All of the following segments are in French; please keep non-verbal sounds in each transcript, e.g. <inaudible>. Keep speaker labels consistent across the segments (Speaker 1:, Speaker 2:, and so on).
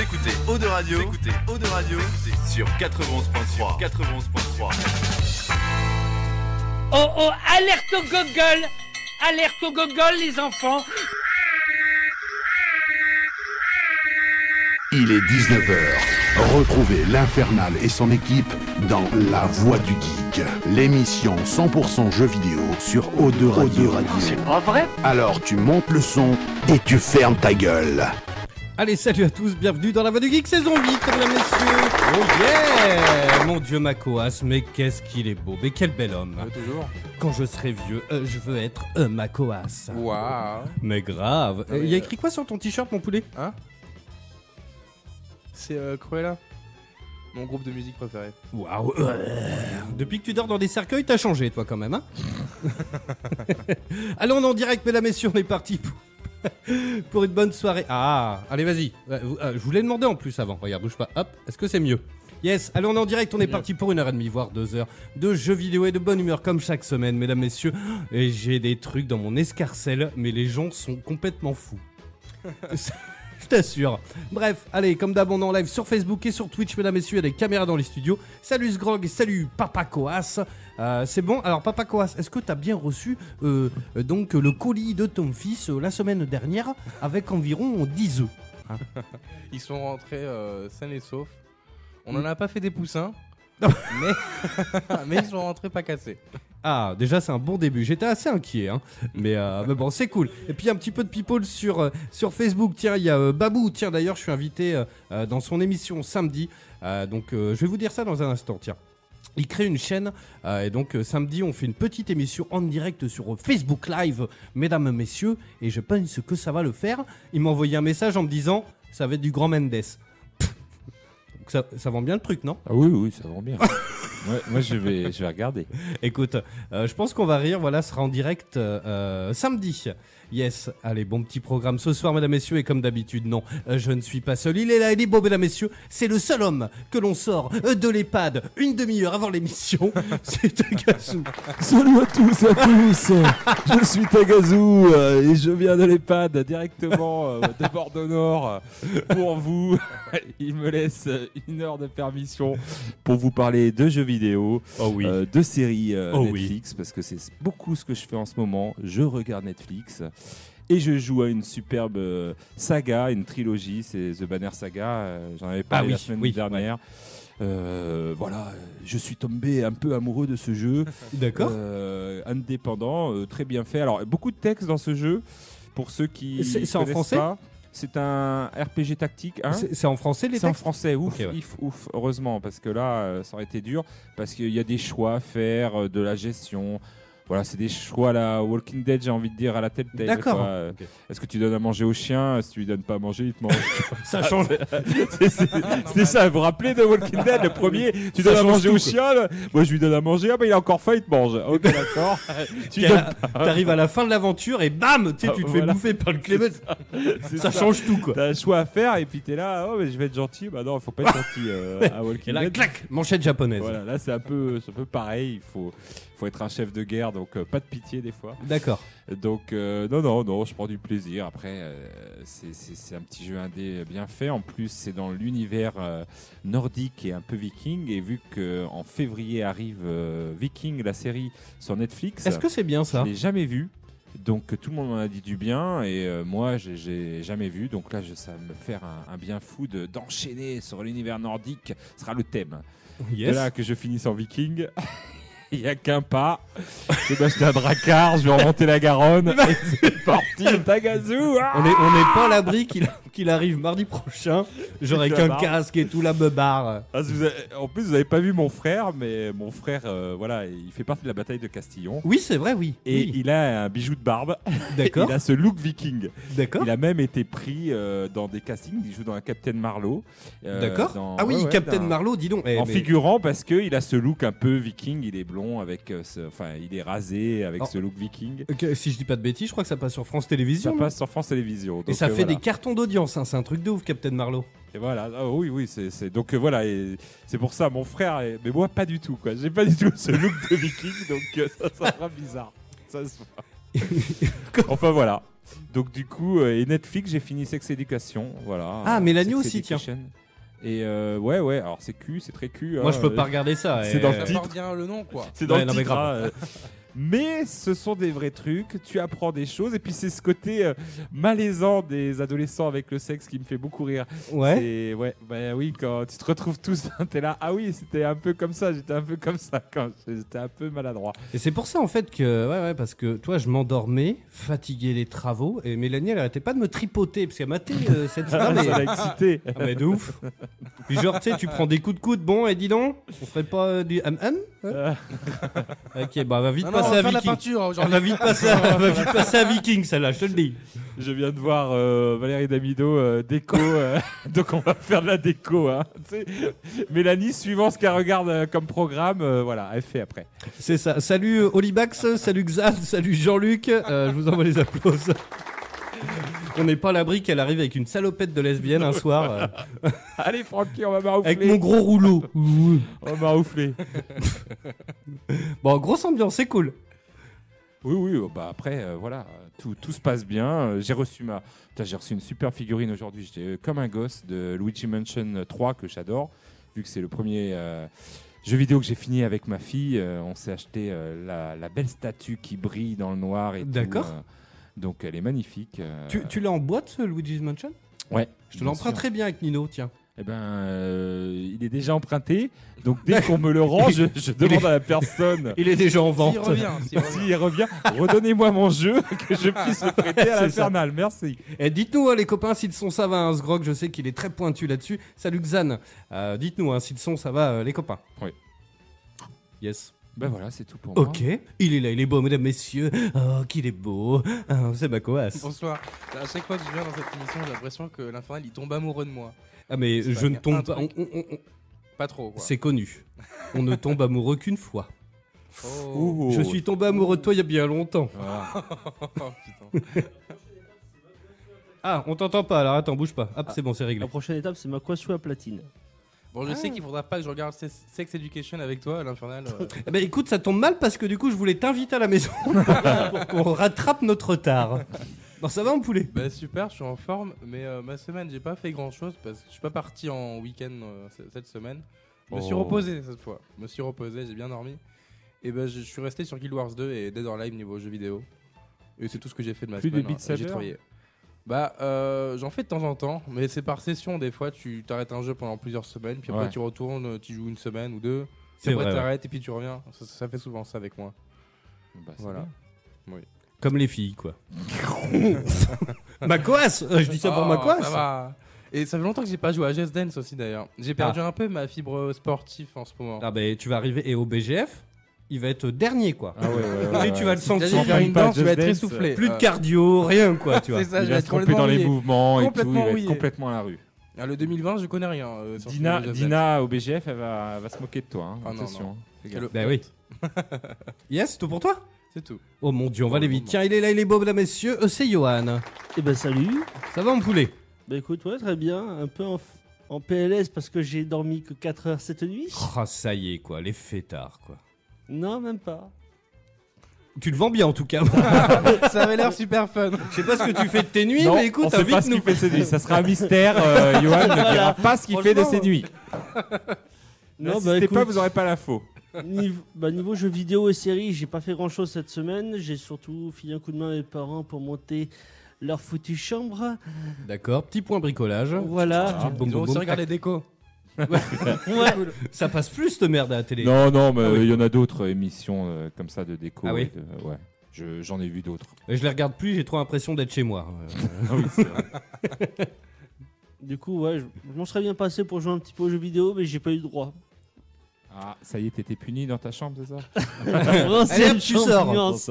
Speaker 1: écoutez Eau de Radio, écoutez Eau de Radio sur 91.3. 91.3.
Speaker 2: Oh oh, alerte au gogol Alerte au gogol les enfants
Speaker 3: Il est 19h. Retrouvez l'Infernal et son équipe dans La Voix du Geek, l'émission 100% jeux vidéo sur O2 Radio.
Speaker 4: pas vrai
Speaker 3: Alors tu montes le son et tu fermes ta gueule.
Speaker 5: Allez, salut à tous, bienvenue dans la Voix du Geek saison 8, mesdames, messieurs. Oh yeah Mon dieu, Makoas, mais qu'est-ce qu'il est beau, mais quel bel homme.
Speaker 6: toujours.
Speaker 5: Quand je serai vieux, euh, je veux être un Makoas.
Speaker 6: Waouh.
Speaker 5: Mais grave.
Speaker 6: Ah
Speaker 5: Euh,
Speaker 6: oui,
Speaker 5: Il y a
Speaker 6: euh.
Speaker 5: écrit quoi sur ton t-shirt, mon poulet
Speaker 6: C'est euh, Cruella. Mon groupe de musique préféré.
Speaker 5: Waouh. euh. Depuis que tu dors dans des cercueils, t'as changé, toi, quand même, hein Allons en direct, mesdames, messieurs, on est parti pour... pour une bonne soirée. Ah, allez, vas-y. Euh, vous- euh, Je vous l'ai demandé en plus avant. Regarde, bouge pas. Hop, est-ce que c'est mieux Yes, allons en direct, on est parti pour une heure et demie, voire deux heures de jeux vidéo et de bonne humeur comme chaque semaine, mesdames, messieurs. Et j'ai des trucs dans mon escarcelle, mais les gens sont complètement fous. Je t'assure. Bref, allez, comme d'hab, on est en live sur Facebook et sur Twitch, mesdames, messieurs, il y a des caméras dans les studios. Salut Sgrog, salut Papa Coas. Euh, c'est bon, alors Papa Coas, est-ce que t'as bien reçu euh, euh, donc euh, le colis de ton fils euh, la semaine dernière avec environ 10 œufs
Speaker 6: Ils sont rentrés euh, sains et saufs. On n'en a pas fait des poussins.
Speaker 5: Non.
Speaker 6: mais... <laughs> mais ils sont rentrés pas cassés.
Speaker 5: Ah, déjà c'est un bon début. J'étais assez inquiet, hein. mais, euh, mais bon, c'est cool. Et puis un petit peu de people sur euh, sur Facebook. Tiens, il y a euh, Babou. Tiens, d'ailleurs, je suis invité euh, euh, dans son émission samedi. Euh, donc, euh, je vais vous dire ça dans un instant. Tiens. Il crée une chaîne euh, et donc euh, samedi on fait une petite émission en direct sur euh, Facebook Live, mesdames, messieurs, et je pense que ça va le faire. Il m'a envoyé un message en me disant ça va être du grand Mendes. Pff. Donc ça, ça vend bien le truc, non
Speaker 7: Ah oui, oui, ça vend bien. Ouais, moi, je vais, je vais regarder.
Speaker 5: Écoute, euh, je pense qu'on va rire. Voilà, ce sera en direct euh, euh, samedi. Yes, allez, bon petit programme ce soir, mesdames, messieurs. Et comme d'habitude, non, euh, je ne suis pas seul. Il est là, il est beau, mesdames, messieurs. C'est le seul homme que l'on sort euh, de l'EHPAD une demi-heure avant
Speaker 7: <laughs>
Speaker 5: l'émission. C'est Tagazu.
Speaker 7: Salut à tous, à tous. Je suis Tagazu euh, et je viens de l'EHPAD directement euh, de Bordeaux Nord pour vous. Il me laisse une heure de permission pour vous parler de jeux vidéo,
Speaker 5: Oh oui.
Speaker 7: euh, de séries euh,
Speaker 5: Oh oui.
Speaker 7: Netflix parce que c'est beaucoup ce que je fais en ce moment. Je regarde Netflix. Et je joue à une superbe euh, saga, une trilogie, c'est The Banner Saga. euh, J'en avais parlé
Speaker 5: Ah
Speaker 7: la
Speaker 5: oui,
Speaker 7: semaine
Speaker 5: oui,
Speaker 7: dernière. Euh, voilà, euh, je suis tombé un peu amoureux de ce jeu.
Speaker 5: D'accord.
Speaker 7: Euh, indépendant, euh, très bien fait. Alors, beaucoup de textes dans ce jeu. Pour ceux qui
Speaker 5: C'est- c'est en
Speaker 7: connaissent
Speaker 5: français
Speaker 7: pas, c'est un RPG tactique. Hein
Speaker 5: C'est c'est en français les
Speaker 7: c'est en
Speaker 5: textes.
Speaker 7: français, ouf,
Speaker 5: Ok, ouais.
Speaker 7: if, ouf, heureusement, parce que là, euh, ça aurait été dur, parce qu'il y a des choix à faire, euh, de la gestion. Voilà, c'est des choix à la Walking Dead, j'ai envie de dire, à la tête
Speaker 5: D'accord. Ok.
Speaker 7: Est-ce que tu donnes à manger au chien Si tu lui donnes pas à manger, il te
Speaker 5: <laughs>
Speaker 7: mange.
Speaker 5: Ça change.
Speaker 7: Ah, C'est- c'est- C'était ça, vous vous rappelez de Walking Dead, le premier
Speaker 5: <laughs> Ah,
Speaker 7: Tu
Speaker 5: Ça
Speaker 7: donnes à
Speaker 5: change
Speaker 7: manger
Speaker 5: tout,
Speaker 7: au chien, le- moi je lui donne à manger, ah bah il a encore faim, il te mange.
Speaker 5: <laughs>
Speaker 7: Ok, d'accord. tu
Speaker 5: T'es
Speaker 7: donnes-
Speaker 5: à- T'arrives à la fin de l'aventure et bam, tu sais, tu te fais
Speaker 7: Ah, Voilà.
Speaker 5: bouffer par le Clément.
Speaker 7: c'est
Speaker 5: Ça change tout quoi.
Speaker 7: T'as un choix à faire et puis t'es là, oh mais je vais être gentil, bah non, faut pas être gentil euh, à
Speaker 5: Et
Speaker 7: Walking
Speaker 5: là,
Speaker 7: Dead.
Speaker 5: clac, manchette japonaise.
Speaker 7: Voilà, là c'est un peu, c'est un peu pareil. Il faut, faut être un chef de guerre, donc euh, pas de pitié des fois.
Speaker 5: D'accord.
Speaker 7: Donc euh, non, non, non, je prends du plaisir. Après, euh, c'est- c'est c'est un petit jeu indé bien fait. En plus, c'est dans l'univers euh, nordique et un peu viking. Et vu que en février arrive euh, Viking, la série sur Netflix,
Speaker 5: Est-ce que c'est bien
Speaker 7: je
Speaker 5: ça
Speaker 7: l'ai jamais vu. Donc tout le monde m'en a dit du bien et euh, moi j'ai- j'ai jamais vu donc là je, ça va me faire un, un bien fou de d'enchaîner sur l'univers nordique Ce sera le thème de
Speaker 5: Yes.
Speaker 7: là que je finisse en viking, <laughs> il n'y a qu'un pas. Je vais m'acheter un dracard, je vais remonter la
Speaker 5: <laughs>
Speaker 7: Garonne. et c'est parti, <laughs> Tagazu ah
Speaker 5: On est, on est pas à l'abri qu'il qu'il arrive mardi prochain. J'aurai
Speaker 7: Putain,
Speaker 5: qu'un
Speaker 7: marre.
Speaker 5: casque et tout la meubarre.
Speaker 7: Ah, si vous avez- En plus, vous n'avez pas vu mon frère, mais mon frère, euh, voilà, il fait partie de la bataille de Castillon.
Speaker 5: Oui, c'est vrai, oui.
Speaker 7: Et
Speaker 5: Oui.
Speaker 7: il a un bijou de barbe.
Speaker 5: D'accord,
Speaker 7: Il a ce look viking.
Speaker 5: d'accord.
Speaker 7: Il a même été pris euh, dans des castings. Il joue dans un Captain Marlowe. euh,
Speaker 5: D'accord.
Speaker 7: dans-
Speaker 5: Ah oui,
Speaker 7: ouais, ouais,
Speaker 5: Captain
Speaker 7: dans-
Speaker 5: Marlowe, dis donc. Eh,
Speaker 7: en
Speaker 5: mais-
Speaker 7: figurant parce que il a ce look un peu viking, il est blond avec euh, ce, enfin il est rasé avec
Speaker 5: Oh.
Speaker 7: ce look viking.
Speaker 5: Ok, si je dis pas de bêtises, je crois que ça passe sur France
Speaker 7: Ça
Speaker 5: Télévisions.
Speaker 7: passe sur France Télévisions.
Speaker 5: Et
Speaker 7: donc,
Speaker 5: ça
Speaker 7: euh,
Speaker 5: fait
Speaker 7: voilà.
Speaker 5: des cartons d'audience, hein, c'est un truc de ouf, Captain Marlowe.
Speaker 7: Et voilà. Ah oui, oui, c'est c'est- donc euh, voilà. et C'est pour ça mon frère. est- Mais moi pas du tout quoi. J'ai pas du tout ce
Speaker 5: <laughs>
Speaker 7: look de viking, donc euh, ça, ça sera bizarre. Ça se voit. Enfin voilà. Donc du coup, euh, et Netflix, j'ai fini Sex Education, voilà.
Speaker 5: Ah,
Speaker 7: Euh,
Speaker 5: Mélanie
Speaker 7: Sex
Speaker 5: aussi, tiens.
Speaker 7: Education. Et euh, ouais, ouais, alors c'est cul, c'est très cul.
Speaker 5: Moi,
Speaker 7: hein,
Speaker 5: je peux
Speaker 7: euh,
Speaker 5: pas regarder ça. et-
Speaker 7: c'est
Speaker 5: euh,
Speaker 7: dans le
Speaker 6: Ça
Speaker 7: titre.
Speaker 6: porte bien le nom, quoi.
Speaker 7: C'est dans
Speaker 5: Ouais,
Speaker 7: le
Speaker 5: non, mais
Speaker 7: titre,
Speaker 5: grave.
Speaker 7: hein, euh. <laughs> Mais ce sont des vrais trucs, tu apprends des choses, et puis c'est ce côté euh, malaisant des adolescents avec le sexe qui me fait beaucoup rire.
Speaker 5: Ouais.
Speaker 7: C'est- ouais, bah oui, quand tu te retrouves tous, <laughs> t'es là, ah oui, c'était un peu comme ça, j'étais un peu comme ça, <laughs> quand j'étais un peu maladroit.
Speaker 5: Et c'est pour ça en fait que ouais ouais parce que toi je m'endormais, fatigué des travaux et Mélanie elle arrêtait pas de me tripoter parce qu'elle m'a euh,
Speaker 7: <laughs>
Speaker 5: cette
Speaker 7: Ah,
Speaker 5: femme.
Speaker 7: mais
Speaker 5: et-
Speaker 7: ça l'a excité.
Speaker 5: Ah mais de ouf. Puis genre tu sais tu prends des coups de coude bon et dis donc on ferait pas euh, du hum hum
Speaker 7: Euh.
Speaker 5: Ok bah va vite
Speaker 6: Non, non, on
Speaker 5: passer
Speaker 6: va
Speaker 5: à
Speaker 6: faire de la
Speaker 5: Viking.
Speaker 6: peinture. hein, genre,
Speaker 5: On va
Speaker 6: <laughs>
Speaker 5: vite passer à, va vite passer à Viking celle-là je te le dis.
Speaker 7: Je viens de voir euh, Valérie Damido euh, déco, euh, <laughs> donc on va faire de la déco. Hein. Tu sais, Mélanie, suivant ce qu'elle regarde euh, comme programme, euh, voilà, elle fait après.
Speaker 5: C'est ça. Salut euh, Olibax, salut Xan, salut Jean-Luc. Euh, je vous envoie les applaudissements. On n'est pas à l'abri qu'elle arrive avec une salopette de lesbienne un soir
Speaker 6: <laughs>
Speaker 5: euh,
Speaker 7: Allez, Francky, on va maroufler.
Speaker 5: avec mon gros rouleau.
Speaker 7: On va maroufler.
Speaker 5: Bon, grosse ambiance, c'est cool.
Speaker 7: Oui, oui, oh, bah après, euh, voilà, tout, tout se passe bien. Euh, J'ai reçu ma. Putain, j'ai reçu une super figurine aujourd'hui. J'étais euh, comme un gosse de Luigi Mansion 3 que j'adore, vu que c'est le premier euh, jeu vidéo que j'ai fini avec ma fille. Euh, on s'est acheté euh, la, la belle statue qui brille dans le noir et tout,
Speaker 5: D'accord.
Speaker 7: euh, donc elle est magnifique. euh,
Speaker 5: Tu, tu l'as en boîte, ce Luigi's Mansion
Speaker 7: Ouais.
Speaker 5: Je te
Speaker 7: bien
Speaker 5: l'emprunte
Speaker 7: sûr.
Speaker 5: très bien avec Nino, tiens.
Speaker 7: Eh ben, euh, il est déjà emprunté. Donc
Speaker 5: <laughs>
Speaker 7: dès qu'on me le rend, je, je demande à la personne.
Speaker 5: Il est déjà en
Speaker 6: S'il
Speaker 5: vente.
Speaker 6: revient, s'il revient.
Speaker 7: S'il revient, redonnez-moi mon jeu que je puisse le prêter
Speaker 5: <laughs>
Speaker 7: à
Speaker 5: C'est ça.
Speaker 7: l'infernal. Merci.
Speaker 5: Et dites-nous, hein, les copains, s'ils sont, ça va, hein, ce grog, je sais qu'il est très pointu là-dessus. Salut Xan. Euh, dites-nous, hein, s'ils sont, ça va, euh, les copains.
Speaker 7: Oui.
Speaker 5: Yes.
Speaker 7: Ben voilà, c'est tout
Speaker 6: Ah.
Speaker 7: pour moi.
Speaker 5: Ok, il est là, il est beau, mesdames, messieurs. Oh, qu'il est beau. Ah, c'est ma coasse.
Speaker 6: Bonsoir. À chaque fois que je viens dans cette émission, j'ai l'impression que l'infernal il tombe amoureux de moi.
Speaker 5: Ah, mais
Speaker 6: C'est
Speaker 5: je
Speaker 6: pas
Speaker 5: ne
Speaker 6: bien. Un
Speaker 5: tombe pas.
Speaker 6: truc.
Speaker 5: on- on- on- on-
Speaker 6: Pas trop, quoi.
Speaker 5: C'est connu. On ne tombe amoureux qu'une fois.
Speaker 6: <laughs> Oh,
Speaker 7: Oh.
Speaker 5: Je suis tombé amoureux de toi il y a bien longtemps.
Speaker 7: Ah.
Speaker 6: putain.
Speaker 5: Ah, on t'entend pas, alors attends, bouge pas. Hop, c'est bon, c'est réglé.
Speaker 4: La prochaine étape, c'est ma coiffure à platine.
Speaker 6: Bon, je sais qu'il faudra pas que je regarde Se- Sex Education avec toi, l'infernal. euh,
Speaker 5: Eh ben écoute, ça tombe mal parce que du coup, je voulais t'inviter à la maison <laughs> pour qu'on rattrape notre retard. Bon, ça va, mon poulet
Speaker 6: Bah super, je suis en forme, mais euh, ma semaine j'ai pas fait grand chose parce que je suis pas parti en week-end euh, c- cette semaine. Je me suis
Speaker 7: Oh.
Speaker 6: reposé cette fois, je me suis reposé, j'ai bien dormi. Et ben je je suis resté sur Guild Wars 2 et Dead or Alive niveau jeux vidéo. Et c'est tout ce que j'ai fait de ma
Speaker 7: Plus de
Speaker 6: semaine.
Speaker 7: Beat
Speaker 6: hein, et J'ai
Speaker 7: Saber
Speaker 6: travaillé. Bah euh, j'en fais de temps en temps, mais c'est par session des fois. Tu t'arrêtes un jeu pendant plusieurs semaines, puis après
Speaker 7: Ouais.
Speaker 6: tu retournes, tu joues une semaine ou deux.
Speaker 5: C'est
Speaker 6: Puis
Speaker 5: vrai,
Speaker 6: après
Speaker 5: ouais.
Speaker 6: t'arrêtes et puis tu reviens. Ça, ça fait souvent ça avec moi.
Speaker 7: Bah, c'est
Speaker 6: Voilà.
Speaker 7: bien.
Speaker 5: Comme les filles, quoi. <laughs> ma coasse Euh, Je dis ça pour
Speaker 6: Oh,
Speaker 5: ma
Speaker 6: ça
Speaker 5: coasse
Speaker 6: va. Et ça fait longtemps que j'ai pas joué à Just Dance aussi d'ailleurs. J'ai perdu un peu ma fibre sportive en ce moment.
Speaker 5: Ah, ben tu vas arriver et au BGF, il va être dernier, quoi.
Speaker 7: Ah ouais, ouais,
Speaker 5: Tu sais,
Speaker 7: ouais,
Speaker 5: tu
Speaker 7: ouais.
Speaker 5: vas le sentir.
Speaker 6: J'allais faire
Speaker 7: une
Speaker 6: une
Speaker 7: pas
Speaker 6: danse, tu
Speaker 7: Just
Speaker 6: vas être
Speaker 7: Dance.
Speaker 6: essoufflé.
Speaker 5: Plus de
Speaker 6: Euh,
Speaker 5: cardio, rien, quoi, tu vois.
Speaker 6: <laughs> C'est ça,
Speaker 7: Il
Speaker 6: je
Speaker 7: va
Speaker 6: vais être
Speaker 7: se tromper dans
Speaker 6: complètement
Speaker 7: les
Speaker 6: mouillé.
Speaker 7: mouvements et tout, il
Speaker 6: Complètement
Speaker 7: va être
Speaker 6: rouillé.
Speaker 7: complètement à la rue.
Speaker 6: Ah, le 2020, je connais rien. euh, sur
Speaker 7: Dina,
Speaker 6: Just Dance.
Speaker 7: Dina au BGF, elle va, elle va se moquer de toi. hein.
Speaker 6: Ah non,
Speaker 7: Attention. hein. Fais
Speaker 6: C'est le-
Speaker 7: gaffe.
Speaker 5: Bah
Speaker 6: <laughs>
Speaker 5: oui. yes, tout pour toi
Speaker 6: C'est tout.
Speaker 5: Oh mon dieu, on va aller vite.
Speaker 6: Bon.
Speaker 5: Tiens, il est là, il est beau, mesdames, messieurs. Euh, c'est Johan.
Speaker 4: Eh ben salut.
Speaker 5: Ça va, mon poulet
Speaker 4: Bah écoute, ouais, très bien. Un peu en, f- en PLS parce que j'ai dormi que 4 heures cette nuit.
Speaker 5: Ah, ça y est, quoi, les fêtards, quoi.
Speaker 4: Non, même pas.
Speaker 5: Tu le vends bien, en tout cas.
Speaker 6: <laughs>
Speaker 5: <laughs>
Speaker 6: Ça avait l'air super fun.
Speaker 5: Je sais pas ce que tu fais de tes nuits,
Speaker 7: Non,
Speaker 5: mais
Speaker 7: on
Speaker 5: écoute,
Speaker 7: sait pas ce
Speaker 5: invite-nous.
Speaker 7: qu'il fait de ses nuits. Ça sera un mystère.
Speaker 5: <laughs>
Speaker 7: euh, Johan ne dira pas ce qu'il fait de ses nuits.
Speaker 4: Non,
Speaker 5: bah,
Speaker 4: ben,
Speaker 7: N'assistez
Speaker 4: écoute,
Speaker 7: pas, vous aurez pas l'info.
Speaker 4: niveau, bah, niveau jeux vidéo et séries, j'ai pas fait grand chose cette semaine. J'ai surtout filé un coup de main à mes parents pour monter leur foutue chambre.
Speaker 5: D'accord, petit point bricolage.
Speaker 4: Voilà.
Speaker 5: Boum,
Speaker 6: Ah, Ils ont
Speaker 5: boum,
Speaker 6: aussi
Speaker 5: boum,
Speaker 6: regardé déco.
Speaker 4: Ouais.
Speaker 5: tac. Ça passe plus, cette merde à la télé.
Speaker 7: Non, non, mais euh, il y en a d'autres euh, émissions euh, comme ça de déco.
Speaker 5: Ah oui.
Speaker 7: et de- euh, ouais. Je- J'en ai vu d'autres.
Speaker 5: Et Je les regarde plus, j'ai trop l'impression d'être chez moi. Euh,
Speaker 4: Du coup, ouais, je, je m'en serais bien passé pour jouer un petit peu aux jeux vidéo, mais j'ai pas eu
Speaker 5: <laughs>
Speaker 4: le droit.
Speaker 7: Ah, ça y est, t'étais puni dans ta chambre, c'est ça
Speaker 4: Ancienne
Speaker 5: hop, tu sors.
Speaker 4: nuance.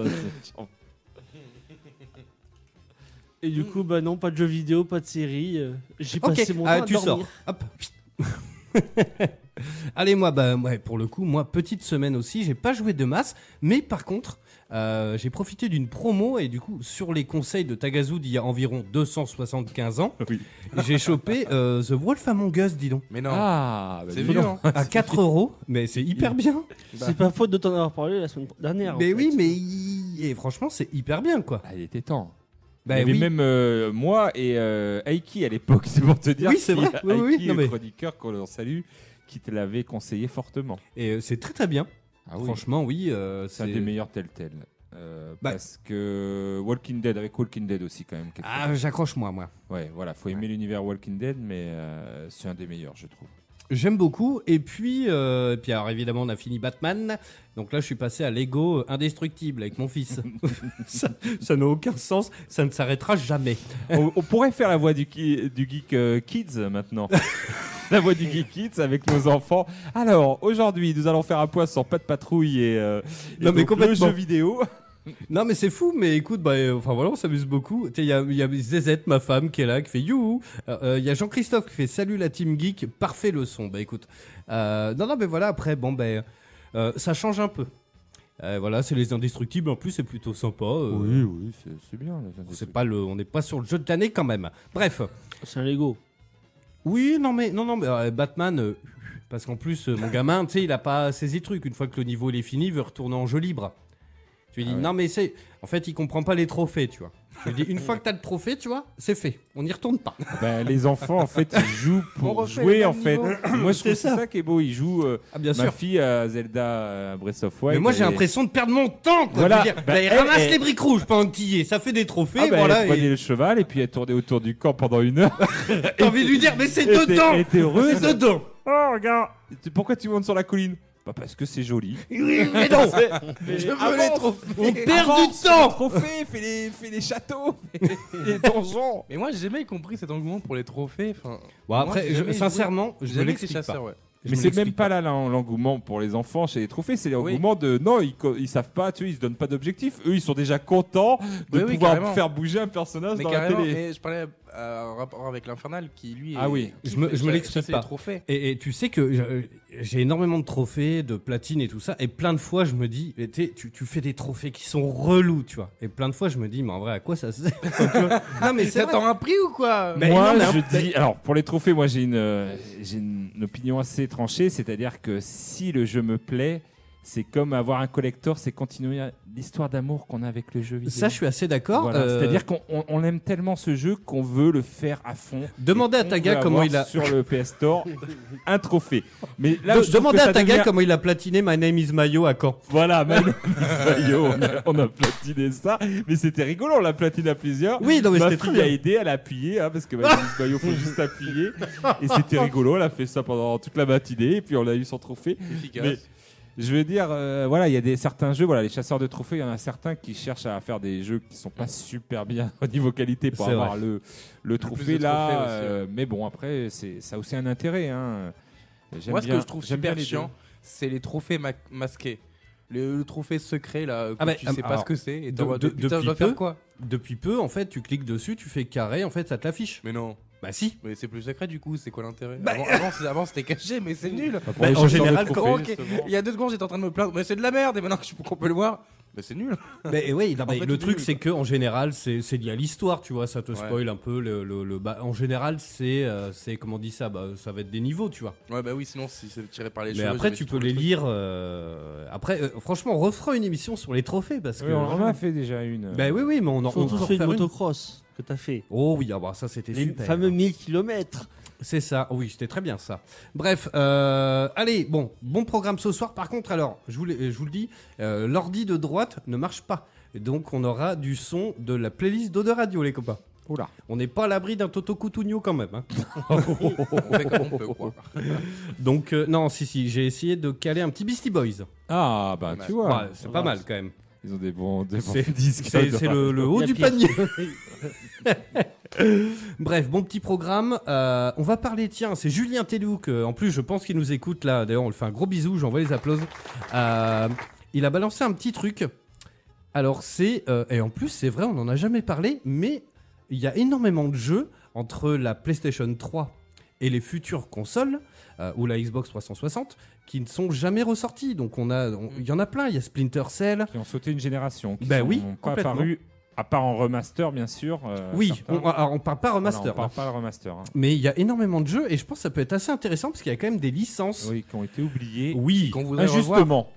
Speaker 4: Et du coup, bah non, pas de jeux vidéo, pas de série. euh, J'ai
Speaker 5: Ok,
Speaker 4: passé mon temps
Speaker 5: ah,
Speaker 4: à
Speaker 5: tu sors.
Speaker 4: dormir.
Speaker 5: Hop. <laughs> Allez, moi, bah, ouais, pour le coup, moi, petite semaine aussi, j'ai pas joué de masse, mais par contre, euh, j'ai profité d'une promo et du coup, sur les conseils de Tagazu d'il y a environ 275 ans,
Speaker 7: Oui.
Speaker 5: <laughs> j'ai chopé euh, The Wolf Among Us, dis donc,
Speaker 6: Mais non.
Speaker 7: Ah, bah,
Speaker 6: c'est
Speaker 7: dis
Speaker 6: vieux,
Speaker 7: donc.
Speaker 6: hein.
Speaker 7: <laughs>
Speaker 5: à 4 euros, mais c'est hyper bien.
Speaker 4: C'est pas faute de t'en avoir parlé la semaine dernière. en
Speaker 5: Bah. Mais
Speaker 4: fait.
Speaker 5: oui, mais il- et franchement, c'est hyper bien, quoi.
Speaker 7: Ah, il était temps.
Speaker 5: Bah
Speaker 7: Il y avait
Speaker 5: oui.
Speaker 7: même euh, moi et euh, Aiki à l'époque, <laughs> c'est pour te dire.
Speaker 5: Oui, c'est
Speaker 7: qui-
Speaker 5: vrai. Oui, oui, oui.
Speaker 7: Aiki,
Speaker 5: Non,
Speaker 7: le
Speaker 5: mais-
Speaker 7: chroniqueur qu'on salue, qui te l'avait conseillé fortement.
Speaker 5: Et euh, c'est très très bien.
Speaker 7: Ah
Speaker 5: Franchement, Ah oui. euh,
Speaker 7: c'est un des meilleurs Telltale. Euh,
Speaker 5: Bah-
Speaker 7: Parce que Walking Dead, avec Walking Dead aussi quand même. quelque
Speaker 5: Ah, j'accroche moi, moi.
Speaker 7: part. Ouais, voilà, faut aimer l'univers Walking Dead, mais euh, c'est un des meilleurs, je trouve.
Speaker 5: J'aime beaucoup. Et puis, euh, et puis alors évidemment, on a fini Batman. Donc là, je suis passé à Lego euh, indestructible avec mon fils. <laughs> ça ça n'a aucun sens. Ça ne s'arrêtera jamais.
Speaker 7: <laughs> on, on pourrait faire la voix du, ki- du geek euh, kids maintenant. <laughs> la voix du geek kids avec nos enfants. Alors aujourd'hui, nous allons faire un point sur pas de patrouille et, euh, et
Speaker 5: Non, mais
Speaker 7: donc le
Speaker 5: complètement.
Speaker 7: jeu vidéo.
Speaker 5: Non, mais c'est fou. Mais écoute, bah, euh, enfin voilà, on s'amuse beaucoup. Tu sais, Il y a, il y a Zezette, ma femme, qui est là, qui fait youhou. Euh, euh, Il y a Jean-Christophe qui fait salut la team geek. Parfait le son. Bah écoute. Euh, non, non, mais voilà. Après, bon, ben, euh, ça change un peu. Euh, voilà, c'est les indestructibles. En plus, c'est plutôt sympa. euh,
Speaker 7: oui, c'est bien.
Speaker 5: C'est pas le, on n'est pas sur le jeu de l'année quand même. Bref.
Speaker 4: C'est un Lego.
Speaker 5: Oui, non mais non non mais euh, Batman euh, parce qu'en plus euh, mon gamin, tu sais, il a pas saisi le truc une fois que le niveau il est fini, il veut retourner en jeu libre. Tu lui dis
Speaker 7: Ah ouais.
Speaker 5: non mais c'est en fait, il comprend pas les trophées, tu vois. Je lui dis une fois que t'as le trophée, tu vois, c'est fait. On n'y retourne pas.
Speaker 7: Bah, les enfants en fait ils
Speaker 6: <laughs>
Speaker 7: jouent
Speaker 6: On
Speaker 7: pour
Speaker 6: refait
Speaker 7: jouer
Speaker 6: le
Speaker 7: en
Speaker 6: même
Speaker 7: fait.
Speaker 6: niveau.
Speaker 7: Moi je trouve
Speaker 5: C'est
Speaker 7: que c'est
Speaker 5: ça.
Speaker 7: ça qui est beau, ils jouent. euh,
Speaker 5: Ah bien
Speaker 7: ma
Speaker 5: sûr.
Speaker 7: fille à Zelda euh, Breath of Wild.
Speaker 5: Mais moi j'ai
Speaker 7: elle-
Speaker 5: l'impression de perdre mon temps quoi.
Speaker 7: Voilà.
Speaker 5: Je veux dire,
Speaker 7: Bah,
Speaker 5: bah, il
Speaker 7: elle-
Speaker 5: ramasse
Speaker 7: elle-
Speaker 5: les briques rouges, pas un tillet, ça fait des trophées,
Speaker 7: Ah bah,
Speaker 5: voilà.
Speaker 7: elle prenait
Speaker 5: et
Speaker 7: le cheval et puis elle tournait autour du camp pendant une heure.
Speaker 5: T'as envie de lui dire mais c'est
Speaker 7: Elle était-
Speaker 5: dedans.
Speaker 7: elle était heureuse.
Speaker 5: C'est dedans.
Speaker 7: Oh regarde, tu- pourquoi tu montes sur la colline Bah parce que
Speaker 5: <laughs>
Speaker 7: c'est joli.
Speaker 5: Oui, mais non.
Speaker 7: Je
Speaker 5: Je veux les trophées. On perd
Speaker 7: Avance,
Speaker 5: du temps.
Speaker 7: Trophée, fais les, fais les châteaux, fais les donjons.
Speaker 6: Mais moi, j'ai jamais compris cet engouement pour les trophées. Enfin,
Speaker 5: Bon,
Speaker 6: Moi,
Speaker 5: après,
Speaker 6: j'ai
Speaker 5: je-
Speaker 6: jamais joué-
Speaker 5: sincèrement, je ne
Speaker 6: jamais été
Speaker 5: l'explique pas.
Speaker 6: chasseur, ouais.
Speaker 5: Je
Speaker 7: Mais
Speaker 5: me
Speaker 7: c'est
Speaker 5: l'explique
Speaker 7: même pas là, là, l'engouement pour les enfants chez les trophées, c'est l'engouement de non, ils, co- ils savent pas, tu vois, ils se donnent pas d'objectif. Eux, ils sont déjà contents de
Speaker 6: Oui, oui,
Speaker 7: pouvoir
Speaker 6: carrément.
Speaker 7: faire bouger un personnage
Speaker 6: Mais
Speaker 7: dans la
Speaker 6: carrément,
Speaker 7: télé.
Speaker 6: mais je parlais euh, en rapport avec l'Infernal qui lui.
Speaker 7: Ah oui.
Speaker 5: Je me- je me l'explique
Speaker 6: l'explique
Speaker 5: pas.
Speaker 6: Les trophées.
Speaker 5: Et, et tu sais que euh, j'ai énormément de trophées, de platines et tout ça, et plein de fois je me dis, et t'es- tu, tu fais des trophées qui sont relous, tu vois. Et plein de fois je me dis, mais en vrai, à quoi ça sert Enfin, tu vois. Non, mais c'est
Speaker 6: Ça
Speaker 5: vrai.
Speaker 6: t'en a pris ou quoi
Speaker 5: Mais
Speaker 7: moi,
Speaker 5: non, mais un-
Speaker 7: je dis. Alors, pour les trophées, moi, j'ai une, euh, j'ai une opinion assez tranchée. C'est-à-dire que si le jeu me plaît, c'est comme avoir un collector, c'est continuer l'histoire d'amour qu'on a avec le jeu vidéo.
Speaker 5: Ça, je suis assez d'accord.
Speaker 7: Voilà,
Speaker 5: euh,
Speaker 7: C'est-à-dire qu'on on- on aime tellement ce jeu qu'on veut le faire à fond.
Speaker 5: Demandez
Speaker 7: Et
Speaker 5: à
Speaker 7: qu'on
Speaker 5: Taga
Speaker 7: veut
Speaker 5: comment
Speaker 7: avoir
Speaker 5: il a-
Speaker 7: sur le PS
Speaker 5: <laughs>
Speaker 7: Store un trophée. Mais là,
Speaker 5: de-
Speaker 7: je trouve
Speaker 5: demandez
Speaker 7: que
Speaker 5: à
Speaker 7: ça
Speaker 5: Taga
Speaker 7: devient-
Speaker 5: comment il a platiné My Name is Mayo à Caen.
Speaker 7: Voilà, même <laughs> Mayo, on a, on a platiné ça, mais c'était rigolo, on l'a platiné à plusieurs.
Speaker 5: Oui, non, mais
Speaker 7: Ma
Speaker 5: c'était
Speaker 7: fille
Speaker 5: très
Speaker 7: a
Speaker 5: bien.
Speaker 7: aidé, elle a appuyé, hein, parce que Mayo, il faut juste appuyer. Et c'était rigolo, elle a fait ça pendant toute la matinée, et puis on a eu son trophée.
Speaker 6: Efficace.
Speaker 7: Mais je veux dire, euh, voilà, il y a des, certains jeux, voilà, les chasseurs de trophées, il y en a certains qui cherchent à faire des jeux qui sont pas super bien <laughs> au niveau qualité pour
Speaker 5: C'est
Speaker 7: avoir le, le
Speaker 6: plus
Speaker 7: trophée
Speaker 6: de
Speaker 7: là.
Speaker 6: trophées aussi,
Speaker 7: euh, mais bon, après, c'est, ça a aussi un intérêt. Hein. J'aime
Speaker 6: Moi, ce
Speaker 7: bien-
Speaker 6: que je trouve
Speaker 7: j'aime bien
Speaker 6: super
Speaker 7: les
Speaker 6: chiant,
Speaker 7: deux.
Speaker 6: c'est les trophées ma- masqués. Le, le trophée secret là, que
Speaker 5: Ah, mais,
Speaker 6: tu
Speaker 5: euh,
Speaker 6: sais pas
Speaker 5: alors,
Speaker 6: ce que c'est. Et t'es
Speaker 5: de-
Speaker 6: en mode,
Speaker 5: de-
Speaker 6: putain,
Speaker 5: depuis
Speaker 6: je dois
Speaker 5: peu
Speaker 6: faire quoi
Speaker 5: Depuis peu, en fait, tu cliques dessus, tu fais carré, en fait, ça te l'affiche.
Speaker 6: Mais non.
Speaker 5: Bah si.
Speaker 6: Mais c'est plus secret du coup, c'est quoi l'intérêt Avant, avant, c'est- avant, c'était caché, mais c'est nul.
Speaker 7: Bah, pour
Speaker 5: Bah,
Speaker 7: les
Speaker 5: en
Speaker 7: chasseurs de
Speaker 5: général,
Speaker 7: trophées,
Speaker 6: Comment, ok,
Speaker 7: justement.
Speaker 6: Il y a deux secondes, j'étais en train de me plaindre. Mais c'est de la merde, et maintenant que je- qu'on peut le voir, mais c'est nul.
Speaker 5: <laughs> Mais oui, non, mais
Speaker 6: fait,
Speaker 5: le
Speaker 6: il
Speaker 5: truc
Speaker 6: est nul,
Speaker 5: c'est que en général c'est c'est lié à l'histoire, tu vois, ça te
Speaker 6: Ouais.
Speaker 5: spoil un peu le, le, le- bah, en général c'est euh, c'est comment on dit ça bah ça va être des niveaux, tu vois.
Speaker 6: Ouais, bah oui, sinon, si c'est tiré par les
Speaker 5: Mais
Speaker 6: cheveux,
Speaker 5: après
Speaker 6: jamais
Speaker 5: tu peux
Speaker 6: trouves le
Speaker 5: les
Speaker 6: truc.
Speaker 5: lire euh, après euh, franchement, on refera une émission sur les trophées parce que
Speaker 7: Oui, on en a fait déjà une.
Speaker 5: Bah oui oui, mais on en on
Speaker 4: Surtout
Speaker 5: peut
Speaker 4: fait
Speaker 5: refaire
Speaker 4: une
Speaker 5: une.
Speaker 4: motocross que t'as fait.
Speaker 5: Oh oui, ah bah ça c'était
Speaker 4: Les
Speaker 5: super. Ah,
Speaker 4: fameux 1000 km.
Speaker 5: C'est ça. Oui, c'était très bien ça. Bref, euh, allez, bon, bon programme ce soir. Par contre, alors, je vous, l'ai- je vous le dis, euh, l'ordi de droite ne marche pas. Et Donc on aura du son de la playlist d'Odeur Radio les copains.
Speaker 7: Oula.
Speaker 5: On n'est pas à l'abri d'un Toto Coutugno quand même. hein.
Speaker 6: On fait comme on <laughs> peut, quoi.
Speaker 5: Donc, euh, non, si, si, j'ai essé de caler un petit Beastie Boys.
Speaker 7: Ah, bah
Speaker 6: Ouais.
Speaker 7: tu vois.
Speaker 5: Ouais, c'est pas mal quand même.
Speaker 7: Ils ont des bons, des bons
Speaker 5: C'est-
Speaker 7: disques.
Speaker 5: C'est c'est le, le haut
Speaker 4: Il y
Speaker 5: du
Speaker 4: a pire.
Speaker 5: panier. <laughs> Bref, bon petit programme. Euh, on va parler, tiens, c'est Julien Tellou, que, en plus je pense qu'il nous écoute là. D'ailleurs, on le fait un gros bisou, j'envoie les applaudissements. Euh, il a balancé un petit truc. Alors c'est, euh, et en plus c'est vrai, on n'en a jamais parlé, mais il y a énormément de jeux entre la PlayStation 3 et les futures consoles, euh, ou la Xbox 360, qui ne sont jamais ressortis. Donc on a, on- il y en a plein, il y a Splinter Cell.
Speaker 7: Qui ont sauté une génération. Qui
Speaker 5: Bah
Speaker 7: sont
Speaker 5: oui,
Speaker 7: pas
Speaker 5: complètement.
Speaker 7: apparus, à part en remaster, bien sûr. euh,
Speaker 5: Oui,
Speaker 7: certains.
Speaker 5: on, alors, on parle pas
Speaker 7: Voilà,
Speaker 5: remaster.
Speaker 7: on parle pas de remaster. hein.
Speaker 5: Mais il y a énormément de jeux et je pense que ça peut être assez intéressant parce qu'il y a quand même des licences.
Speaker 7: Oui, qui ont été oubliés.
Speaker 5: Oui.
Speaker 6: Qu'on voudrait revoir.
Speaker 7: Injustement.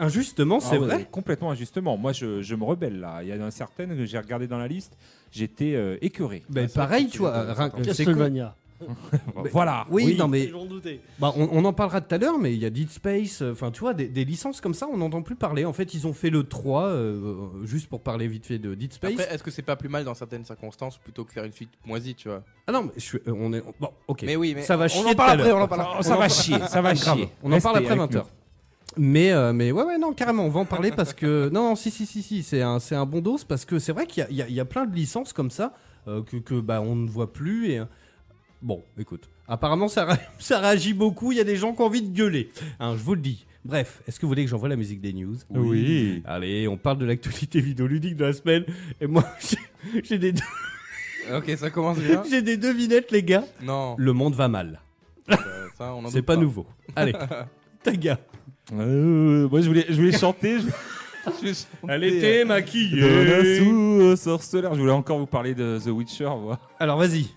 Speaker 5: Injustement, Oh, c'est
Speaker 7: Ah ouais,
Speaker 5: vrai.
Speaker 7: Complètement injustement. Moi, je, je me rebelle là. Il y en a certaines que j'ai regardé dans la liste, j'étais euh, écœuré.
Speaker 5: Ben,
Speaker 7: Ah, ça,
Speaker 5: pareil,
Speaker 7: c'est-
Speaker 5: tu vois,
Speaker 7: euh,
Speaker 5: Rin-
Speaker 7: attends.
Speaker 5: euh, c'est con.
Speaker 4: Castlevania.
Speaker 5: mais-
Speaker 7: Voilà.
Speaker 5: Oui, non mais
Speaker 4: J'en doutais.
Speaker 5: bah, on, on en parlera tout à l'heure, mais il y a Dead Space, euh, enfin tu vois, des, des licences comme ça, on n'entend plus parler. En fait, ils ont fait le 3, euh, juste pour parler vite fait de Dead Space.
Speaker 6: Après, est-ce que c'est pas plus mal dans certaines circonstances plutôt que faire une suite moisie, tu vois
Speaker 5: ah non, mais je suis- euh, on est... Bon, ok.
Speaker 6: Mais oui, mais
Speaker 5: ça va
Speaker 6: on
Speaker 5: chier
Speaker 6: en
Speaker 5: tout
Speaker 6: parle
Speaker 5: à
Speaker 6: après,
Speaker 5: l'heure.
Speaker 6: on en parle après.
Speaker 7: Oh, ça va chier, ça va
Speaker 5: Grave.
Speaker 7: chier.
Speaker 5: On en parle
Speaker 7: Restez
Speaker 5: après
Speaker 7: avec
Speaker 5: 20h.
Speaker 7: nous.
Speaker 5: Mais, euh, mais ouais, ouais, non, carrément, on va en parler parce que. Non, non, si, si, si, si, c'est un, c'est un bon dos parce que c'est vrai qu'il y a, il y a- il y a plein de licences comme ça euh, que, que bah, on ne voit plus. Et, euh, bon, écoute, apparemment ça, ré- <laughs> ça réagit beaucoup, il y a des gens qui ont envie de gueuler. Hein, je vous le dis. Bref, est-ce que vous voulez que j'envoie la musique des news
Speaker 7: Oui.
Speaker 5: Allez, on parle de l'actualité vidéoludique de la semaine. Et moi, <laughs> j'ai- j'ai des,
Speaker 6: Ok, ça commence bien.
Speaker 5: j'ai des devinettes, les gars.
Speaker 6: <laughs> non,
Speaker 5: Le monde va mal.
Speaker 6: euh, ça, on en
Speaker 5: C'est
Speaker 6: doute
Speaker 5: pas nouveau. Allez, taga.
Speaker 7: Euh, moi, je voulais, je voulais chanter. <laughs> Je... je voulais chanter,
Speaker 5: Elle
Speaker 7: euh,
Speaker 5: était maquillée.
Speaker 7: Donna Sue, euh, sorceleur. Je voulais encore vous parler de The Witcher, moi.
Speaker 5: Alors vas-y.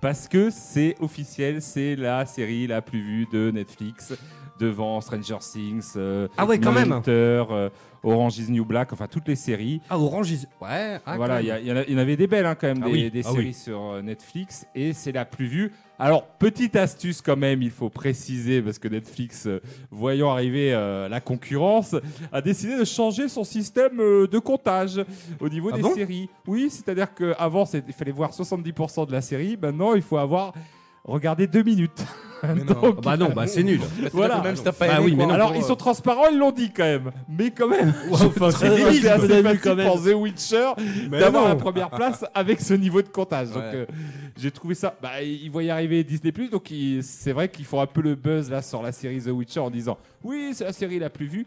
Speaker 7: Parce que c'est officiel, c'est la série la plus vue de Netflix devant Stranger Things, euh,
Speaker 5: Ah ouais, quand même.
Speaker 7: Mindhunter, euh, Orange is New Black, enfin toutes les séries.
Speaker 5: Ah, Orange is... Ouais, ah,
Speaker 7: voilà,
Speaker 5: quand
Speaker 7: il y,
Speaker 5: même.
Speaker 7: a- il y en a- il y en avait des belles hein, quand même,
Speaker 5: Ah
Speaker 7: des,
Speaker 5: oui,
Speaker 7: des
Speaker 5: ah
Speaker 7: séries
Speaker 5: oui.
Speaker 7: sur euh, Netflix, et c'est la plus vue. Alors, petite astuce quand même, il faut préciser, parce que Netflix, euh, voyant arriver euh, la concurrence, a décidé de changer son système euh, de comptage au niveau
Speaker 5: Ah
Speaker 7: des
Speaker 5: bon
Speaker 7: séries. Oui, c'est-à-dire qu'avant, il fallait voir 70% de la série, maintenant, il faut avoir regardé deux minutes. <laughs>
Speaker 6: pas. Mais non.
Speaker 7: Donc,
Speaker 5: Ah bah non, bah c'est nul.
Speaker 6: Bah, c'est
Speaker 7: Voilà.
Speaker 6: pas que même si t'as pas
Speaker 5: Ah
Speaker 6: aimé,
Speaker 5: oui, mais
Speaker 6: quoi,
Speaker 5: non.
Speaker 6: en
Speaker 7: Alors,
Speaker 6: gros,
Speaker 7: ils
Speaker 6: euh,
Speaker 7: sont transparents, ils l'ont dit quand même. Mais quand même,
Speaker 5: <laughs> enfin,
Speaker 7: c'est
Speaker 5: c'est débile.
Speaker 7: assez
Speaker 4: quoi.
Speaker 7: facile
Speaker 4: Quand même.
Speaker 7: pour The Witcher
Speaker 5: Mais
Speaker 7: d'avoir
Speaker 5: non.
Speaker 7: la première place avec ce niveau de comptage. Donc
Speaker 6: Ouais.
Speaker 7: euh, j'ai trouvé ça. Bah, ils voient y arriver Disney Plus, donc ils- c'est vrai qu'ils font un peu le buzz là sur la série The Witcher en disant oui c'est la série la plus vue.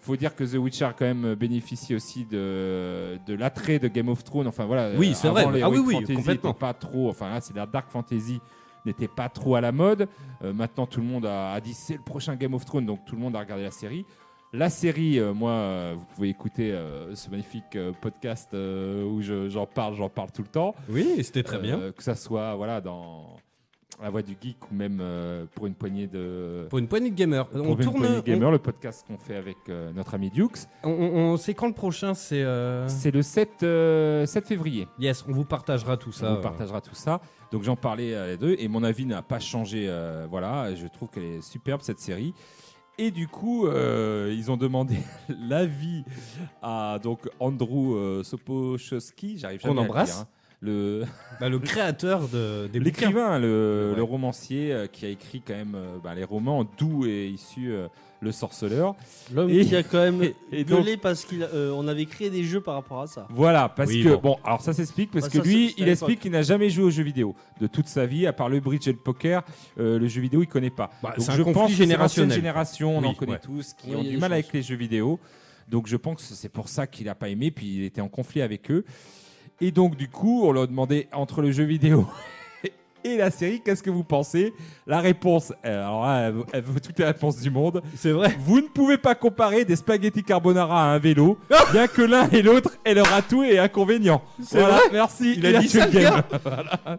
Speaker 7: Faut dire que The Witcher a quand même bénéficie aussi de, de l'attrait de Game of Thrones. Enfin voilà.
Speaker 5: Oui,
Speaker 7: euh,
Speaker 5: c'est
Speaker 7: avant,
Speaker 5: vrai.
Speaker 7: les
Speaker 5: Ah oui,
Speaker 7: heroic
Speaker 5: oui,
Speaker 7: fantasy
Speaker 5: complètement.
Speaker 7: n'étaient pas trop. Enfin là, c'est la dark fantasy n'était pas trop à la mode. Euh, maintenant, tout le monde a, a dit c'est le prochain Game of Thrones, donc tout le monde a regardé la série. La série, euh, moi, euh, vous pouvez écouter euh, ce magnifique euh, podcast euh, où je- j'en parle, j'en parle tout le temps.
Speaker 5: Oui, c'était très bien.
Speaker 7: Euh, que ça soit voilà dans la voix du geek ou même euh, pour une poignée de.
Speaker 5: Pour une poignée de gamers.
Speaker 7: pour
Speaker 5: On
Speaker 7: une poignée
Speaker 5: tourne...
Speaker 7: de gamer, le podcast qu'on fait avec euh, notre ami Dukes.
Speaker 5: On, on- on- c'est quand le prochain C'est... euh,
Speaker 7: C'est le 7, euh, 7 février.
Speaker 5: Yes, on vous partagera tout ça.
Speaker 7: on
Speaker 5: euh.
Speaker 7: vous partagera tout ça. Donc j'en parlais à les deux et mon avis n'a pas changé. euh, voilà, je trouve qu'elle est superbe cette série. Et du coup, euh, ils ont demandé <laughs> l'avis à donc Andrew euh, Sopochowski, j'arrive
Speaker 5: On
Speaker 7: jamais à le
Speaker 5: embrasse.
Speaker 7: dire, hein. le
Speaker 5: Bah, le créateur de, des bouquins.
Speaker 7: l'écrivain, le,
Speaker 5: Ouais.
Speaker 7: le romancier euh, qui a écrit quand même euh, bah, les romans d'où est issu euh, Le Sorceleur.
Speaker 4: L'homme
Speaker 7: Et-
Speaker 4: qui a quand même
Speaker 7: et- et donc-
Speaker 4: gueulé parce qu'on avait créé des jeux par rapport à ça.
Speaker 7: Voilà, parce
Speaker 5: Oui,
Speaker 7: que
Speaker 5: bon.
Speaker 7: bon. alors ça s'explique parce
Speaker 4: Bah,
Speaker 7: que
Speaker 4: ça, c'est-
Speaker 7: lui,
Speaker 4: c'était à
Speaker 7: il
Speaker 4: l'époque.
Speaker 7: explique qu'il n'a jamais joué aux jeux vidéo de toute sa vie, à part le bridge et le poker. euh, le jeu vidéo, il connaît pas.
Speaker 5: Bah,
Speaker 7: Donc
Speaker 5: c'est un
Speaker 7: je
Speaker 5: conflit
Speaker 7: pense que c'est
Speaker 5: générationnel.
Speaker 7: l'ancienne génération, on
Speaker 5: Oui,
Speaker 7: en connaît
Speaker 5: ouais.
Speaker 7: tous, qui
Speaker 6: Oui, il
Speaker 7: ont
Speaker 6: y a
Speaker 7: du
Speaker 6: des
Speaker 7: mal
Speaker 6: chances.
Speaker 7: avec les jeux vidéo. Donc je pense que c'est pour ça qu'il n'a pas aimé, puis il était en conflit avec eux. Et donc du coup, on leur demandait entre le jeu vidéo <laughs> et la série, qu'est-ce que vous pensez La réponse, euh, alors là, elle vaut- elle vaut toutes les réponses du monde.
Speaker 5: C'est vrai.
Speaker 7: Vous ne pouvez pas comparer des spaghettis carbonara à un vélo, bien que l'un et l'autre aient leur atout et inconvénient.
Speaker 5: C'est
Speaker 7: Voilà,
Speaker 5: vrai
Speaker 7: merci.
Speaker 5: Il a dit
Speaker 7: tué
Speaker 5: ça,
Speaker 7: le
Speaker 5: le
Speaker 7: game.
Speaker 5: gars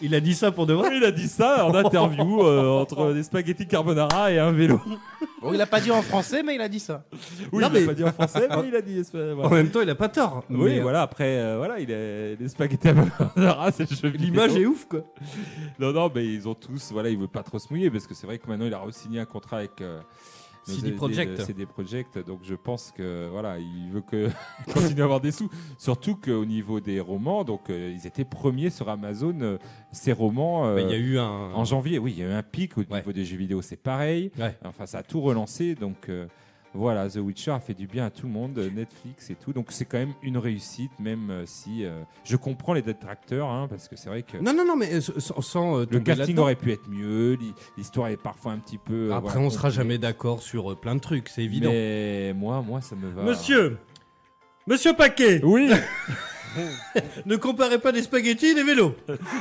Speaker 5: Il a dit ça pour de vrai
Speaker 7: <laughs> Il a dit
Speaker 5: <laughs>
Speaker 7: ça en interview euh, entre des spaghettis carbonara et un vélo.
Speaker 6: Bon, il a pas dit en français, mais il a dit ça.
Speaker 7: Oui,
Speaker 5: Non,
Speaker 7: il l'a
Speaker 5: mais-
Speaker 7: pas dit en français, mais il a dit. espa-
Speaker 5: En
Speaker 7: voilà.
Speaker 5: même temps, il a pas tort.
Speaker 7: Oui,
Speaker 5: Mais, euh,
Speaker 7: voilà, après, euh, voilà, il est des spaghettis carbonara, c'est le jeu vidéo.
Speaker 5: L'image est ouf, quoi.
Speaker 7: euh, Non, non, mais ils ont tous, voilà, ils veulent pas trop se mouiller parce que c'est vrai que maintenant il a re-signé un contrat avec. euh, nos
Speaker 5: CD
Speaker 7: aides-
Speaker 5: Projekt.
Speaker 7: euh, CD Projekt, donc je pense que voilà, il veut que <laughs> continue à avoir des sous. Surtout qu'au niveau des romans, donc euh, ils étaient premiers sur Amazon euh, ces romans. euh,
Speaker 5: Bah, Il y a eu un...
Speaker 7: en janvier, oui, il y a eu un pic au
Speaker 5: Ouais.
Speaker 7: niveau des jeux vidéo, c'est pareil.
Speaker 5: Ouais.
Speaker 7: Enfin, ça a tout relancé, donc euh, voilà, The Witcher a fait du bien à tout le monde, euh, Netflix et tout. Donc c'est quand même une réussite, même euh, si euh, je comprends les détracteurs, hein, parce que c'est vrai que
Speaker 5: Non, non, non, mais euh, sans, sans, euh,
Speaker 7: le
Speaker 5: tomber
Speaker 7: casting
Speaker 5: là-dedans.
Speaker 7: aurait pu être mieux, l'hi- l'histoire est parfois un petit peu. euh,
Speaker 5: Après,
Speaker 7: voilà,
Speaker 5: on sera
Speaker 7: compliquée.
Speaker 5: jamais d'accord sur euh, plein de trucs, c'est évident.
Speaker 7: euh,
Speaker 5: euh,
Speaker 7: Mais moi, moi, ça me va.
Speaker 5: Monsieur Paquet
Speaker 7: Oui <laughs>
Speaker 5: Ne comparez pas des spaghettis et des vélos.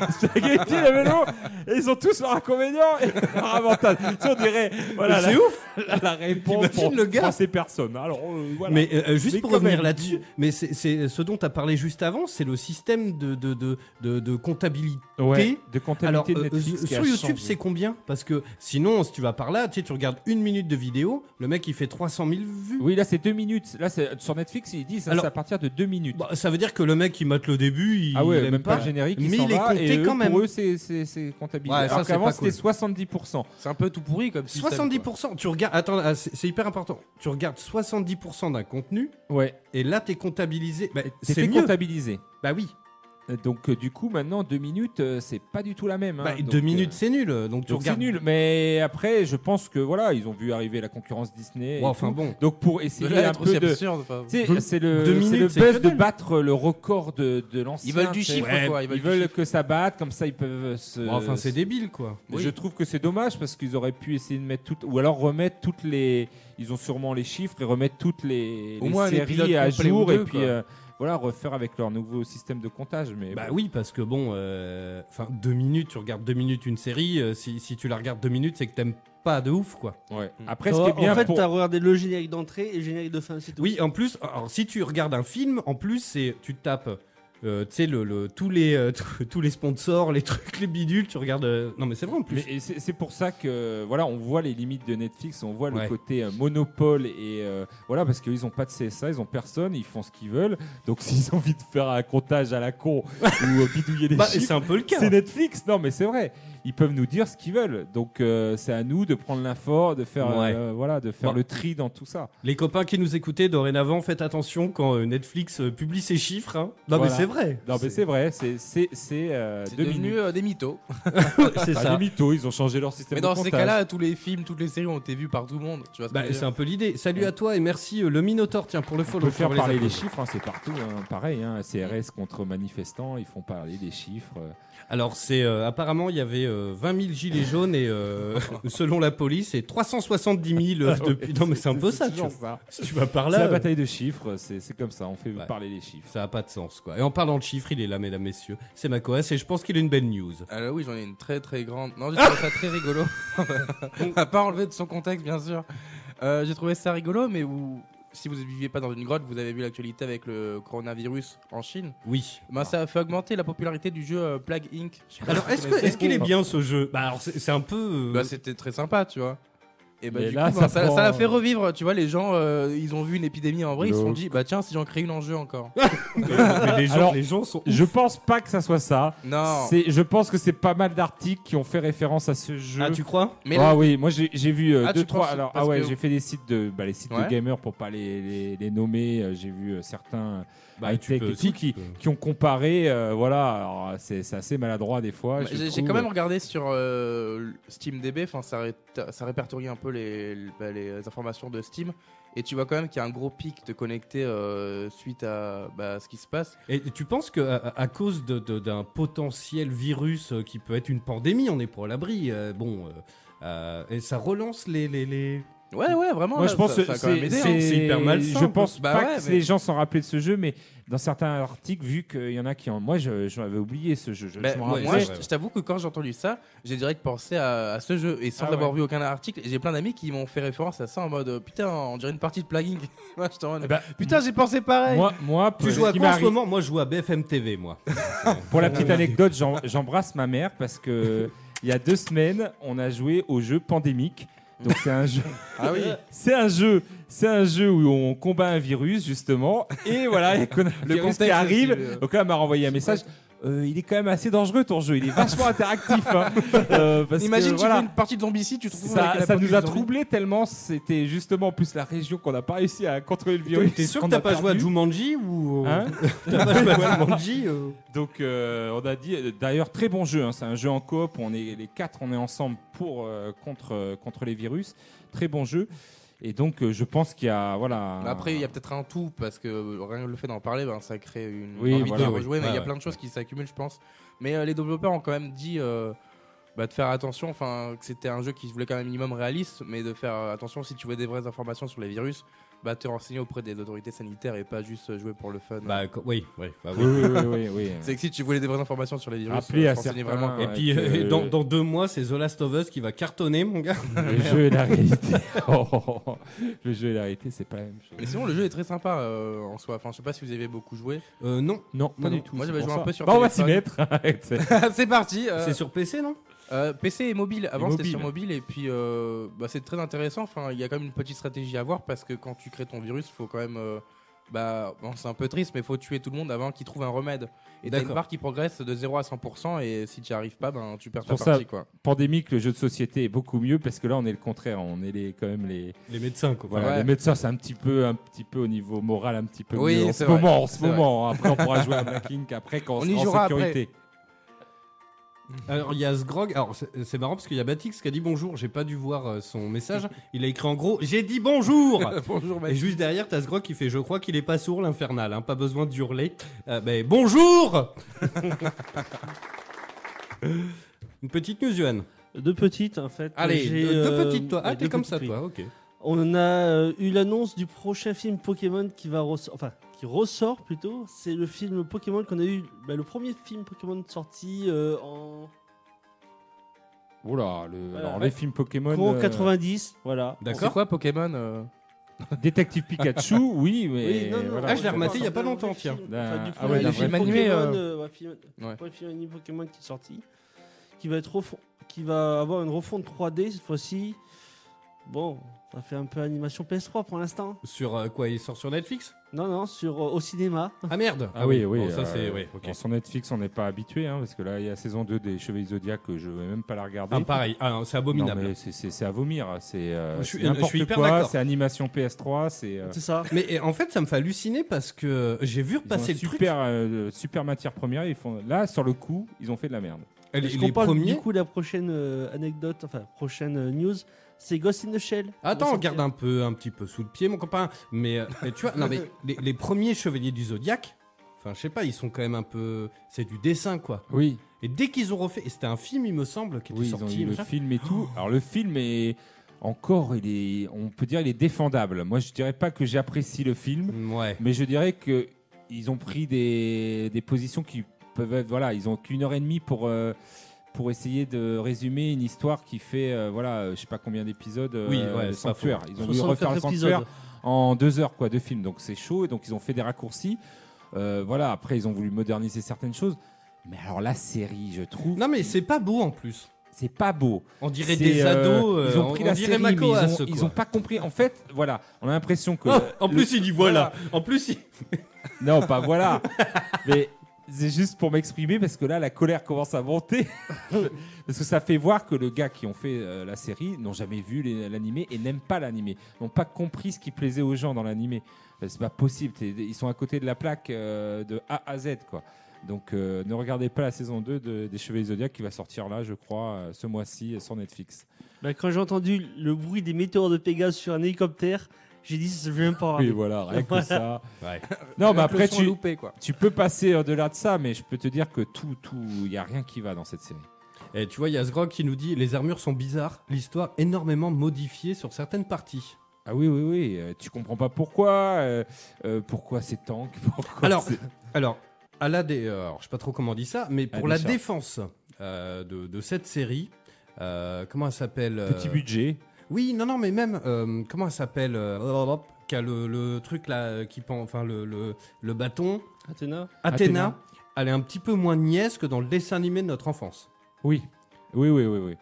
Speaker 7: Spaghetti, les vélos, et ils ont tous leurs <laughs> inconvénients et leurs avantages. Tu sais, on dirait, voilà,
Speaker 5: C'est
Speaker 7: la,
Speaker 5: ouf.
Speaker 7: la- la réponse
Speaker 5: T'imagines
Speaker 7: pour,
Speaker 5: le gars
Speaker 7: pour ces personnes. Alors, euh, voilà.
Speaker 5: Mais euh, euh, juste
Speaker 7: Mais
Speaker 5: pour
Speaker 7: comme
Speaker 5: revenir
Speaker 7: il
Speaker 5: là-dessus, mais c'est- c'est ce dont tu as parlé juste avant, c'est le système de, de, de, de, de comptabilité.
Speaker 7: Ouais, de
Speaker 5: Alors,
Speaker 7: comptabilité de
Speaker 5: euh,
Speaker 7: Netflix
Speaker 5: euh,
Speaker 7: qui
Speaker 5: sur
Speaker 7: a
Speaker 5: YouTube,
Speaker 7: changé.
Speaker 5: c'est combien Parce que sinon, si tu vas par là, tu, sais, tu regardes une minute de vidéo, le mec il fait 300 000 vues.
Speaker 7: Oui, là, c'est deux minutes. Là, c'est- sur Netflix, ils disent ça,
Speaker 5: Alors-
Speaker 7: c'est à partir de deux minutes.
Speaker 5: Bah, ça veut dire que le mec il mate le début, il
Speaker 7: ah ouais,
Speaker 5: aime
Speaker 7: même pas,
Speaker 5: pas.
Speaker 7: le générique,
Speaker 5: mais
Speaker 7: il s'en
Speaker 5: il est
Speaker 7: va,
Speaker 5: compté
Speaker 7: et eux,
Speaker 5: quand même.
Speaker 7: pour eux, c'est- c'est c'est comptabilisé.
Speaker 5: Ouais, ça,
Speaker 7: Alors
Speaker 5: c'est
Speaker 7: qu'avant,
Speaker 5: pas cool.
Speaker 7: c'était 70%.
Speaker 6: C'est un peu tout pourri comme système, quoi.
Speaker 5: 70%, tu regardes, attends, ah, c'est c'est hyper important. Tu regardes 70% d'un contenu
Speaker 7: Ouais,
Speaker 5: et là t'es comptabilisé. Bah, c'est
Speaker 7: Euh, c'était
Speaker 5: mieux.
Speaker 7: comptabilisé.
Speaker 5: Bah oui.
Speaker 7: Donc, euh, du coup, maintenant, deux minutes, euh, c'est pas du tout la même. hein.
Speaker 5: Bah,
Speaker 7: Donc,
Speaker 5: deux
Speaker 7: euh,
Speaker 5: minutes c'est nul. Donc tu
Speaker 7: donc c'est
Speaker 5: regardes.
Speaker 7: nul. Mais après, je pense que voilà, ils ont vu arriver la concurrence Disney. et
Speaker 5: Ouais, enfin
Speaker 7: tout.
Speaker 5: bon.
Speaker 7: Donc, pour
Speaker 6: De
Speaker 7: essayer
Speaker 6: là,
Speaker 7: un
Speaker 6: être aussi
Speaker 7: peu de.
Speaker 6: absurde, enfin,
Speaker 7: Tu sais,
Speaker 5: Deux-
Speaker 7: C'est le,
Speaker 5: deux
Speaker 7: c'est
Speaker 5: minutes,
Speaker 7: le
Speaker 5: c'est
Speaker 7: buzz
Speaker 5: que
Speaker 7: de
Speaker 5: dalle.
Speaker 7: battre le record de, de l'ancien.
Speaker 6: Ils veulent du
Speaker 7: tu sais.
Speaker 6: chiffre, quoi,
Speaker 7: Ils
Speaker 6: ils
Speaker 7: veulent,
Speaker 6: veulent du chiffre.
Speaker 7: que ça batte, comme ça ils peuvent euh, se.
Speaker 5: Bon, enfin c'est débile quoi.
Speaker 7: Mais Je trouve que c'est dommage parce qu'ils auraient pu essayer de mettre toutes. Ou alors remettre toutes les. Ils ont sûrement les chiffres et remettre toutes les,
Speaker 6: Au
Speaker 7: les
Speaker 6: moins un épisode
Speaker 7: séries à
Speaker 6: complet ou
Speaker 7: jour et
Speaker 6: deux,
Speaker 7: puis
Speaker 6: quoi.
Speaker 7: euh, voilà, refaire avec leur nouveau système de comptage. Mais
Speaker 5: Bah
Speaker 7: bon.
Speaker 5: oui, parce que bon, euh, enfin deux minutes, tu regardes deux minutes une série. euh, si, si tu la regardes deux minutes, c'est que t'aimes pas de ouf quoi.
Speaker 7: Ouais.
Speaker 6: Mm.
Speaker 7: Après, ce qui est
Speaker 4: en
Speaker 7: bien
Speaker 4: fait,
Speaker 7: pour.
Speaker 4: t'as regardé le générique d'entrée et le générique de fin, c'est tout.
Speaker 5: Oui, en plus, alors, si tu regardes un film, en plus c'est tu tapes. euh, tu sais, le, le- tous, les, euh, <laughs> tous- tous les sponsors, les trucs, les bidules, tu regardes. euh, Non, mais c'est vrai en plus.
Speaker 7: Mais et c'est c'est pour ça que voilà, on voit les limites de Netflix, on voit
Speaker 5: Ouais.
Speaker 7: le côté euh, monopole et euh, voilà parce qu'ils n'ont pas de CSA, ils ont personne, ils font ce qu'ils veulent. Donc <laughs> s'ils ont envie de faire un comptage à la con ou euh, bidouiller des
Speaker 5: Bah, et
Speaker 7: chiffres,
Speaker 5: c'est un peu le cas.
Speaker 7: c'est Netflix. Non mais c'est vrai, ils peuvent nous dire ce qu'ils veulent. Donc euh, c'est à nous de prendre l'info, de faire
Speaker 5: Ouais.
Speaker 7: euh, voilà, de faire
Speaker 5: Bon.
Speaker 7: le tri dans tout ça.
Speaker 5: Les copains qui nous écoutaient dorénavant, faites attention quand euh, Netflix euh, publie ses chiffres. hein. Non,
Speaker 7: Voilà.
Speaker 5: mais c'est vrai.
Speaker 7: Non mais c'est vrai, c'est c'est c'est euh,
Speaker 6: C'est
Speaker 7: deux
Speaker 6: devenu
Speaker 7: minutes.
Speaker 6: euh, des mythos.
Speaker 5: <laughs> c'est
Speaker 7: Ah,
Speaker 5: ça.
Speaker 7: les mythos, ils ont changé leur système
Speaker 6: Mais
Speaker 7: de
Speaker 6: dans ces
Speaker 7: comptage.
Speaker 6: cas-là, tous les films, toutes les séries ont été vues par tout le monde. Tu vois ce que
Speaker 5: Bah,
Speaker 6: je veux
Speaker 5: c'est
Speaker 6: dire
Speaker 5: un peu l'idée. Salut à toi et merci euh, le Minotaur, tiens, pour le
Speaker 7: On
Speaker 5: follow.
Speaker 7: peut faire
Speaker 5: pour
Speaker 7: parler les
Speaker 5: applaudissements.
Speaker 7: chiffres, hein, c'est partout. hein, pareil, hein, CRS contre manifestants, ils font parler des chiffres. euh.
Speaker 5: Alors, c'est euh, apparemment, il y avait euh, 20 000 gilets jaunes et euh, <laughs> selon la police, et 370 000 euh,
Speaker 7: <laughs>
Speaker 5: depuis. Non, mais c'est un peu ça, tu
Speaker 7: toujours
Speaker 5: vois. Si tu vas par
Speaker 7: Ah C'est
Speaker 5: là,
Speaker 7: la
Speaker 5: euh,
Speaker 7: bataille de chiffres, c'est c'est comme ça, on fait
Speaker 5: Ouais.
Speaker 7: parler les chiffres.
Speaker 5: ça n'a pas de sens, quoi. Et en parlant de chiffres, il est là, mesdames, messieurs. C'est Macoas et je pense qu'il a une belle news.
Speaker 6: Alors Ah oui, j'en ai une très très grande. Non, j'ai trouvé ça très <laughs> rigolo. à pas enlever de son contexte, bien sûr. Euh, j'ai trouvé ça rigolo, mais où, si vous ne viviez pas dans une grotte, vous avez vu l'actualité avec le coronavirus en Chine.
Speaker 5: Oui.
Speaker 6: Ben, ça a fait augmenter la popularité du jeu euh, Plague Inc. Je sais pas
Speaker 5: Alors,
Speaker 6: si vous
Speaker 5: est-ce que-
Speaker 6: connaissez.
Speaker 5: est-ce qu'il est, bien ce jeu Bah, alors, c'est c'est un peu. euh,
Speaker 6: Bah, c'était très sympa, tu vois. Et bah,
Speaker 7: Mm. Mais
Speaker 6: du
Speaker 7: là,
Speaker 6: coup,
Speaker 7: ça
Speaker 6: ben, ça,
Speaker 7: prend- euh,
Speaker 6: ça l'a fait revivre, tu vois. Les gens, euh, ils ont vu une épidémie en vrai, ils se sont
Speaker 7: Loco.
Speaker 6: dit, bah tiens, si j'en crée une en jeu
Speaker 7: <laughs>
Speaker 6: encore.
Speaker 5: <laughs> mais les, gens,
Speaker 7: Alors-
Speaker 5: les Ah. gens sont.
Speaker 7: Je pense pas que ça soit ça.
Speaker 6: non.
Speaker 7: C'est- Je pense que c'est pas mal d'articles qui ont fait référence à ce jeu.
Speaker 5: Ah, tu crois
Speaker 6: Mais
Speaker 7: ah oui, moi j'ai j'ai vu euh,
Speaker 6: Ah,
Speaker 7: deux
Speaker 6: tu
Speaker 7: trois.
Speaker 6: penses-
Speaker 7: alors ah
Speaker 6: parce
Speaker 7: ouais,
Speaker 6: que-
Speaker 7: j'ai fait des sites de bah, les sites
Speaker 6: Ouais.
Speaker 7: de gamers pour pas les, les, les nommer. euh, J'ai vu euh, certains
Speaker 5: Bah,
Speaker 7: high
Speaker 5: tu
Speaker 7: tech
Speaker 5: peux-
Speaker 7: et
Speaker 5: si,
Speaker 7: tout
Speaker 5: tu
Speaker 7: qui,
Speaker 5: peux.
Speaker 7: qui ont comparé. euh, voilà, alors, c'est c'est assez maladroit des fois.
Speaker 6: Bah,
Speaker 7: ah je
Speaker 6: J'ai j'ai
Speaker 7: trouve.
Speaker 6: quand même regardé sur euh, SteamDB, enfin ça, ré- ça répertorie un peu les, les- bah, les informations de Steam, et tu vois quand même qu'il y a un gros pic de connectés euh, suite à bah, ce qui se passe.
Speaker 5: Et tu penses que à, à cause de- de- d'un potentiel virus euh, qui peut être une pandémie, on n'est pas à l'abri. euh, bon, euh, euh, et ça relance les les, les-
Speaker 6: Ouais, ouais, vraiment.
Speaker 7: Moi,
Speaker 6: là,
Speaker 7: je pense
Speaker 6: ça,
Speaker 7: que
Speaker 6: ça a quand même
Speaker 7: c'est
Speaker 6: aidé. hein.
Speaker 7: c'est-
Speaker 5: c'est hyper malsain,
Speaker 7: Je pense
Speaker 6: quoi.
Speaker 7: pas
Speaker 6: Bah ouais,
Speaker 7: que
Speaker 6: mais-
Speaker 7: les gens s'en rappellent de ce jeu, mais dans certains articles, vu qu'il y en a qui en. Moi, je, je l'avais oublié ce jeu. Je,
Speaker 6: Bah,
Speaker 7: je m'en
Speaker 6: moi,
Speaker 5: ouais,
Speaker 6: moi,
Speaker 7: rappelais.
Speaker 5: c'est vrai.
Speaker 6: je, je t'avoue que quand j'ai entendu ça, j'ai direct pensé à, à ce jeu, et sans
Speaker 7: Ah ouais.
Speaker 6: avoir vu aucun article, j'ai plein d'amis qui m'ont fait référence à ça en mode putain, on dirait une partie de plugging. <laughs> Moi, je t'en
Speaker 7: Eh ben,
Speaker 6: Putain, j'ai pensé pareil.
Speaker 7: moi, moi,
Speaker 5: Tu
Speaker 7: pour-
Speaker 5: joues à
Speaker 7: ce qui
Speaker 5: quoi en ce
Speaker 7: m'arrive-
Speaker 5: moment Moi, je joue à BFM TV,
Speaker 7: <laughs>
Speaker 5: moi.
Speaker 7: Pour la petite anecdote, j'en- j'embrasse ma mère parce que il y a deux semaines, on a joué au jeu Pandémique. Donc c'est un jeu, <laughs>
Speaker 6: Ah oui.
Speaker 4: Euh,
Speaker 7: c'est un jeu, c'est un jeu où on combat un virus justement. Et
Speaker 5: <laughs>
Speaker 7: voilà, le
Speaker 6: contexte,
Speaker 7: contexte
Speaker 6: c'est-
Speaker 7: qui arrive.
Speaker 5: euh.
Speaker 6: c'est-
Speaker 7: Donc là, elle m'a renvoyé un message. Euh, il est quand même assez dangereux ton jeu. Il est vachement interactif.
Speaker 5: <laughs>
Speaker 7: hein. Euh, parce que,
Speaker 6: Imagine, tu
Speaker 7: voilà.
Speaker 6: fais une partie de zombicide, tu te trouves avec
Speaker 7: ça,
Speaker 6: la
Speaker 7: ça
Speaker 6: pomme
Speaker 7: nous
Speaker 6: de
Speaker 7: a
Speaker 6: zombie.
Speaker 7: troublé tellement c'était justement en plus la région qu'on n'a pas réussi à contrôler le virus.
Speaker 5: T'es sûr que
Speaker 7: qu'on
Speaker 5: t'as
Speaker 7: a
Speaker 5: pas joué à
Speaker 7: perdu.
Speaker 5: Jumanji ou
Speaker 7: Hein
Speaker 5: t'as pas joué à <laughs> Jumanji
Speaker 7: <laughs>
Speaker 5: euh
Speaker 7: Donc euh, on a dit euh, d'ailleurs très bon jeu. hein, c'est un jeu en coop. On est les quatre, on est ensemble pour euh, contre euh, contre les virus. Très bon jeu. Et donc euh, je pense qu'il y a voilà.
Speaker 6: Mais après, il y a peut-être un tout, parce que euh, rien que le fait d'en parler, ben, ça crée une
Speaker 7: Oui,
Speaker 6: envie
Speaker 7: voilà,
Speaker 6: de
Speaker 7: oui.
Speaker 6: rejouer, mais
Speaker 5: Ouais,
Speaker 6: il y a
Speaker 5: ouais.
Speaker 6: plein de choses qui s'accumulent, je pense. Mais euh, les développeurs ont quand même dit euh, bah, de faire attention, enfin, que c'était un jeu qui voulait quand même un minimum réaliste, mais de faire euh, attention si tu veux des vraies informations sur les virus, bah, bah, te renseigner auprès des autorités sanitaires et pas juste euh, jouer pour le fun.
Speaker 5: Bah, co- oui, oui, bah oui.
Speaker 7: Ah Oui, oui, oui, oui, oui.
Speaker 6: <laughs> C'est que si tu voulais des vraies informations sur les virus,
Speaker 7: Rappelez
Speaker 6: euh,
Speaker 7: à
Speaker 6: renseignez
Speaker 7: certains.
Speaker 6: vraiment.
Speaker 5: Et
Speaker 7: ouais,
Speaker 5: puis,
Speaker 7: que-
Speaker 5: euh, dans, dans deux mois, c'est The Last of Us qui va cartonner, mon gars.
Speaker 7: Le jeu et la réalité. <laughs> Oh, oh, oh. Le jeu et la réalité, c'est pas la même chose.
Speaker 6: Mais sinon, le jeu est très sympa euh, en soi. Enfin, je sais pas si vous avez beaucoup joué.
Speaker 5: Euh, non.
Speaker 7: Non, pas
Speaker 6: Non,
Speaker 7: du
Speaker 6: non.
Speaker 7: tout.
Speaker 6: Moi,
Speaker 7: c'est
Speaker 6: j'avais
Speaker 7: pour
Speaker 6: joué un
Speaker 7: ça.
Speaker 6: peu sur
Speaker 7: Bah, on va s'y
Speaker 6: téléphone.
Speaker 7: mettre. <laughs> Arrête, c'est-
Speaker 6: <laughs> c'est parti. euh,
Speaker 5: C'est sur PC, non
Speaker 6: euh, PC et mobile. Avant,
Speaker 7: Et
Speaker 6: c'était
Speaker 7: mobile.
Speaker 6: sur mobile. Et puis, euh, bah, c'est très intéressant. Enfin, il y a quand même une petite stratégie à avoir parce que quand tu crées ton virus, faut quand même. euh, bah, bon, c'est un peu triste, mais faut tuer tout le monde avant qu'il trouve un remède. Et t'as une
Speaker 5: D'accord.
Speaker 6: barre qui progresse de 0 à 100%. Et si tu n'y arrives pas, ben, tu perds ta
Speaker 7: Pour ça-
Speaker 6: partie. Quoi.
Speaker 7: Pandémique, le jeu de société est beaucoup mieux parce que là, on est le contraire. On est les, quand même les,
Speaker 5: Les médecins, quoi.
Speaker 7: Voilà,
Speaker 6: Ouais.
Speaker 7: les médecins, c'est un petit peu, un petit peu au niveau moral, un petit peu
Speaker 6: Oui,
Speaker 7: mieux en
Speaker 6: c'est
Speaker 7: ce
Speaker 6: vrai,
Speaker 7: moment. En ce
Speaker 6: c'est
Speaker 7: moment, après, on
Speaker 6: <laughs>
Speaker 7: pourra jouer à Black Ink après quand on,
Speaker 6: On y
Speaker 7: sera
Speaker 6: jouera
Speaker 7: en sécurité.
Speaker 5: Alors il y a Sgrog, alors c'est c'est marrant parce qu'il y a Batix qui a dit bonjour, j'ai pas dû voir euh, son message, il a écrit en gros j'ai dit bonjour
Speaker 6: Bonjour,
Speaker 5: Et juste derrière t'as Sgrog qui fait je crois qu'il est pas sourd l'infernal, hein, pas besoin d'hurler, Euh, mais bonjour Une petite news Johan.
Speaker 4: Deux petites, en fait.
Speaker 5: Allez,
Speaker 4: J'ai,
Speaker 5: deux, deux
Speaker 4: euh,
Speaker 5: petites toi, ah
Speaker 4: ouais,
Speaker 5: t'es
Speaker 4: deux
Speaker 5: comme
Speaker 4: petites,
Speaker 5: ça
Speaker 4: oui.
Speaker 5: toi, ok.
Speaker 4: On a euh, eu l'annonce du prochain film Pokémon qui va ressort, enfin qui ressort plutôt. C'est le film Pokémon qu'on a eu, bah, le premier film Pokémon sorti euh, en,
Speaker 7: Oula, le-
Speaker 4: Voilà,
Speaker 7: alors,
Speaker 4: ouais.
Speaker 7: les films Pokémon.
Speaker 4: en
Speaker 7: euh,
Speaker 4: 90, voilà.
Speaker 6: C'est
Speaker 5: D'accord
Speaker 6: quoi Pokémon euh
Speaker 7: Détective
Speaker 5: <laughs>
Speaker 7: Pikachu, oui, mais.
Speaker 4: Oui, non, non,
Speaker 7: voilà.
Speaker 5: Ah, je l'ai
Speaker 4: on
Speaker 5: rematé il y a pas
Speaker 4: parle d'un
Speaker 5: longtemps,
Speaker 4: vrai
Speaker 5: tiens.
Speaker 4: film,
Speaker 7: D'un-
Speaker 4: enfin, du
Speaker 7: ah
Speaker 4: premier
Speaker 7: ouais, d'un
Speaker 4: film
Speaker 6: vrai film.
Speaker 4: Pokémon,
Speaker 6: animé,
Speaker 4: euh, ouais, film-
Speaker 6: Ouais.
Speaker 4: premier film animé Pokémon qui est sorti, qui va être refon- qui va avoir une refonte 3D cette fois-ci. Bon, ça fait un peu animation PS3 pour l'instant.
Speaker 5: Sur euh, quoi il sort sur Netflix
Speaker 4: Non, non, sur euh, au cinéma.
Speaker 5: Ah merde
Speaker 7: Ah oui, oui.
Speaker 5: Bon, ça
Speaker 7: euh,
Speaker 5: c'est ouais, ok.
Speaker 7: bon, sur Netfix, on n'est pas habitué, hein, parce que là, il y a saison 2 des Chevaliers du Zodiac, que je vais même pas la regarder.
Speaker 5: Ah pareil, ah, non, c'est
Speaker 7: Non,
Speaker 5: abominable.
Speaker 7: mais c'est- c'est c'est à vomir. C'est euh,
Speaker 5: Je
Speaker 7: c'est
Speaker 5: suis- je
Speaker 7: n'importe
Speaker 5: suis hyper
Speaker 7: quoi.
Speaker 5: d'accord.
Speaker 7: C'est animation PS3. C'est euh,
Speaker 4: C'est ça.
Speaker 5: mais... eh, en fait ça me fait halluciner parce que j'ai vu
Speaker 7: ils ont un
Speaker 5: repasser le truc.
Speaker 7: super, euh, super matière première. Ils font là sur le coup, ils ont fait de la merde.
Speaker 5: Elle-
Speaker 4: Parce
Speaker 5: les
Speaker 4: qu'on parle
Speaker 5: premiers-
Speaker 4: du coup la prochaine euh, anecdote, enfin prochaine euh, news, c'est Ghost in the Shell.
Speaker 5: Attends,
Speaker 4: On
Speaker 5: on garde
Speaker 4: sortir.
Speaker 5: un peu, un petit peu sous le pied, mon copain. Mais, euh, mais tu vois, non, mais les, les premiers chevaliers du zodiaque, enfin, je sais pas, ils sont quand même un peu. C'est du dessin, quoi.
Speaker 7: Oui,
Speaker 5: Et dès qu'ils ont refait, et c'était un film, il me semble, qui était
Speaker 7: Oui, ils ont
Speaker 5: sorti.
Speaker 7: eu le
Speaker 5: machin. Oh.
Speaker 7: film et tout. Alors le film est encore, il est, on peut dire, il est défendable. Moi, je dirais pas que j'apprécie le film,
Speaker 5: Ouais.
Speaker 7: mais je dirais que ils ont pris des, des positions qui peuvent, être, voilà, ils ont qu'une heure et demie pour euh, pour essayer de résumer une histoire qui fait, euh, voilà, euh, je sais pas combien d'épisodes. euh,
Speaker 5: Oui, ouais,
Speaker 7: le
Speaker 5: c'est pas faux.
Speaker 7: sanctuaire. Ils ont voulu
Speaker 4: 64
Speaker 7: refaire le sanctuaire
Speaker 4: épisodes.
Speaker 7: en deux heures quoi de film donc c'est chaud et donc ils ont fait des raccourcis Euh, voilà après ils ont voulu moderniser certaines choses mais alors la série je trouve
Speaker 5: Non, mais c'est pas beau en plus.
Speaker 7: c'est pas beau
Speaker 5: On dirait
Speaker 7: c'est,
Speaker 5: des
Speaker 7: euh,
Speaker 5: ados. euh,
Speaker 7: ils ont
Speaker 5: on-
Speaker 7: pris
Speaker 5: on
Speaker 7: la
Speaker 5: dirait
Speaker 7: série, mais
Speaker 5: Makoas,
Speaker 7: ils, ont,
Speaker 5: quoi.
Speaker 7: ils ont pas compris. En fait, voilà, on a l'impression que.
Speaker 5: Ah, en plus, il y voit là. En plus, il-
Speaker 7: <laughs> Non, pas voilà. mais c'est juste pour m'exprimer parce que là, la colère commence à
Speaker 5: <laughs>
Speaker 7: monter. parce que ça fait voir que le gars qui ont fait euh, la série n'ont jamais vu les- l'animé et n'aiment pas l'animé. N'ont pas compris ce qui plaisait aux gens dans l'animé. Euh, C'est pas possible. t'es- Ils sont à côté de la plaque euh, de A à Z, quoi. Donc euh, ne regardez pas la saison 2 de- des Chevaliers Zodiac qui va sortir là, je crois, euh, ce mois-ci euh, sur Netflix.
Speaker 4: Bah, quand j'ai entendu le bruit des météores de Pégase sur un hélicoptère, j'ai dit ça je vais même
Speaker 7: Oui,
Speaker 4: pas regarder.
Speaker 7: <laughs> voilà, rien que
Speaker 4: Voilà.
Speaker 7: ça. Non, mais Oh, bah, après, tu,
Speaker 6: loupé quoi.
Speaker 7: tu peux passer au-delà de ça, mais je peux te dire que tout, tout, il n'y a rien qui va dans cette série.
Speaker 5: Et tu vois, il y a Sgrog qui nous dit les armures sont bizarres, l'histoire énormément modifiée sur certaines parties.
Speaker 7: Ah oui, oui, oui, euh, tu comprends pas pourquoi, euh, euh, pourquoi ces tanks, <laughs> pourquoi
Speaker 5: Alors,
Speaker 7: ces-
Speaker 5: Alors, à la dé... euh, alors, je sais pas trop comment on dit Eh ça, mais pour
Speaker 7: des
Speaker 5: la
Speaker 7: chats.
Speaker 5: défense euh, de, de cette série, euh, comment elle s'appelle euh,
Speaker 7: petit budget.
Speaker 5: Oui, non, non, mais même euh, comment elle s'appelle euh, blablabla, Qui a le, le truc là, euh, qui pend, enfin le, le, le bâton.
Speaker 4: Athéna.
Speaker 5: Athéna, elle est un petit peu moins niaise que dans le dessin animé de notre enfance.
Speaker 7: Oui, oui, oui, oui, oui.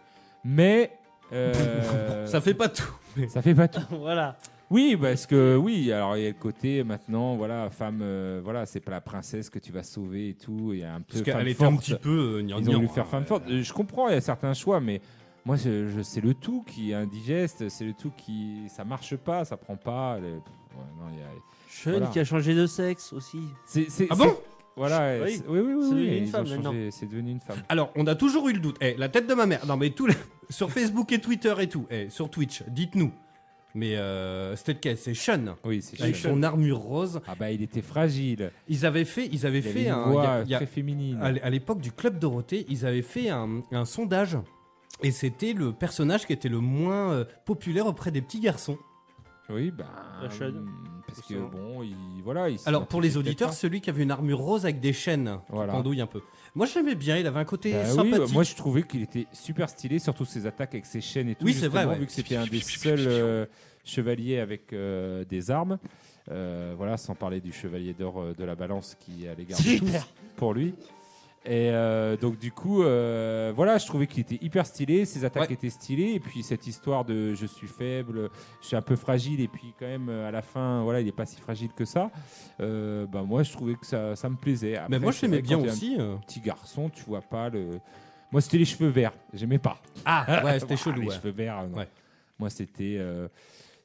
Speaker 7: Mais
Speaker 5: <laughs>
Speaker 7: euh,
Speaker 5: Ça fait pas tout.
Speaker 7: ça fait pas tout.
Speaker 4: <laughs> voilà.
Speaker 7: Oui, parce que oui, alors il y a le côté maintenant, voilà, femme, euh, voilà, c'est pas la princesse que tu vas sauver et tout. Il y a un peu.
Speaker 5: Parce qu'elle
Speaker 7: femme
Speaker 5: était un
Speaker 7: forte.
Speaker 5: petit peu euh, gnangnan,
Speaker 7: Ils ont voulu
Speaker 5: hein.
Speaker 7: faire femme forte. Euh, Je comprends, il y a certains choix, mais moi, je, je- c'est le tout qui est indigeste, c'est le tout qui. Ça marche pas, ça prend pas. le- pff, ouais, non, il y a-
Speaker 4: Sean
Speaker 7: Voilà.
Speaker 4: qui a changé de sexe aussi.
Speaker 7: c'est- c'est-
Speaker 5: Ah bon
Speaker 7: c'est- Voilà,
Speaker 4: Oui.
Speaker 7: c'est- oui, oui, oui,
Speaker 4: C'est
Speaker 7: oui,
Speaker 4: devenu une
Speaker 7: ils ont
Speaker 4: femme,
Speaker 7: changé,
Speaker 4: maintenant.
Speaker 7: c'est devenu
Speaker 5: <laughs>
Speaker 7: une femme.
Speaker 5: Alors, on a toujours eu le doute. Eh, la tête de ma mère. Non, mais tout le- <laughs> sur Facebook et Twitter et tout. Eh, sur Twitch, dites-nous. Mais euh, c'était le cas, c'est Sean.
Speaker 7: Oui, c'est
Speaker 5: Avec
Speaker 7: Sean.
Speaker 5: son armure rose,
Speaker 7: Ah bah, il était fragile.
Speaker 5: ils avaient fait, ils avaient
Speaker 7: Il
Speaker 5: fait
Speaker 7: avait
Speaker 5: un,
Speaker 7: une
Speaker 5: il y
Speaker 7: voix
Speaker 5: a- il y a-
Speaker 7: très féminine.
Speaker 5: à l- à l'époque du club Dorothée, ils avaient fait un, un sondage et c'était le personnage qui était le moins euh, populaire auprès des petits garçons.
Speaker 7: Oui, ben.
Speaker 4: La chaîne.
Speaker 7: hum, Parce que
Speaker 5: Forcément.
Speaker 7: bon, il, voilà. il
Speaker 5: Alors pour les
Speaker 7: s'identifie
Speaker 5: auditeurs,
Speaker 7: peut-être
Speaker 5: celui qui avait une armure rose avec des chaînes, qui
Speaker 7: Voilà.
Speaker 5: pendouille un peu. Moi je l'aimais bien, il avait un côté
Speaker 7: pas. Bah oui,
Speaker 5: sympathique.
Speaker 7: bah, moi je trouvais qu'il était super stylé, surtout ses attaques avec ses chaînes et tout.
Speaker 5: Oui, c'est vrai,
Speaker 7: justement,
Speaker 5: ouais.
Speaker 7: Vu que c'était un des seuls euh, chevaliers avec euh, des armes. Euh, voilà, sans parler du chevalier d'or euh, de la balance qui allait garder tout pour lui. Et euh, donc du coup, euh, voilà, je trouvais qu'il était hyper stylé, ses attaques
Speaker 5: Ouais.
Speaker 7: étaient stylées, et puis cette histoire de je suis faible, je suis un peu fragile, et puis quand même euh, à la fin, voilà, il n'est pas si fragile que ça. Euh, bah, moi, je trouvais que ça, ça me plaisait. Après,
Speaker 5: Mais moi
Speaker 7: c'est
Speaker 5: je l'aimais
Speaker 7: vrai,
Speaker 5: bien
Speaker 7: quand t'es
Speaker 5: aussi. euh.
Speaker 7: Un petit garçon, tu vois pas le. Moi, c'était les cheveux verts, j'aimais pas. <laughs>
Speaker 5: Ah ouais, c'était
Speaker 7: Ah,
Speaker 5: chelou.
Speaker 7: Les
Speaker 5: ouais.
Speaker 7: cheveux verts. euh, non.
Speaker 5: Ouais.
Speaker 7: Moi, c'était. euh,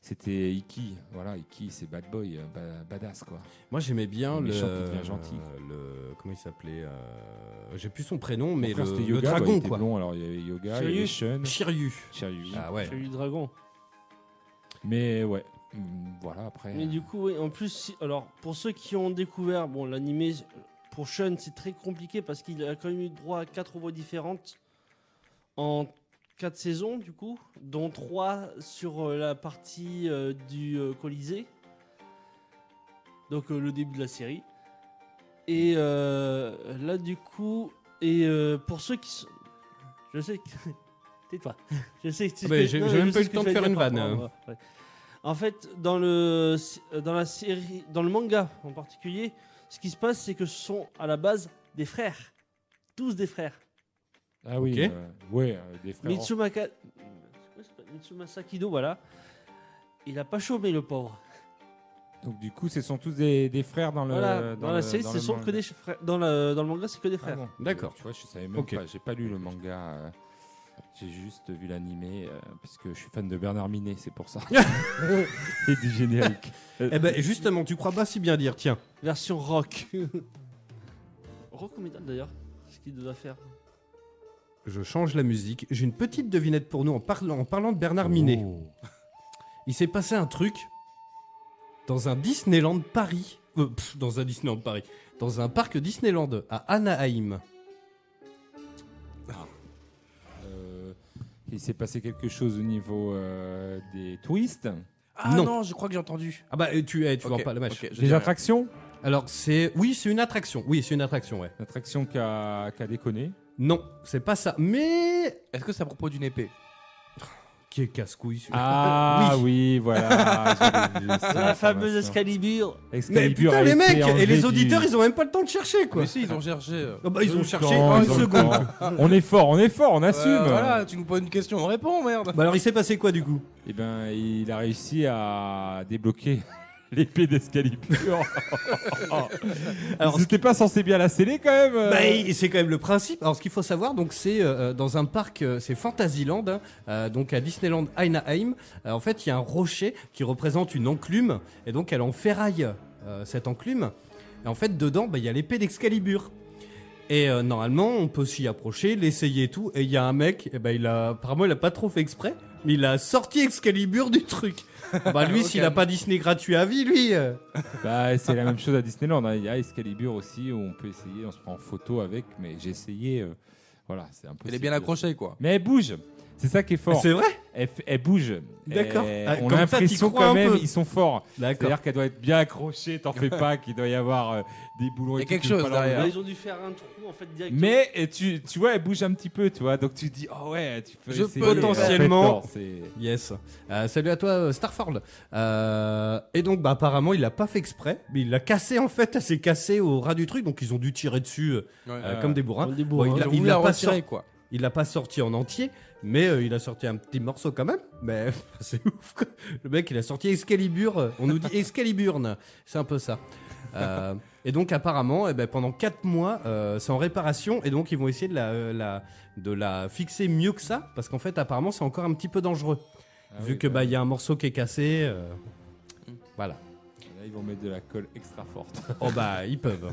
Speaker 7: C'était Iki, voilà, Iki, c'est bad boy, euh, ba- badass quoi.
Speaker 5: Moi j'aimais bien le,
Speaker 7: Le méchant qui devient gentil.
Speaker 5: le- comment il s'appelait euh, J'ai plus son prénom, mais
Speaker 7: Mon frère,
Speaker 5: le,
Speaker 7: c'était
Speaker 5: le
Speaker 7: Yoga, bah, il
Speaker 5: dragon
Speaker 7: était
Speaker 5: quoi.
Speaker 7: blond, alors il y avait Yoga, il y avait
Speaker 4: Sirius.
Speaker 7: Shun,
Speaker 5: Shiryu.
Speaker 7: Shiryu.
Speaker 5: Ah ouais.
Speaker 4: Celui du dragon.
Speaker 7: Mais ouais, Mm, voilà après.
Speaker 4: Mais
Speaker 7: euh,
Speaker 4: du coup, oui, en plus, si- alors pour ceux qui ont découvert, bon, l'animé pour Sean, c'est très compliqué parce qu'il a quand même eu droit à quatre voix différentes en quatre saisons, du coup, dont trois sur euh, la partie euh, du euh, Colisée, donc euh, le début de la série. Et euh, là, du coup, et euh, pour ceux qui sont. Je sais que. <laughs> Tais-toi. Je sais que tu.
Speaker 5: Ah ben, j'ai-
Speaker 4: non,
Speaker 5: j'ai
Speaker 4: je
Speaker 5: même pas
Speaker 4: sais
Speaker 5: eu
Speaker 4: ce
Speaker 5: le
Speaker 4: que
Speaker 5: temps
Speaker 4: tu
Speaker 5: de
Speaker 4: vas
Speaker 5: faire
Speaker 4: dire
Speaker 5: une
Speaker 4: par
Speaker 5: vanne, hein.
Speaker 4: rapport à- ouais. En fait, dans le, dans la série, dans le manga en particulier, ce qui se passe, c'est que ce sont à la base des frères, tous des frères.
Speaker 7: Ah oui,
Speaker 5: Ok.
Speaker 7: euh, ouais, euh, des frères.
Speaker 4: Mitsumaka... Mitsumasa Kido, voilà. Il a pas chômé le pauvre.
Speaker 7: Donc du coup, ce sont tous des, des frères dans le.
Speaker 4: voilà, dans, la
Speaker 7: le-
Speaker 4: série,
Speaker 7: dans
Speaker 4: ce
Speaker 7: le
Speaker 4: sont
Speaker 7: manga.
Speaker 4: que des frères. Dans, la- dans le manga, c'est que des
Speaker 7: Ah
Speaker 4: frères.
Speaker 7: bon,
Speaker 5: D'accord.
Speaker 7: Tu vois, je savais même
Speaker 5: Ok.
Speaker 7: pas. J'ai pas lu le manga. euh, J'ai juste vu l'animé euh, puisque je suis fan de Bernard Minet, c'est
Speaker 5: <laughs>
Speaker 7: pour ça. Et du générique.
Speaker 5: Eh ben justement, tu crois pas si bien dire, tiens.
Speaker 4: Version rock. <laughs> rock ou metal d'ailleurs Ce qu'il doit faire.
Speaker 5: Je change la musique. J'ai une petite devinette pour nous en parlant, en parlant de Bernard Minet.
Speaker 7: Oh.
Speaker 5: Il s'est passé un truc dans un Disneyland Paris. Euh, pff, dans un Disneyland Paris. Dans un parc Disneyland à Anaheim.
Speaker 7: Euh, il s'est passé quelque chose au niveau euh, des touristes,
Speaker 6: Ah
Speaker 5: Non.
Speaker 6: non. je crois que j'ai entendu.
Speaker 5: Ah bah euh, tu, eh, tu
Speaker 6: Ok,
Speaker 5: vois pas le match.
Speaker 6: ok, je
Speaker 7: des
Speaker 6: dirais.
Speaker 7: attractions,
Speaker 5: Alors c'est... Oui, c'est une attraction. Oui, c'est une attraction, ouais.
Speaker 7: l'attraction qui a, qui a déconné.
Speaker 5: Non, c'est pas ça. Mais...
Speaker 6: Est-ce que c'est à propos d'une épée
Speaker 5: Qui est casse-couille celui-là.
Speaker 7: Ah
Speaker 5: <laughs>
Speaker 7: oui, voilà. j'avais vu
Speaker 4: La
Speaker 7: Ah, ça,
Speaker 4: fameuse
Speaker 7: information.
Speaker 4: Excalibur.
Speaker 5: Mais
Speaker 7: Excalibur
Speaker 5: putain
Speaker 7: a
Speaker 5: les
Speaker 7: été
Speaker 5: mecs Et
Speaker 7: enlevé
Speaker 5: les
Speaker 7: du-
Speaker 5: auditeurs, ils ont même pas le temps de chercher, quoi.
Speaker 6: Mais si, ils ont cherché. euh.
Speaker 5: Ah bah, ils ont
Speaker 7: Le
Speaker 5: cherché
Speaker 7: temps,
Speaker 5: une
Speaker 7: ils ont le
Speaker 5: seconde.
Speaker 7: temps. On est fort, on est fort, on assume.
Speaker 6: Euh, voilà, tu nous poses une question, on répond, merde.
Speaker 5: Bah alors, il s'est passé quoi, du coup
Speaker 7: Et ben, il a réussi à débloquer <laughs>
Speaker 5: <laughs>
Speaker 7: l'épée d'Escalibur.
Speaker 5: Alors,
Speaker 7: Alors, c'était pas censé bien la sceller quand même. euh.
Speaker 5: Bah, et c'est quand même le principe. Alors, ce qu'il faut savoir, donc, c'est euh, dans un parc, euh, c'est Fantasyland, hein, euh, donc à Disneyland Anaheim. Euh, en fait, il y a un rocher qui représente une enclume, et donc elle en ferraille euh, cette enclume. Et en fait, dedans, bah, il y a l'épée d'Excalibur. Et euh, normalement, on peut s'y approcher, l'essayer et tout. Et il y a un mec, et ben il a, apparemment, il a pas trop fait exprès, mais il a sorti Excalibur du truc. Bah lui,
Speaker 6: Au
Speaker 5: s'il a
Speaker 6: calme.
Speaker 5: pas Disney gratuit à vie, lui. euh.
Speaker 7: Bah, c'est la même chose à Disneyland. hein. Il y a Excalibur aussi où on peut essayer, on se prend en photo avec. Mais j'ai essayé. euh, voilà, c'est un peu.
Speaker 6: Elle est bien accrochée, quoi.
Speaker 7: Mais elle bouge. C'est ça qui est fort.
Speaker 5: C'est vrai.
Speaker 7: Elle, f- elle bouge.
Speaker 5: D'accord.
Speaker 7: Elle-
Speaker 5: Ah,
Speaker 7: on
Speaker 5: comme
Speaker 7: a
Speaker 5: ça, t'y
Speaker 7: l'impression
Speaker 5: crois un
Speaker 7: quand même,
Speaker 5: peu.
Speaker 7: ils sont forts.
Speaker 5: D'accord.
Speaker 7: C'est-à-dire qu'elle doit être bien accrochée.
Speaker 5: <laughs>
Speaker 7: T'en fais pas, qu'il doit y avoir euh, des
Speaker 6: Il y
Speaker 7: boulons.
Speaker 6: a
Speaker 7: et tout,
Speaker 6: quelque
Speaker 7: tu peux
Speaker 6: chose
Speaker 7: pas l'enlever.
Speaker 6: derrière.
Speaker 4: Ils ont dû faire un trou en fait direct.
Speaker 7: Mais et tu, tu vois, elle bouge un petit peu, tu vois. Donc tu te dis, oh ouais, tu peux
Speaker 6: Je
Speaker 7: essayer.
Speaker 6: peux
Speaker 7: Et
Speaker 5: potentiellement-
Speaker 7: en fait, non, c'est-
Speaker 5: Yes. Euh, salut à toi, euh, Starford. Euh, et donc, bah, apparemment, il l'a pas fait exprès, mais il l'a cassé en fait. Elle s'est cassée au ras du truc, donc ils ont dû tirer dessus euh,
Speaker 6: Ouais.
Speaker 5: euh, comme des bourrins.
Speaker 4: Comme des
Speaker 5: Bon,
Speaker 4: bourrins.
Speaker 5: il
Speaker 6: Ils
Speaker 5: l'a-
Speaker 6: ont
Speaker 5: il
Speaker 6: voulu
Speaker 5: l'a
Speaker 6: la
Speaker 5: pas,
Speaker 6: retirer,
Speaker 5: sorti-
Speaker 6: quoi.
Speaker 5: il l'a pas sorti en entier, mais euh, il a sorti un petit morceau quand même. Mais <laughs> c'est ouf. quoi. Le mec, il a sorti Excalibur. euh, On nous dit Excaliburne. C'est un peu ça. Euh, et donc apparemment, eh ben, pendant 4 mois, euh, c'est en réparation et donc ils vont essayer de la, euh, la- de la fixer mieux que ça parce qu'en fait apparemment c'est encore un petit peu dangereux.
Speaker 7: Ah
Speaker 5: Vu
Speaker 7: oui,
Speaker 5: que bah il y a un morceau qui est cassé, euh,
Speaker 6: Mm.
Speaker 5: voilà.
Speaker 7: Là, ils vont mettre de la colle extra forte.
Speaker 5: Oh bah ils
Speaker 7: <laughs>
Speaker 5: peuvent.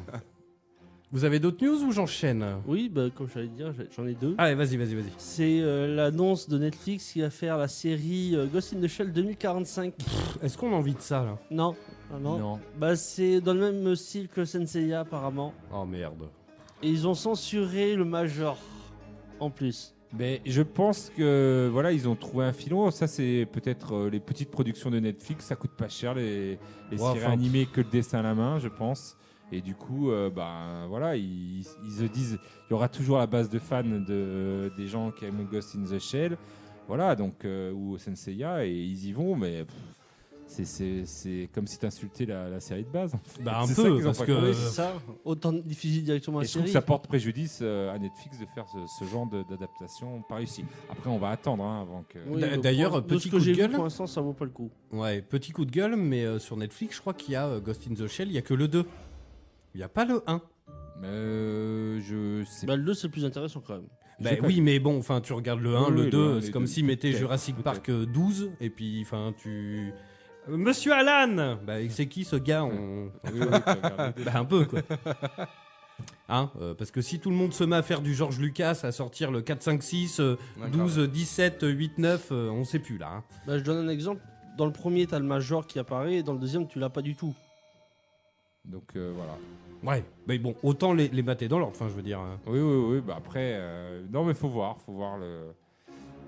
Speaker 5: Vous avez d'autres news ou j'enchaîne
Speaker 4: Oui, bah, comme j'allais dire, j'ai- j'en ai deux.
Speaker 5: Allez vas-y vas-y vas-y.
Speaker 4: C'est euh, l'annonce de Netflix qui va faire la série euh, Ghost in the Shell 2045.
Speaker 5: Est-ce qu'on a envie de ça là
Speaker 4: non, ah non. Bah, c'est dans le même style que Senseiya apparemment.
Speaker 5: Oh merde.
Speaker 4: Et ils ont censuré le Major en plus.
Speaker 7: Mais je pense que voilà, ils ont trouvé un filon. Ça, c'est peut-être euh, les petites productions de Netflix. Ça coûte pas cher les,
Speaker 5: Ouais,
Speaker 7: les séries
Speaker 5: enfin,
Speaker 7: animées que le dessin à la main, je pense. Et du coup, euh, bah, voilà, ils, ils se disent, il y aura toujours la base de fans de, des gens qui aiment Ghost in the Shell, voilà, donc euh, ou Senseiya, et ils y vont, mais pff, c'est- c'est c'est comme si t'insultais la, la série de base. en fait.
Speaker 5: Bah, un
Speaker 7: C'est ça
Speaker 5: peu,
Speaker 7: qu'ils ont
Speaker 5: parce
Speaker 7: pas
Speaker 5: que-
Speaker 7: compris.
Speaker 4: Oui, c'est ça. Autant diffuser directement
Speaker 7: Et
Speaker 4: la
Speaker 7: je trouve
Speaker 4: série.
Speaker 7: que ça porte préjudice euh, à Netflix de faire ce, ce genre de- d'adaptation pas réussie. Après, on va attendre hein, avant que.
Speaker 4: Oui,
Speaker 5: D'a-
Speaker 4: donc,
Speaker 5: d'ailleurs,
Speaker 4: pour- de
Speaker 5: petit
Speaker 4: ce
Speaker 5: coup
Speaker 4: que
Speaker 5: de
Speaker 4: j'ai vu
Speaker 5: gueule.
Speaker 4: pour l'instant, ça vaut pas le coup.
Speaker 5: euh, Ouais, petit coup de gueule, mais euh, sur Netflix, je crois qu'il y a euh, Ghost in the Shell, il y a que le 2. Il n'y a pas le 1.
Speaker 7: Euh, je sais
Speaker 4: Bah, le 2, c'est le plus intéressant quand même.
Speaker 5: Bah
Speaker 7: J'ai pas-
Speaker 5: oui, mais bon, enfin, tu regardes le 1,
Speaker 7: Oui, oui,
Speaker 5: le
Speaker 7: le
Speaker 5: 2,
Speaker 7: un,
Speaker 5: c'est
Speaker 7: les
Speaker 5: comme
Speaker 7: deux.
Speaker 5: s'ils mettaient
Speaker 7: Peut-être,
Speaker 5: Jurassic
Speaker 7: peut-être.
Speaker 5: Park euh, 12, et puis, enfin, tu... Euh, Monsieur Alan Bah, c'est qui ce gars On-
Speaker 7: pas. Oui, oui, t'as regardé.
Speaker 5: Bah, un peu, quoi. <laughs> Hein euh, Parce que si tout le monde se met à faire du George Lucas, à sortir le 4, 5, 6, euh,
Speaker 6: Ouais,
Speaker 5: 12, 17, 8, 9, euh, on sait plus, là. hein.
Speaker 4: Bah, je donne un exemple. Dans le premier, t'as le Major qui apparaît, et dans le deuxième, tu l'as pas du tout.
Speaker 7: Donc euh, voilà.
Speaker 5: Ouais, mais bon, autant les, les mater dans l'ordre, enfin, je veux dire... hein.
Speaker 7: Oui, oui, oui. Bah après, euh, non, mais faut voir, faut voir le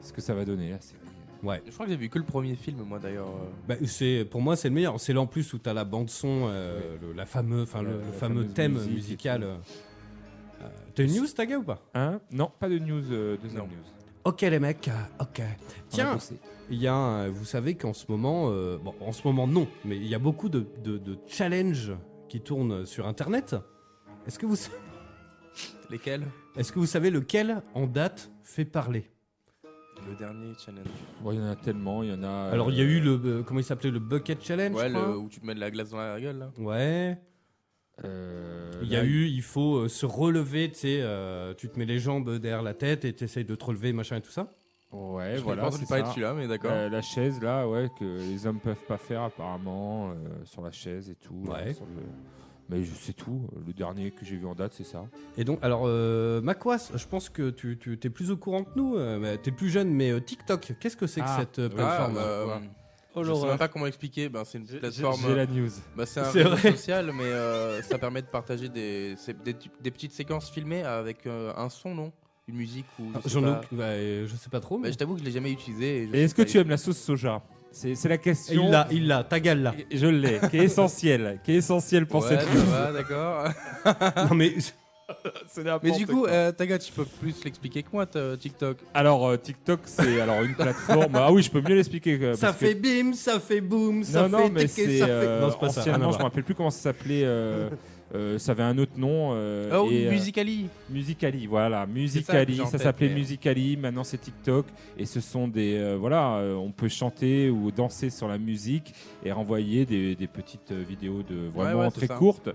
Speaker 7: ce que ça va donner la série.
Speaker 6: Je crois que j'ai vu que le premier film, moi d'ailleurs. euh.
Speaker 5: Bah, c'est pour moi c'est le meilleur. C'est là en plus où t'as la bande son, euh, le, la fameux, enfin le,
Speaker 7: La-
Speaker 5: le
Speaker 7: la
Speaker 5: fameux
Speaker 7: fameuse
Speaker 5: thème
Speaker 7: musique et
Speaker 5: musical.
Speaker 7: tout.
Speaker 5: euh. Euh, T'as une news, ta gars, ou pas
Speaker 7: Hein Non, pas de news. euh, deuxième
Speaker 6: Non.
Speaker 7: news.
Speaker 5: Ok les mecs, euh, ok.
Speaker 7: On a
Speaker 5: Tiens,
Speaker 7: bossé.
Speaker 5: il y a, un- vous savez qu'en ce moment, euh, bon, en ce moment non, mais il y a beaucoup de, de, de challenges qui tournent sur Internet. Est-ce que vous, sa-
Speaker 6: Lesquels
Speaker 5: est-ce que vous savez lequel en date fait parler
Speaker 6: Le dernier challenge.
Speaker 7: Bon, il y en a tellement, il y en a.
Speaker 5: Alors il y a
Speaker 7: euh,
Speaker 5: eu le, euh, comment il s'appelait, le bucket challenge.
Speaker 6: Ouais,
Speaker 5: je crois
Speaker 6: le, où tu te mets de la glace dans la gueule là.
Speaker 5: Ouais.
Speaker 7: euh,
Speaker 5: Il y a
Speaker 7: là,
Speaker 5: eu, il faut euh, se relever, tu sais, euh, tu te mets les jambes derrière la tête et tu essayes de te relever, machin et tout ça.
Speaker 7: Ouais,
Speaker 6: je
Speaker 7: voilà.
Speaker 6: pense
Speaker 7: c'est
Speaker 6: pas
Speaker 7: ça.
Speaker 6: être celui-là, mais d'accord.
Speaker 7: Euh, la chaise là, ouais, que les hommes peuvent pas faire apparemment euh, sur la chaise et tout.
Speaker 5: Ouais.
Speaker 7: euh, sur le- Mais je sais tout. Le dernier que j'ai vu en date, c'est ça.
Speaker 5: Et donc, alors, euh, Macquas, je pense que tu, tu es plus au courant que nous, euh, mais t'es plus jeune, mais euh, TikTok, qu'est-ce que c'est que
Speaker 7: Ah,
Speaker 5: cette euh,
Speaker 6: Ah,
Speaker 7: oui.
Speaker 5: plateforme
Speaker 6: euh,
Speaker 4: Oh
Speaker 6: je sais
Speaker 4: l'horreur.
Speaker 6: même pas comment expliquer. Ben, c'est une plateforme.
Speaker 7: J'ai la news.
Speaker 6: Bah, c'est un
Speaker 5: C'est
Speaker 6: réseau
Speaker 5: vrai.
Speaker 6: social, mais euh, ça permet de partager des, c'est des, des petites séquences filmées avec euh, un son, non Une musique ou. je
Speaker 5: Ah,
Speaker 6: sais
Speaker 5: J'en ai
Speaker 6: pas.
Speaker 5: aucune- bah, euh, je sais pas trop,
Speaker 6: Bah,
Speaker 5: mais
Speaker 6: je t'avoue que je l'ai jamais utilisé. je
Speaker 7: Et est-ce
Speaker 6: sais
Speaker 7: que
Speaker 6: pas,
Speaker 7: tu aimes la sauce soja C'est c'est la question.
Speaker 5: il l'a, il l'a, ta gueule <laughs> là.
Speaker 7: Je l'ai, qui est essentielle, qui est essentielle pour
Speaker 6: Ouais, <laughs>
Speaker 7: cette
Speaker 6: ça va,
Speaker 7: <laughs>
Speaker 6: d'accord.
Speaker 5: non mais,
Speaker 6: Mais du coup, euh, Taga, tu peux plus l'expliquer que moi, ta- TikTok.
Speaker 7: Alors euh, TikTok, c'est alors une plateforme. ah oui, je peux mieux l'expliquer. que-
Speaker 5: ça
Speaker 7: <laughs> parce que-
Speaker 5: fait bim, ça fait boum, ça
Speaker 7: non,
Speaker 5: fait
Speaker 7: non, mais
Speaker 5: tiquer,
Speaker 7: c'est.
Speaker 5: ça fait.
Speaker 7: euh,
Speaker 5: non, bah. c'est pas ça.
Speaker 7: anciennement,
Speaker 5: rien à
Speaker 7: je me
Speaker 5: voir.
Speaker 7: rappelle plus comment ça s'appelait. euh, euh, ça avait un autre nom. euh,
Speaker 5: Ah
Speaker 6: Oh,
Speaker 7: et, euh,
Speaker 6: Musicali.
Speaker 7: Musicali, voilà,
Speaker 6: ça que
Speaker 7: Musicali,
Speaker 6: j'ai
Speaker 7: ça,
Speaker 6: en tête,
Speaker 7: s'appelait
Speaker 6: mais- euh,
Speaker 7: Musicali, maintenant c'est TikTok, et ce sont des, euh, voilà, euh, on peut chanter ou danser sur la musique et renvoyer des, des petites euh, vidéos de vraiment
Speaker 6: Ouais, ouais, c'est
Speaker 7: très
Speaker 6: ça.
Speaker 7: courtes,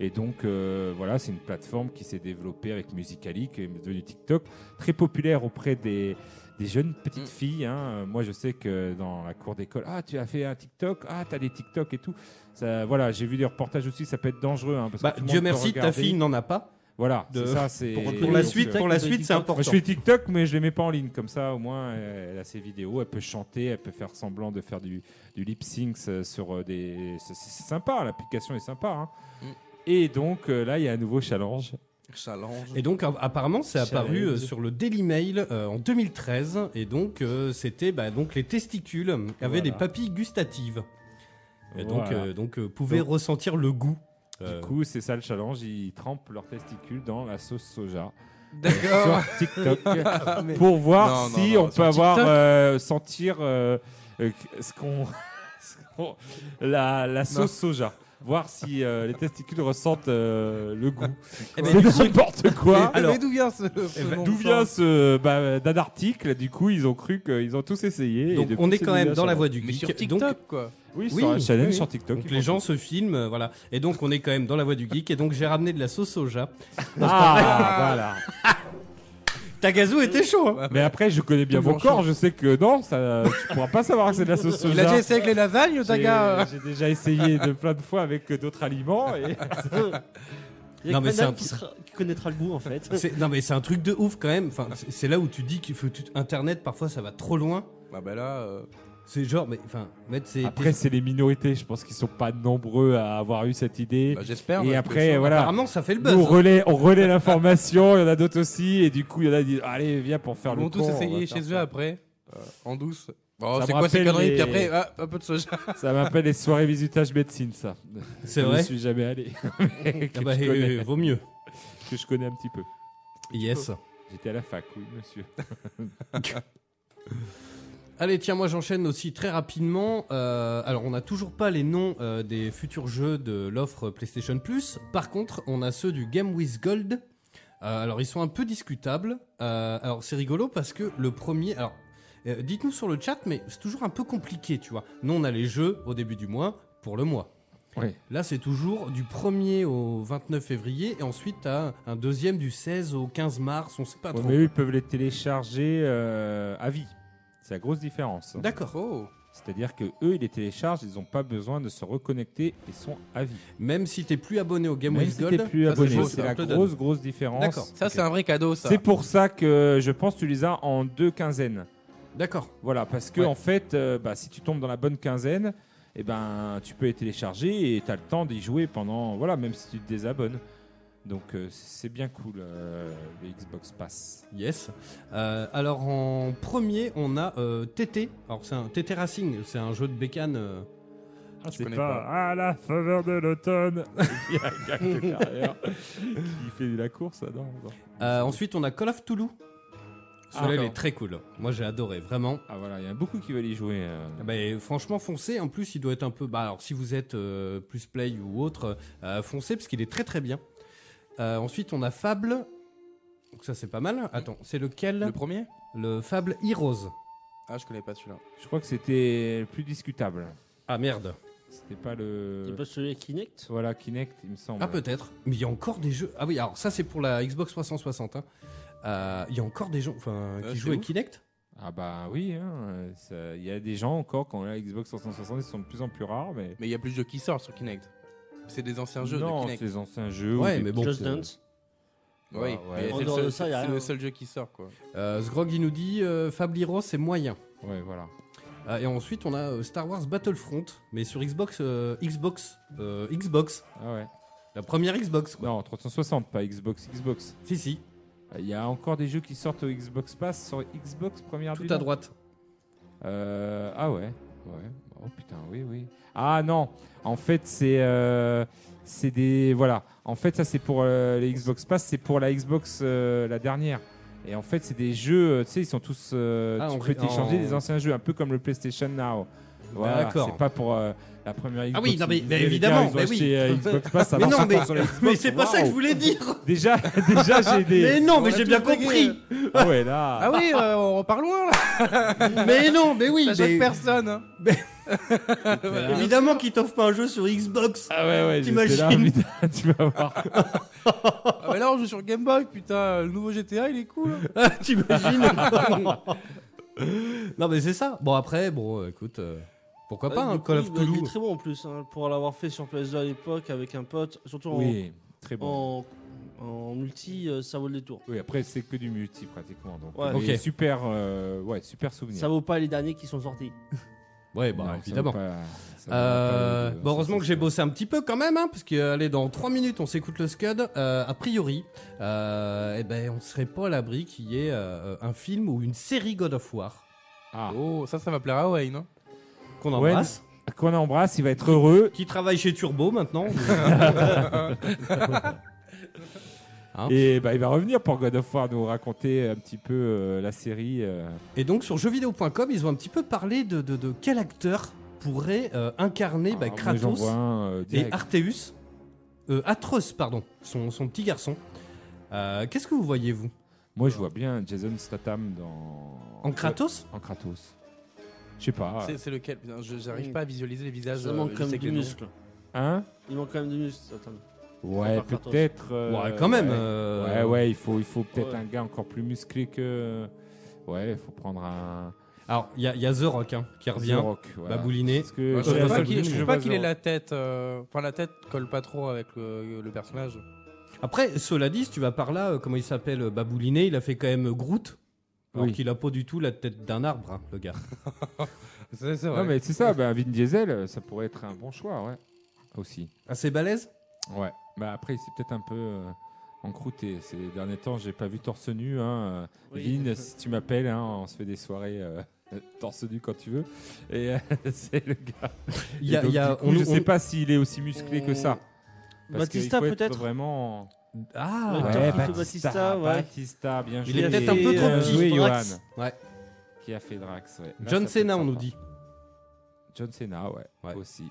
Speaker 7: et donc euh, voilà, c'est une plateforme qui s'est développée avec Musicali, qui est devenue TikTok, très populaire auprès des des jeunes petites
Speaker 6: Mm.
Speaker 7: filles, hein. Euh, moi je sais que dans la cour d'école, ah tu as fait un TikTok, ah t'as des TikTok et tout, ça, voilà j'ai vu des reportages aussi, ça peut être dangereux, hein, parce
Speaker 5: Bah,
Speaker 7: que tout le
Speaker 5: Dieu
Speaker 7: monde peut
Speaker 5: merci, ta
Speaker 7: regarder.
Speaker 5: fille n'en a pas.
Speaker 7: Voilà,
Speaker 5: de-
Speaker 7: c'est ça, c'est
Speaker 5: Pour,
Speaker 7: et
Speaker 5: pour la
Speaker 7: donc,
Speaker 5: suite,
Speaker 7: euh,
Speaker 5: pour la
Speaker 4: TikTok,
Speaker 5: suite, c'est
Speaker 4: moi, je
Speaker 5: important.
Speaker 7: moi, je fais TikTok, mais je les mets pas en ligne. Comme ça, au moins, euh, elle a ses vidéos, elle peut chanter, elle peut faire semblant de faire du, du lip sync euh, sur euh, des. C'est c'est sympa, l'application est sympa. hein.
Speaker 6: Mm.
Speaker 7: Et donc euh, là, il y a un nouveau challenge.
Speaker 6: Challenge.
Speaker 5: Et donc app- apparemment c'est apparu
Speaker 7: Challenge.
Speaker 5: euh, sur le Daily Mail euh, en 2013 et donc euh, c'était bah, donc les testicules avaient
Speaker 7: Voilà.
Speaker 5: des papilles gustatives et donc
Speaker 7: Voilà.
Speaker 5: euh, donc euh, pouvaient
Speaker 7: Donc-
Speaker 5: ressentir le goût. Euh,
Speaker 7: Du coup, c'est ça le challenge. Ils trempent leurs testicules dans la sauce soja Euh,
Speaker 6: D'accord.
Speaker 5: <laughs>
Speaker 7: sur TikTok
Speaker 5: Ah,
Speaker 6: Mais-
Speaker 7: pour voir
Speaker 6: Non, non,
Speaker 7: si
Speaker 6: non,
Speaker 7: on
Speaker 6: sur
Speaker 7: peut avoir
Speaker 6: TikTok.
Speaker 7: euh, sentir euh, euh, ce qu'on <laughs> ce qu'on- la, la sauce soja. Voir si euh, les testicules ressentent euh, le goût.
Speaker 5: eh ben,
Speaker 7: C'est n'importe quoi.
Speaker 5: alors-
Speaker 6: mais d'où vient ce. ce
Speaker 5: ben,
Speaker 6: nom
Speaker 7: eh D'où
Speaker 6: de
Speaker 7: vient
Speaker 6: sang
Speaker 7: ce bah, d'un article Du coup, ils ont cru qu'ils ont tous essayé. et
Speaker 5: donc
Speaker 7: depuis,
Speaker 5: on est
Speaker 7: c'est
Speaker 5: quand même
Speaker 7: devenu
Speaker 5: dans
Speaker 7: un
Speaker 5: la
Speaker 7: challenge.
Speaker 5: voie du
Speaker 6: Mais sur
Speaker 5: geek.
Speaker 6: TikTok,
Speaker 5: Donc
Speaker 6: quoi.
Speaker 7: Oui,
Speaker 5: Oui,
Speaker 7: sur un challenge
Speaker 5: oui,
Speaker 7: sur TikTok.
Speaker 5: donc
Speaker 7: ils
Speaker 5: les
Speaker 7: font
Speaker 5: gens
Speaker 7: ça.
Speaker 5: se filment, euh, voilà. Et donc on est quand même dans la voie du geek. Et donc j'ai ramené de la sauce soja.
Speaker 7: Ah, voilà.
Speaker 5: Tagazu était chaud. hein.
Speaker 7: Mais après, je connais bien
Speaker 6: Tout le
Speaker 7: vos
Speaker 6: monde
Speaker 7: corps. Je sais que non, ça, tu pourras pas savoir que c'est de la sauce soja.
Speaker 6: Il a déjà essayé avec les lasagnes,
Speaker 7: J'ai- euh,
Speaker 6: Taga
Speaker 7: J'ai déjà essayé de plein de fois avec euh, d'autres aliments. Et...
Speaker 5: <laughs>
Speaker 4: Il y a
Speaker 5: Non,
Speaker 4: que
Speaker 5: mais c'est
Speaker 4: Madame
Speaker 5: un
Speaker 4: qui,
Speaker 5: truc-
Speaker 4: sera- qui connaîtra le goût en fait.
Speaker 5: C'est- Non mais c'est un truc de ouf quand même. Enfin c'est- c'est là où tu dis qu'il faut tu- Internet parfois ça va trop loin.
Speaker 6: Ah, Bah, bah là. euh,
Speaker 5: C'est genre, mais enfin, mettre ses.
Speaker 7: Après, c'est les minorités, je pense qu'ils sont pas nombreux à avoir eu cette idée.
Speaker 6: Bah, J'espère.
Speaker 7: Et
Speaker 6: ouais,
Speaker 7: après,
Speaker 6: bien sûr.
Speaker 7: voilà.
Speaker 5: Apparemment, ça fait le
Speaker 7: Nous,
Speaker 5: buzz.
Speaker 7: on
Speaker 5: hein.
Speaker 7: relaie, on relaie l'information, il y en a d'autres aussi, et du coup, il y en a qui disent Allez, viens pour faire
Speaker 6: Ils
Speaker 7: le
Speaker 6: vont
Speaker 7: con.
Speaker 6: tous
Speaker 7: on va
Speaker 6: essayer
Speaker 7: faire
Speaker 6: chez eux
Speaker 7: ça.
Speaker 6: après, euh, en douce. Bon,
Speaker 7: Ça
Speaker 6: c'est
Speaker 7: me
Speaker 6: quoi ces
Speaker 7: rappelle
Speaker 6: conneries
Speaker 7: les-
Speaker 6: Puis après, ah, un peu de soja. <laughs>
Speaker 7: Ça m'appelle les soirées visitage médecine, ça.
Speaker 5: C'est
Speaker 7: Je
Speaker 5: vrai.
Speaker 7: ne suis jamais allé. <laughs> que,
Speaker 5: Ah bah,
Speaker 7: je
Speaker 5: euh,
Speaker 7: connais,
Speaker 5: vaut mieux.
Speaker 7: que je connais un petit peu.
Speaker 5: Yes.
Speaker 7: J'étais à la fac, oui, monsieur.
Speaker 5: Allez, tiens, moi j'enchaîne aussi très rapidement. Euh, alors, on n'a toujours pas les noms euh, des futurs jeux de l'offre PlayStation Plus. Par contre, on a ceux du Game with Gold. Euh, alors, ils sont un peu discutables. Euh, alors, c'est rigolo parce que le premier. Alors, euh, dites-nous sur le chat, mais c'est toujours un peu compliqué, tu vois. Nous, on a les jeux au début du mois pour le mois.
Speaker 7: Oui.
Speaker 5: Là, c'est toujours du 1er au 29 février et ensuite t'as un deuxième du 16 au 15 mars. On sait pas
Speaker 7: Ouais,
Speaker 5: Ah, trop.
Speaker 7: mais eux, ils peuvent les télécharger euh, à vie. C'est la grosse différence.
Speaker 5: D'accord.
Speaker 6: Oh,
Speaker 7: C'est-à-dire que eux, ils les téléchargent, ils n'ont pas besoin de se reconnecter, ils sont à vie.
Speaker 5: Même si t'es plus abonné au Game
Speaker 7: Même
Speaker 5: with
Speaker 7: si
Speaker 5: Gold.
Speaker 7: t'es plus
Speaker 6: ça, c'est
Speaker 7: abonné,
Speaker 6: beau,
Speaker 7: c'est
Speaker 6: ça.
Speaker 7: la
Speaker 6: Je te donne.
Speaker 7: grosse grosse différence.
Speaker 5: D'accord.
Speaker 6: ça, c'est un vrai cadeau, ça.
Speaker 7: C'est pour ça que euh, je pense que tu les as en deux quinzaines.
Speaker 5: D'accord.
Speaker 7: Voilà, parce que
Speaker 5: Ouais.
Speaker 7: en fait, euh, bah, si tu tombes dans la bonne quinzaine, eh ben, tu peux les télécharger et tu as le temps d'y jouer pendant, voilà, même si tu te désabonnes. Donc euh, c'est bien cool euh, le Xbox Pass.
Speaker 5: Yes. Euh, alors en premier, on a euh, TT. Alors c'est un TT Racing, c'est un jeu de bécane. euh.
Speaker 7: Ah,
Speaker 6: c'est connais pas
Speaker 7: à la faveur de l'automne. <laughs> Il y a un gars de carrière qui fait de la course, ah, non, non.
Speaker 5: Euh, ensuite, on a Call of Toulouse.
Speaker 7: Ah,
Speaker 5: Celui-là, il
Speaker 7: d'accord.
Speaker 5: est très cool. Moi, j'ai adoré, vraiment.
Speaker 7: Ah voilà, il y en a beaucoup qui veulent y jouer. euh.
Speaker 5: Ah bah, franchement, foncez. En plus, il doit être un peu. Bah, alors, si vous êtes euh, plus play ou autre, euh, foncez parce qu'il est très très bien. Euh, ensuite, on a Fable. Donc, ça, c'est pas mal. Attends, c'est lequel
Speaker 6: le premier
Speaker 5: le... Fable Heroes.
Speaker 6: Ah, je connais pas celui-là.
Speaker 7: Je crois que c'était le plus discutable.
Speaker 5: Ah merde.
Speaker 7: C'était pas
Speaker 4: C'est
Speaker 7: le.
Speaker 4: pas celui avec Kinect
Speaker 7: Voilà, Kinect, il me semble.
Speaker 5: Ah peut-être, mais il y a encore des jeux. Ah oui, alors ça c'est pour la Xbox 360. hein. Euh, Il y a encore des gens enfin,
Speaker 6: Euh,
Speaker 5: qui
Speaker 6: c'est
Speaker 5: jouent avec
Speaker 6: ouf.
Speaker 5: Kinect.
Speaker 7: Ah bah oui, hein, euh, ça- il y a des gens encore quand on a la Xbox 360, ils sont de plus en plus rares, mais.
Speaker 6: Mais il y a plus de jeux qui sortent sur Kinect. C'est des anciens jeux
Speaker 7: non,
Speaker 6: de
Speaker 7: c'est
Speaker 6: Kinect.
Speaker 7: les anciens jeux.
Speaker 5: Ouais,
Speaker 7: ou des
Speaker 5: mais bon,
Speaker 7: petits-
Speaker 4: Just Dance
Speaker 6: Oui,
Speaker 7: Ah, ouais.
Speaker 6: mais
Speaker 7: En
Speaker 6: c'est le
Speaker 4: dehors
Speaker 6: seul-
Speaker 4: de ça, il y a
Speaker 6: c'est
Speaker 4: rien. hein.
Speaker 6: le seul jeu qui sort, quoi.
Speaker 5: Euh, Sgrog il nous dit euh, Fable Heroes c'est moyen.
Speaker 7: Ouais, voilà.
Speaker 5: Euh, et ensuite on a euh, Star Wars Battlefront, mais sur Xbox, euh, Xbox, euh, Xbox,
Speaker 7: Ah ouais.
Speaker 5: la première Xbox quoi.
Speaker 7: Non, 360, pas Xbox, Xbox.
Speaker 5: Si si,
Speaker 7: Il y a encore des jeux qui sortent au Xbox Pass sur Xbox première du
Speaker 5: tout à
Speaker 7: nom.
Speaker 5: droite.
Speaker 7: Euh, ah ouais, ouais. Oh putain, oui, oui. Ah non, en fait c'est euh, c'est des voilà. En fait ça c'est pour euh, les Xbox Pass, c'est pour la Xbox euh, la dernière. Et en fait c'est des jeux, euh, tu sais, ils sont tous. euh,
Speaker 5: Ah,
Speaker 7: tu
Speaker 5: en
Speaker 7: peux
Speaker 5: ré-
Speaker 7: télécharger
Speaker 5: en-
Speaker 7: des anciens jeux, un peu comme le PlayStation Now. Voilà,
Speaker 5: D'accord.
Speaker 7: c'est pas pour euh, la première Xbox.
Speaker 5: Ah oui, non, mais-
Speaker 7: Ils disaient,
Speaker 5: mais
Speaker 7: les gars,
Speaker 5: évidemment,
Speaker 7: ils ont
Speaker 5: mais
Speaker 7: acheté,
Speaker 5: oui.
Speaker 7: euh, Xbox
Speaker 5: <laughs>
Speaker 7: Pass, ça
Speaker 5: Mais
Speaker 7: marche
Speaker 5: non,
Speaker 7: encore
Speaker 5: mais-
Speaker 7: sur la Xbox.
Speaker 5: Mais c'est pas ça que je
Speaker 7: Waouh.
Speaker 5: voulais dire.
Speaker 7: Déjà, <laughs> déjà j'ai des.
Speaker 5: Mais non,
Speaker 6: On
Speaker 5: mais
Speaker 6: a
Speaker 5: j'ai
Speaker 6: tous
Speaker 5: bien
Speaker 6: bugué.
Speaker 5: compris.
Speaker 7: Ah ouais là.
Speaker 6: Ah oui, euh, on repart loin, là
Speaker 5: Mais non, mais oui. <laughs>
Speaker 6: Ça
Speaker 5: mais
Speaker 6: choque personne hein.
Speaker 5: évidemment qu'ils t'offrent pas un jeu sur Xbox.
Speaker 7: Ah ouais ouais. j'étais là,
Speaker 5: T'imagines
Speaker 7: putain, <laughs> tu vas voir.
Speaker 6: Ah bah là, on joue sur Game Boy, putain, le nouveau GTA, il est cool hein.
Speaker 5: <laughs> Ah, T'imagines <laughs> Non mais c'est ça. Bon après, bon euh, écoute, euh, pourquoi pas
Speaker 4: Ouais,
Speaker 5: un
Speaker 4: du
Speaker 5: Call
Speaker 4: coup,
Speaker 5: of
Speaker 4: il- Il est
Speaker 5: Toulouse
Speaker 4: très bon en plus, hein, pour l'avoir fait sur PS2 à l'époque avec un pote, surtout
Speaker 5: Oh.
Speaker 4: en-
Speaker 7: Oui, très bon.
Speaker 4: en, en multi, euh, ça vaut le détour.
Speaker 7: Oui, après c'est que du multi pratiquement. Donc,
Speaker 4: Ouais.
Speaker 7: mais
Speaker 5: Ok.
Speaker 7: super, euh, ouais, super souvenir.
Speaker 4: Ça vaut pas les derniers qui sont sortis.
Speaker 5: Ouais,
Speaker 7: Non,
Speaker 5: bah
Speaker 7: ça
Speaker 5: évidemment.
Speaker 7: vaut pas- ça vaut
Speaker 5: Euh,
Speaker 7: pas le-
Speaker 5: bon, heureusement que j'ai
Speaker 7: ça-
Speaker 5: bossé un petit peu quand même, hein, parce que euh, allez, dans 3 minutes, on s'écoute le Scud. Euh, a priori, euh, eh ben, on serait pas à l'abri qu'il y ait euh, un film ou une série God of War
Speaker 7: Ah.
Speaker 6: Oh, ça, ça va plaire à Wayne, hein.
Speaker 5: qu'on
Speaker 7: Ouais,
Speaker 5: embrasse,
Speaker 7: Qu'on embrasse, il va être heureux.
Speaker 5: qui travaille chez Turbo
Speaker 7: <laughs>
Speaker 5: maintenant. <laughs> Hein
Speaker 7: Et bah, il va revenir pour God of War nous raconter un petit peu euh, la série. euh.
Speaker 5: Et donc sur jeuxvideo.com, ils ont un petit peu parlé de, de- de quel acteur pourrait euh, incarner bah,
Speaker 7: Ah, moi, j'en
Speaker 5: Kratos.
Speaker 7: vois un, euh,
Speaker 5: et
Speaker 7: direct.
Speaker 5: Arteus, euh, Atroce, pardon, son, son petit garçon. Euh, Qu'est-ce que vous voyez, vous
Speaker 7: Moi, je vois bien Jason Statham dans. euh,
Speaker 5: En Kratos
Speaker 7: En Kratos. Je sais pas.
Speaker 6: C'est- C'est lequel Putain, je- J'arrive
Speaker 4: Mm.
Speaker 6: pas à visualiser les visages.
Speaker 4: Ça
Speaker 6: euh,
Speaker 4: manque
Speaker 6: je
Speaker 4: quand
Speaker 6: sais
Speaker 4: même
Speaker 6: que
Speaker 4: du
Speaker 6: les noms.
Speaker 4: muscle.
Speaker 7: Hein
Speaker 4: Il manque quand même du muscle. Attends.
Speaker 7: Ouais,
Speaker 4: Kratos.
Speaker 7: peut-être. euh,
Speaker 5: Ouais, quand même.
Speaker 7: ouais.
Speaker 5: euh,
Speaker 7: Ouais, ouais, il faut, il faut peut-être
Speaker 4: Ouais.
Speaker 7: un gars encore plus musclé que. Ouais, il faut prendre un.
Speaker 5: Alors, il y, a- il y a The Rock hein, qui revient,
Speaker 7: The Rock, voilà.
Speaker 5: babouliné.
Speaker 7: Parce que
Speaker 6: Ouais,
Speaker 5: Euh,
Speaker 6: je
Speaker 5: la
Speaker 6: trouve pas
Speaker 5: seule
Speaker 6: qu'il-
Speaker 5: limite
Speaker 6: je
Speaker 5: que
Speaker 6: trouve
Speaker 5: je
Speaker 6: pas qu'il ait la tête. euh, Enfin, la tête colle pas trop avec le, le personnage.
Speaker 5: Après, cela dit, si tu vas par là, euh, comment il s'appelle euh, Babouliné, il a fait quand même Groot. Alors
Speaker 4: Oui.
Speaker 5: qu'il a pas du tout la tête d'un arbre, hein, le gars.
Speaker 6: C'est c'est
Speaker 7: Non,
Speaker 6: vrai.
Speaker 7: mais <laughs> c'est ça, bah, Vin Diesel, ça pourrait être un bon choix, ouais. Aussi.
Speaker 5: Assez balèze
Speaker 7: Ouais. Bah, après, il s'est peut-être un peu euh, encrouté. Ces derniers temps, j'ai pas vu torse nu. Hein. euh,
Speaker 4: Oui.
Speaker 7: Vin, si tu m'appelles, hein, on se fait des soirées euh, <laughs> torse nu quand tu veux. Et euh, <laughs> c'est le gars.
Speaker 5: Il y a-
Speaker 7: Et donc,
Speaker 5: il y a-
Speaker 7: du coup,
Speaker 5: on-
Speaker 7: je
Speaker 5: on-
Speaker 7: sais pas s'il est aussi musclé que ça. Parce qu'il
Speaker 4: Batista
Speaker 7: faut être
Speaker 4: peut-être
Speaker 7: Vraiment.
Speaker 5: Ah
Speaker 4: Ouais,
Speaker 7: Ouais,
Speaker 4: Tortue
Speaker 7: Batista,
Speaker 4: Batista, ouais.
Speaker 7: Batista, bien joué.
Speaker 5: Il est peut-être un peu
Speaker 4: Et,
Speaker 5: trop
Speaker 4: euh,
Speaker 5: petit.
Speaker 7: Oui,
Speaker 4: pour
Speaker 7: Johan,
Speaker 4: Drax.
Speaker 5: Ouais.
Speaker 7: qui a fait Drax. ouais. Là, ça peut
Speaker 5: John
Speaker 7: être
Speaker 5: Cena, on
Speaker 7: sympa.
Speaker 5: nous dit.
Speaker 7: John Cena, ouais.
Speaker 5: Ouais.
Speaker 7: Aussi.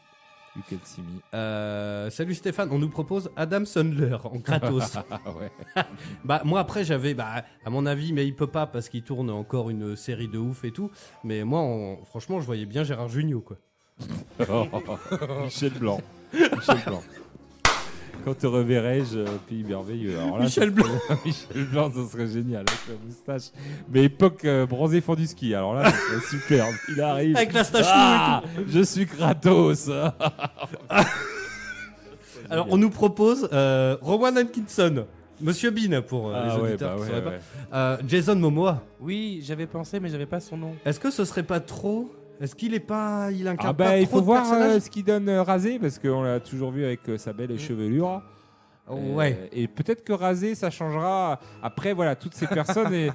Speaker 7: Luke Simi.
Speaker 5: Euh, salut Stéphane, on nous propose Adam Sandler en
Speaker 7: <laughs>
Speaker 5: Kratos.
Speaker 7: Ah
Speaker 5: <laughs>
Speaker 7: ouais.
Speaker 5: bah moi après j'avais, bah à mon avis, mais il peut pas parce qu'il tourne encore une série de ouf et tout. Mais moi, on- franchement, je voyais bien Gérard Jugnot quoi.
Speaker 7: Michel Blanc. Michel Blanc. Quand te reverrai-je, euh, pays merveilleux Alors là,
Speaker 5: Michel
Speaker 7: ça serait- <laughs> Michel Blanc, ce serait génial avec la moustache. Mais époque euh, bronzé fond du ski. Alors là, ce
Speaker 5: <laughs>
Speaker 7: serait superbe. Il arrive.
Speaker 5: Avec la stache
Speaker 7: Ah, je suis Kratos.
Speaker 5: Ah,
Speaker 7: Ah,
Speaker 5: Alors on nous propose euh, Rowan Atkinson, Monsieur Bean pour euh,
Speaker 7: Ah
Speaker 5: les
Speaker 7: ouais,
Speaker 5: auditeurs
Speaker 7: bah
Speaker 5: qui
Speaker 7: ouais,
Speaker 5: sauraient
Speaker 7: ouais.
Speaker 5: pas. Euh, Jason Momoa.
Speaker 6: Oui, j'avais pensé, mais j'avais pas son nom.
Speaker 5: Est-ce que ce serait pas trop Est-ce qu'il est pas, il incarne
Speaker 7: Ah
Speaker 5: pas
Speaker 7: bah il
Speaker 5: trop
Speaker 7: faut
Speaker 5: de
Speaker 7: voir euh,
Speaker 5: personnages Mm.
Speaker 7: ce qu'il donne euh, rasé parce qu'on l'a toujours vu avec euh, sa belle chevelure. Euh,
Speaker 5: Ouais.
Speaker 7: et peut-être que rasé ça changera. Après voilà toutes ces personnes et,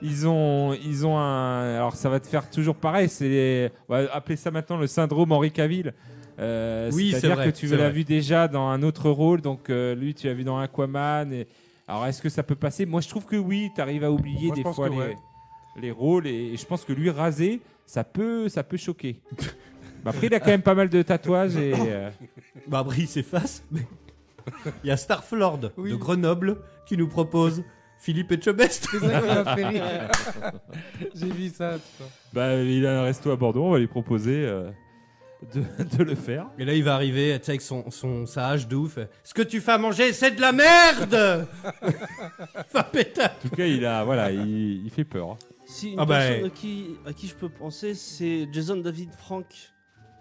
Speaker 7: ils ont ils ont un alors ça va te faire toujours pareil. C'est les- on va appeler ça maintenant le syndrome Henri Cavill. Euh,
Speaker 5: Oui, c'est
Speaker 7: c'est-à-dire
Speaker 5: vrai,
Speaker 7: que tu
Speaker 5: c'est
Speaker 7: l'as
Speaker 5: vrai.
Speaker 7: vu déjà dans un autre rôle donc euh, lui tu l'as vu dans Aquaman et alors est-ce que ça peut passer Moi je trouve que oui, tu arrives à oublier
Speaker 6: Moi, je
Speaker 7: des
Speaker 6: pense
Speaker 7: fois
Speaker 6: que
Speaker 7: les,
Speaker 6: ouais.
Speaker 7: les rôles et, et je pense que lui rasé ça peut ça peut choquer. <laughs> Bah, après, il a quand même pas mal de tatouages et. euh,
Speaker 5: Bah après il s'efface.
Speaker 7: <laughs>
Speaker 5: Mais... il y a Starflord
Speaker 6: Oui.
Speaker 5: de Grenoble qui nous propose Philippe Etchebest.
Speaker 6: C'est ça qui m'a fait rire. J'ai vu ça. putain.
Speaker 7: bah, il a un resto à Bordeaux, on va lui proposer euh, de, <laughs> de le faire.
Speaker 5: <laughs> Et là il va arriver tu sais, avec son, son sa hache de ouf. Ce que tu fais à manger c'est de la merde. <laughs> Enfin péter.
Speaker 7: En tout cas, il
Speaker 5: <laughs>
Speaker 7: a. Voilà, il, il fait peur. hein.
Speaker 4: Si une
Speaker 5: Ah bah,
Speaker 4: personne
Speaker 5: eh.
Speaker 4: à qui, à qui je peux penser, c'est Jason David Frank.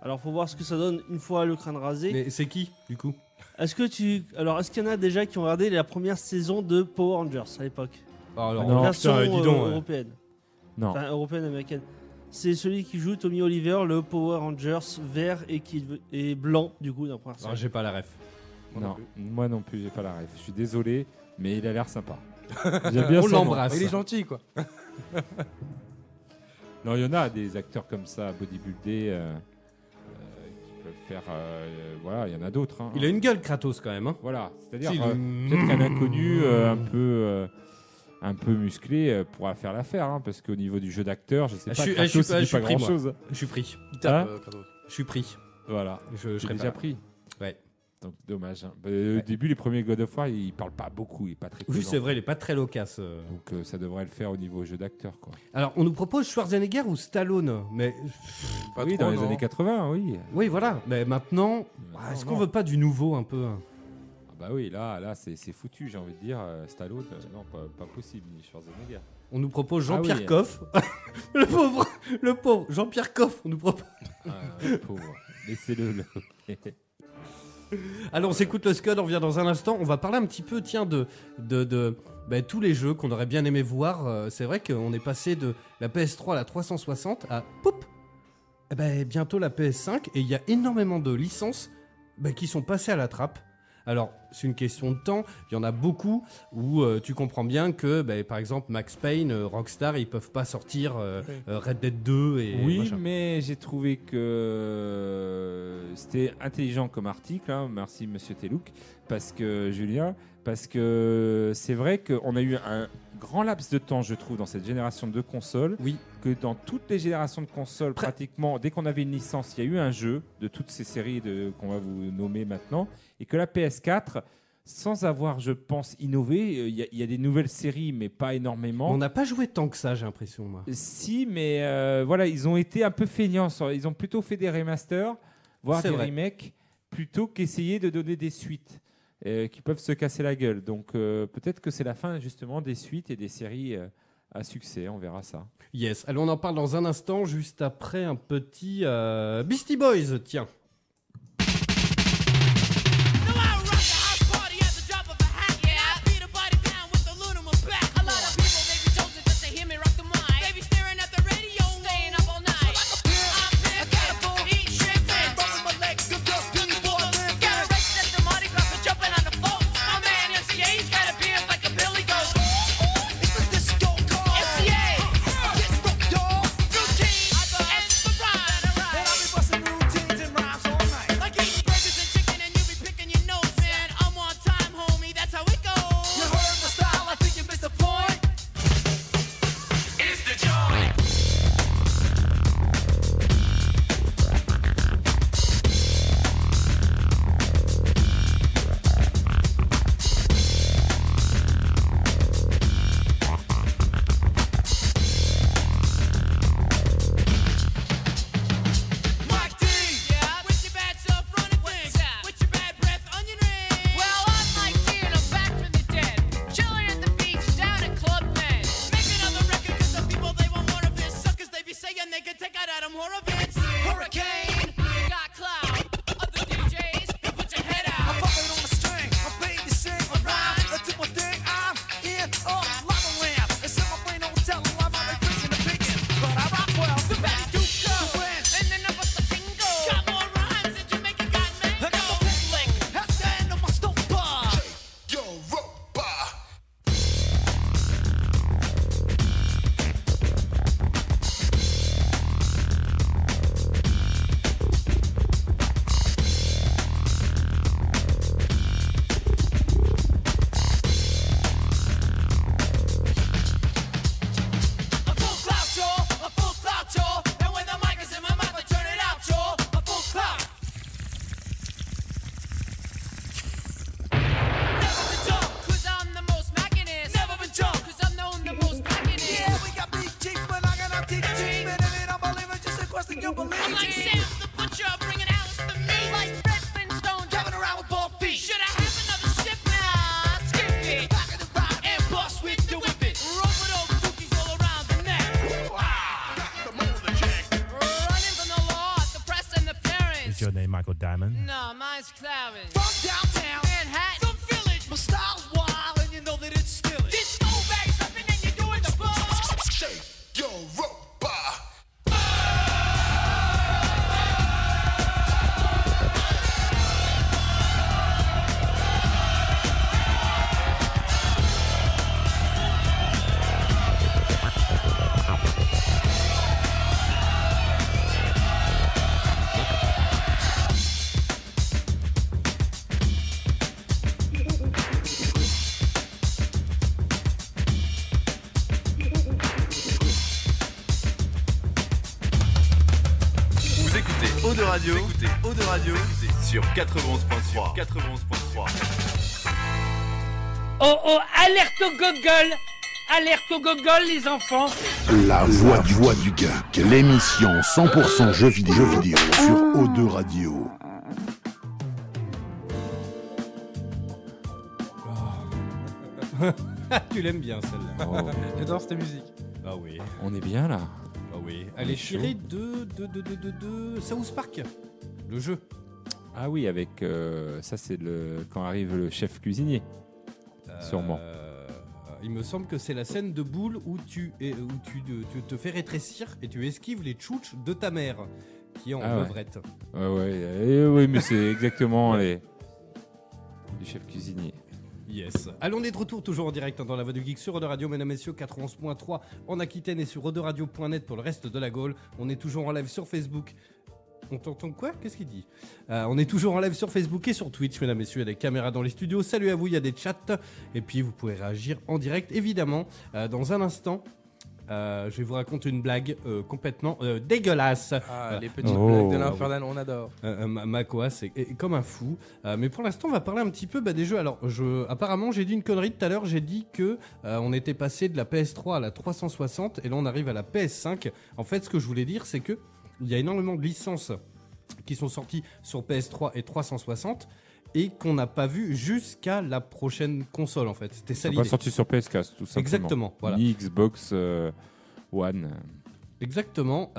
Speaker 4: Alors faut voir ce que ça donne une fois le crâne rasé.
Speaker 5: Mais c'est qui du coup
Speaker 4: Est-ce que tu alors est-ce qu'il y en a déjà qui ont regardé la première saison de Power Rangers à l'époque
Speaker 5: alors, oh,
Speaker 7: Non,
Speaker 4: Version
Speaker 5: putain, dis donc,
Speaker 4: euh,
Speaker 5: ouais.
Speaker 4: européenne,
Speaker 7: Non.
Speaker 4: enfin européenne américaine. C'est celui qui joue Tommy Oliver, le Power Rangers vert et qui est blanc du coup d'un première
Speaker 5: Alors,
Speaker 4: saison.
Speaker 5: oh, j'ai pas la ref.
Speaker 6: Moi non
Speaker 7: non,
Speaker 6: plus.
Speaker 7: moi non plus, j'ai pas la ref. Je suis désolé, mais il a
Speaker 5: <laughs>
Speaker 7: l'air sympa. J'aime bien
Speaker 5: On
Speaker 7: son nom.
Speaker 5: l'embrasse.
Speaker 6: Il est gentil, quoi.
Speaker 7: Non, il y en a des acteurs comme ça, bodybuildés, euh, euh, qui peuvent faire. euh, voilà, il y en a d'autres. hein.
Speaker 5: Il a une gueule Kratos quand même hein.
Speaker 7: Voilà, c'est-à-dire.
Speaker 5: Si,
Speaker 7: euh,
Speaker 5: il-
Speaker 7: Peut-être qu'un
Speaker 5: Mm.
Speaker 7: inconnu euh, un peu euh, un peu musclé euh, pourra faire l'affaire, hein, parce qu'au niveau du jeu d'acteur, je sais
Speaker 5: Ah,
Speaker 7: pas,
Speaker 5: je suis-
Speaker 7: Kratos,
Speaker 5: ah, je suis-
Speaker 7: il
Speaker 5: ah,
Speaker 7: dit
Speaker 5: je suis
Speaker 7: pas
Speaker 5: pris, moi.
Speaker 7: grand-chose.
Speaker 5: Je suis pris.
Speaker 6: Il tape.
Speaker 7: Hein
Speaker 6: euh, Kratos.
Speaker 5: Je suis pris.
Speaker 7: Voilà,
Speaker 5: Je, je
Speaker 7: j'ai
Speaker 5: serai
Speaker 7: déjà
Speaker 5: pas là.
Speaker 7: pris.
Speaker 5: Ouais.
Speaker 7: Donc dommage. hein. Bah, Au début, les premiers God of War, il parle pas beaucoup, il est pas très.
Speaker 5: Oui
Speaker 7: causant.
Speaker 5: c'est vrai il est pas très loquace. euh.
Speaker 7: Donc euh, ça devrait le faire au niveau jeu d'acteur, quoi.
Speaker 5: Alors on nous propose Schwarzenegger ou Stallone mais
Speaker 6: Pas
Speaker 7: oui,
Speaker 6: trop,
Speaker 7: dans les
Speaker 6: non.
Speaker 7: années 80, oui.
Speaker 5: Oui, voilà. Mais maintenant, ah, est-ce
Speaker 7: Bah, Non,
Speaker 5: qu'on
Speaker 7: non.
Speaker 5: veut pas du nouveau un peu hein
Speaker 7: Ah Bah oui, là, là, c'est c'est foutu, j'ai envie de dire. euh, Stallone, euh, non, pas, pas possible, ni Schwarzenegger.
Speaker 5: On nous propose
Speaker 7: Ah
Speaker 5: Jean-Pierre
Speaker 7: oui.
Speaker 5: Coff. <laughs> le pauvre, le pauvre Jean-Pierre Coff. On nous propose.
Speaker 7: Ah, <laughs> le pauvre. Laissez-le. le- <laughs>
Speaker 5: Allez, on s'écoute le Scud. On revient dans un instant. On va parler un petit peu, tiens, de de, de bah, tous les jeux qu'on aurait bien aimé voir. Euh, C'est vrai qu'on est passé de la PS3 à la 360 à poup. Eh ben, bientôt la PS5 et il y a énormément de licences bah, qui sont passées à la trappe. Alors, c'est une question de temps. Il y en a beaucoup où euh, tu comprends bien que, bah, par exemple, Max Payne, euh, Rockstar, ils peuvent pas sortir euh,
Speaker 6: Oui.
Speaker 5: euh, Red Dead 2 et
Speaker 7: oui,
Speaker 5: machin.
Speaker 7: mais j'ai trouvé que euh, c'était intelligent comme article. hein. merci, Monsieur Telouk, parce que Julien, parce que c'est vrai qu'on a eu un grand laps de temps, je trouve, dans cette génération de consoles,
Speaker 5: Oui.
Speaker 7: que dans toutes les générations de consoles,
Speaker 5: Prêt.
Speaker 7: pratiquement, dès qu'on avait une licence, il y a eu un jeu de toutes ces séries de- qu'on va vous nommer maintenant, et que la PS4. Sans avoir, je pense, innové, euh, il y, a- il y a des nouvelles séries, mais pas énormément.
Speaker 5: On n'a pas joué tant que ça, j'ai l'impression, moi.
Speaker 7: Si, mais euh, voilà, ils ont été un peu feignants. sur- Ils ont plutôt fait des remasters, voire
Speaker 5: C'est
Speaker 7: des
Speaker 5: vrai.
Speaker 7: remakes, plutôt qu'essayer de donner des suites euh, qui peuvent se casser la gueule. Donc euh, peut-être que c'est la fin justement des suites et des séries euh, à succès. On verra ça.
Speaker 5: Yes. Allez, on en parle dans un instant, juste après un petit euh, Beastie Boys, tiens.
Speaker 8: A lot of people, they be chosen just to hear me rock the mic. Night out, I'm horrified. Hurricane, you got cloud. Other DJs, you put your head out.
Speaker 9: I'm pumping on a string. I'm paid to sing a rhyme. I do my thing. I'm in a lava lamp. It's in my brain. Don't tell 'em I'm only freaking a picking. But I rock well. The back do go. The ranch.
Speaker 8: And then up the tingle. Got more rhymes than Jamaican got mango.
Speaker 9: I got my pit lick. Have to end on my stove bar. Yo, robot.
Speaker 8: A full clout, y'all. A full clout, y'all. And when the mic is in my mouth, I turn it out, y'all. A full clout. Never been drunk, cause I'm the most mackinist. Never been drunk, cause I'm known the most mackinist.
Speaker 9: Yeah, we got big cheeks, but I got our teeth cheap. And if it don't believe it, just a question you believe.
Speaker 8: I'm like Sam the Butcher, bringing Alice to me. Like Fred Flintstone,
Speaker 9: Jumping around with bald feet.
Speaker 8: Should I have another sip now? Skip it.
Speaker 9: Back of the ride.
Speaker 8: And bust with the whippet. Rope it over bookies all around the neck. Running from the law, the press, and the parents.
Speaker 10: your name Michael Diamond?
Speaker 8: No, mine's Clarence.
Speaker 9: From downtown.
Speaker 8: Manhattan. From Village.
Speaker 9: My style's wild, and you know that it's still it.
Speaker 8: This snowbag something and you're doing the ball.
Speaker 9: Shake your robot.
Speaker 1: Vous écoutez Eau de Radio, vous écoutez Eau de Radio vous écoutez sur 91.3. 91.3.
Speaker 2: Oh oh, alerte au gogol Alerte au gogol les enfants
Speaker 3: La voix du, voix du geek, l'émission 100% jeux vidéo, jeux vidéo sur O2 Radio.
Speaker 5: tu l'aimes bien celle-là.
Speaker 7: Oh, <laughs>
Speaker 6: J'adore cette musique.
Speaker 5: Ah oui.
Speaker 7: on est bien là.
Speaker 5: Ah oui. Elle est tirée de, de, de, de, de, de South Park, le jeu.
Speaker 7: Ah oui, avec euh, ça c'est le quand arrive le chef cuisinier. Sûrement.
Speaker 5: Euh, il me semble que c'est la scène de boule où tu, es- où tu, tu te fais rétrécir et tu esquives les tchouches de ta mère, qui est en
Speaker 7: Ah ouais.
Speaker 5: levrette.
Speaker 7: Ouais, ouais, euh, oui, mais c'est <laughs> exactement les du chef cuisinier.
Speaker 5: Yes. Allons, on est de retour toujours en direct hein, dans la voix du geek sur Eau de Radio, mesdames et messieurs, 91.3 en Aquitaine et sur Radio.net pour le reste de la Gaule. On est toujours en live sur Facebook. On t'entend quoi Qu'est-ce qu'il dit Euh, On est toujours en live sur Facebook et sur Twitch, mesdames et messieurs. Il y a des caméras dans les studios. Salut à vous, il y a des chats. Et puis, vous pouvez réagir en direct, évidemment. Euh, dans un instant, euh, je vais vous raconter une blague euh, complètement euh, dégueulasse.
Speaker 6: Ah, les petites
Speaker 7: Oh.
Speaker 6: blagues de l'infernal, on adore.
Speaker 5: Euh, euh, Ma- Makoa, c'est est comme un fou. Euh, mais pour l'instant, on va parler un petit peu bah, des jeux. Alors, je, apparemment, j'ai dit une connerie tout à l'heure. J'ai dit que euh, on était passé de la PS3 à la 360, et là, on arrive à la PS5. En fait, ce que je voulais dire, c'est que il y a énormément de licences qui sont sorties sur PS3 et 360 et qu'on n'a pas vu jusqu'à la prochaine console. En fait, c'était
Speaker 7: Ils
Speaker 5: ça
Speaker 7: sont pas
Speaker 5: l'idée.
Speaker 7: sortis sur PS4 tout simplement.
Speaker 5: Exactement. Voilà.
Speaker 7: Ni Xbox euh, One.
Speaker 5: Exactement.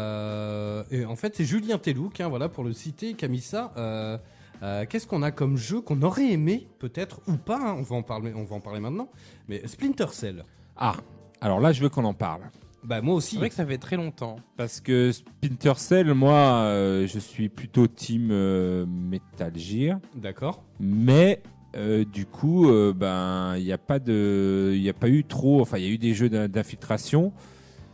Speaker 5: euh, et en fait, c'est Julien Tellouk, hein, voilà, pour le citer, qui a mis ça. euh, euh, Qu'est-ce qu'on a comme jeu qu'on aurait aimé, peut-être, ou pas hein, on, va en parler, on va en parler maintenant. Mais Splinter Cell.
Speaker 7: Ah, alors là je veux qu'on en parle.
Speaker 5: Bah, moi aussi.
Speaker 6: C'est vrai que ça fait très longtemps.
Speaker 7: Parce que Splinter Cell, moi, euh, je suis plutôt team euh, Metal Gear,
Speaker 5: D'accord.
Speaker 7: mais euh, du coup, euh, ben, il n'y a pas de, il y a pas eu trop, enfin, il y a eu des jeux d'in- d'infiltration,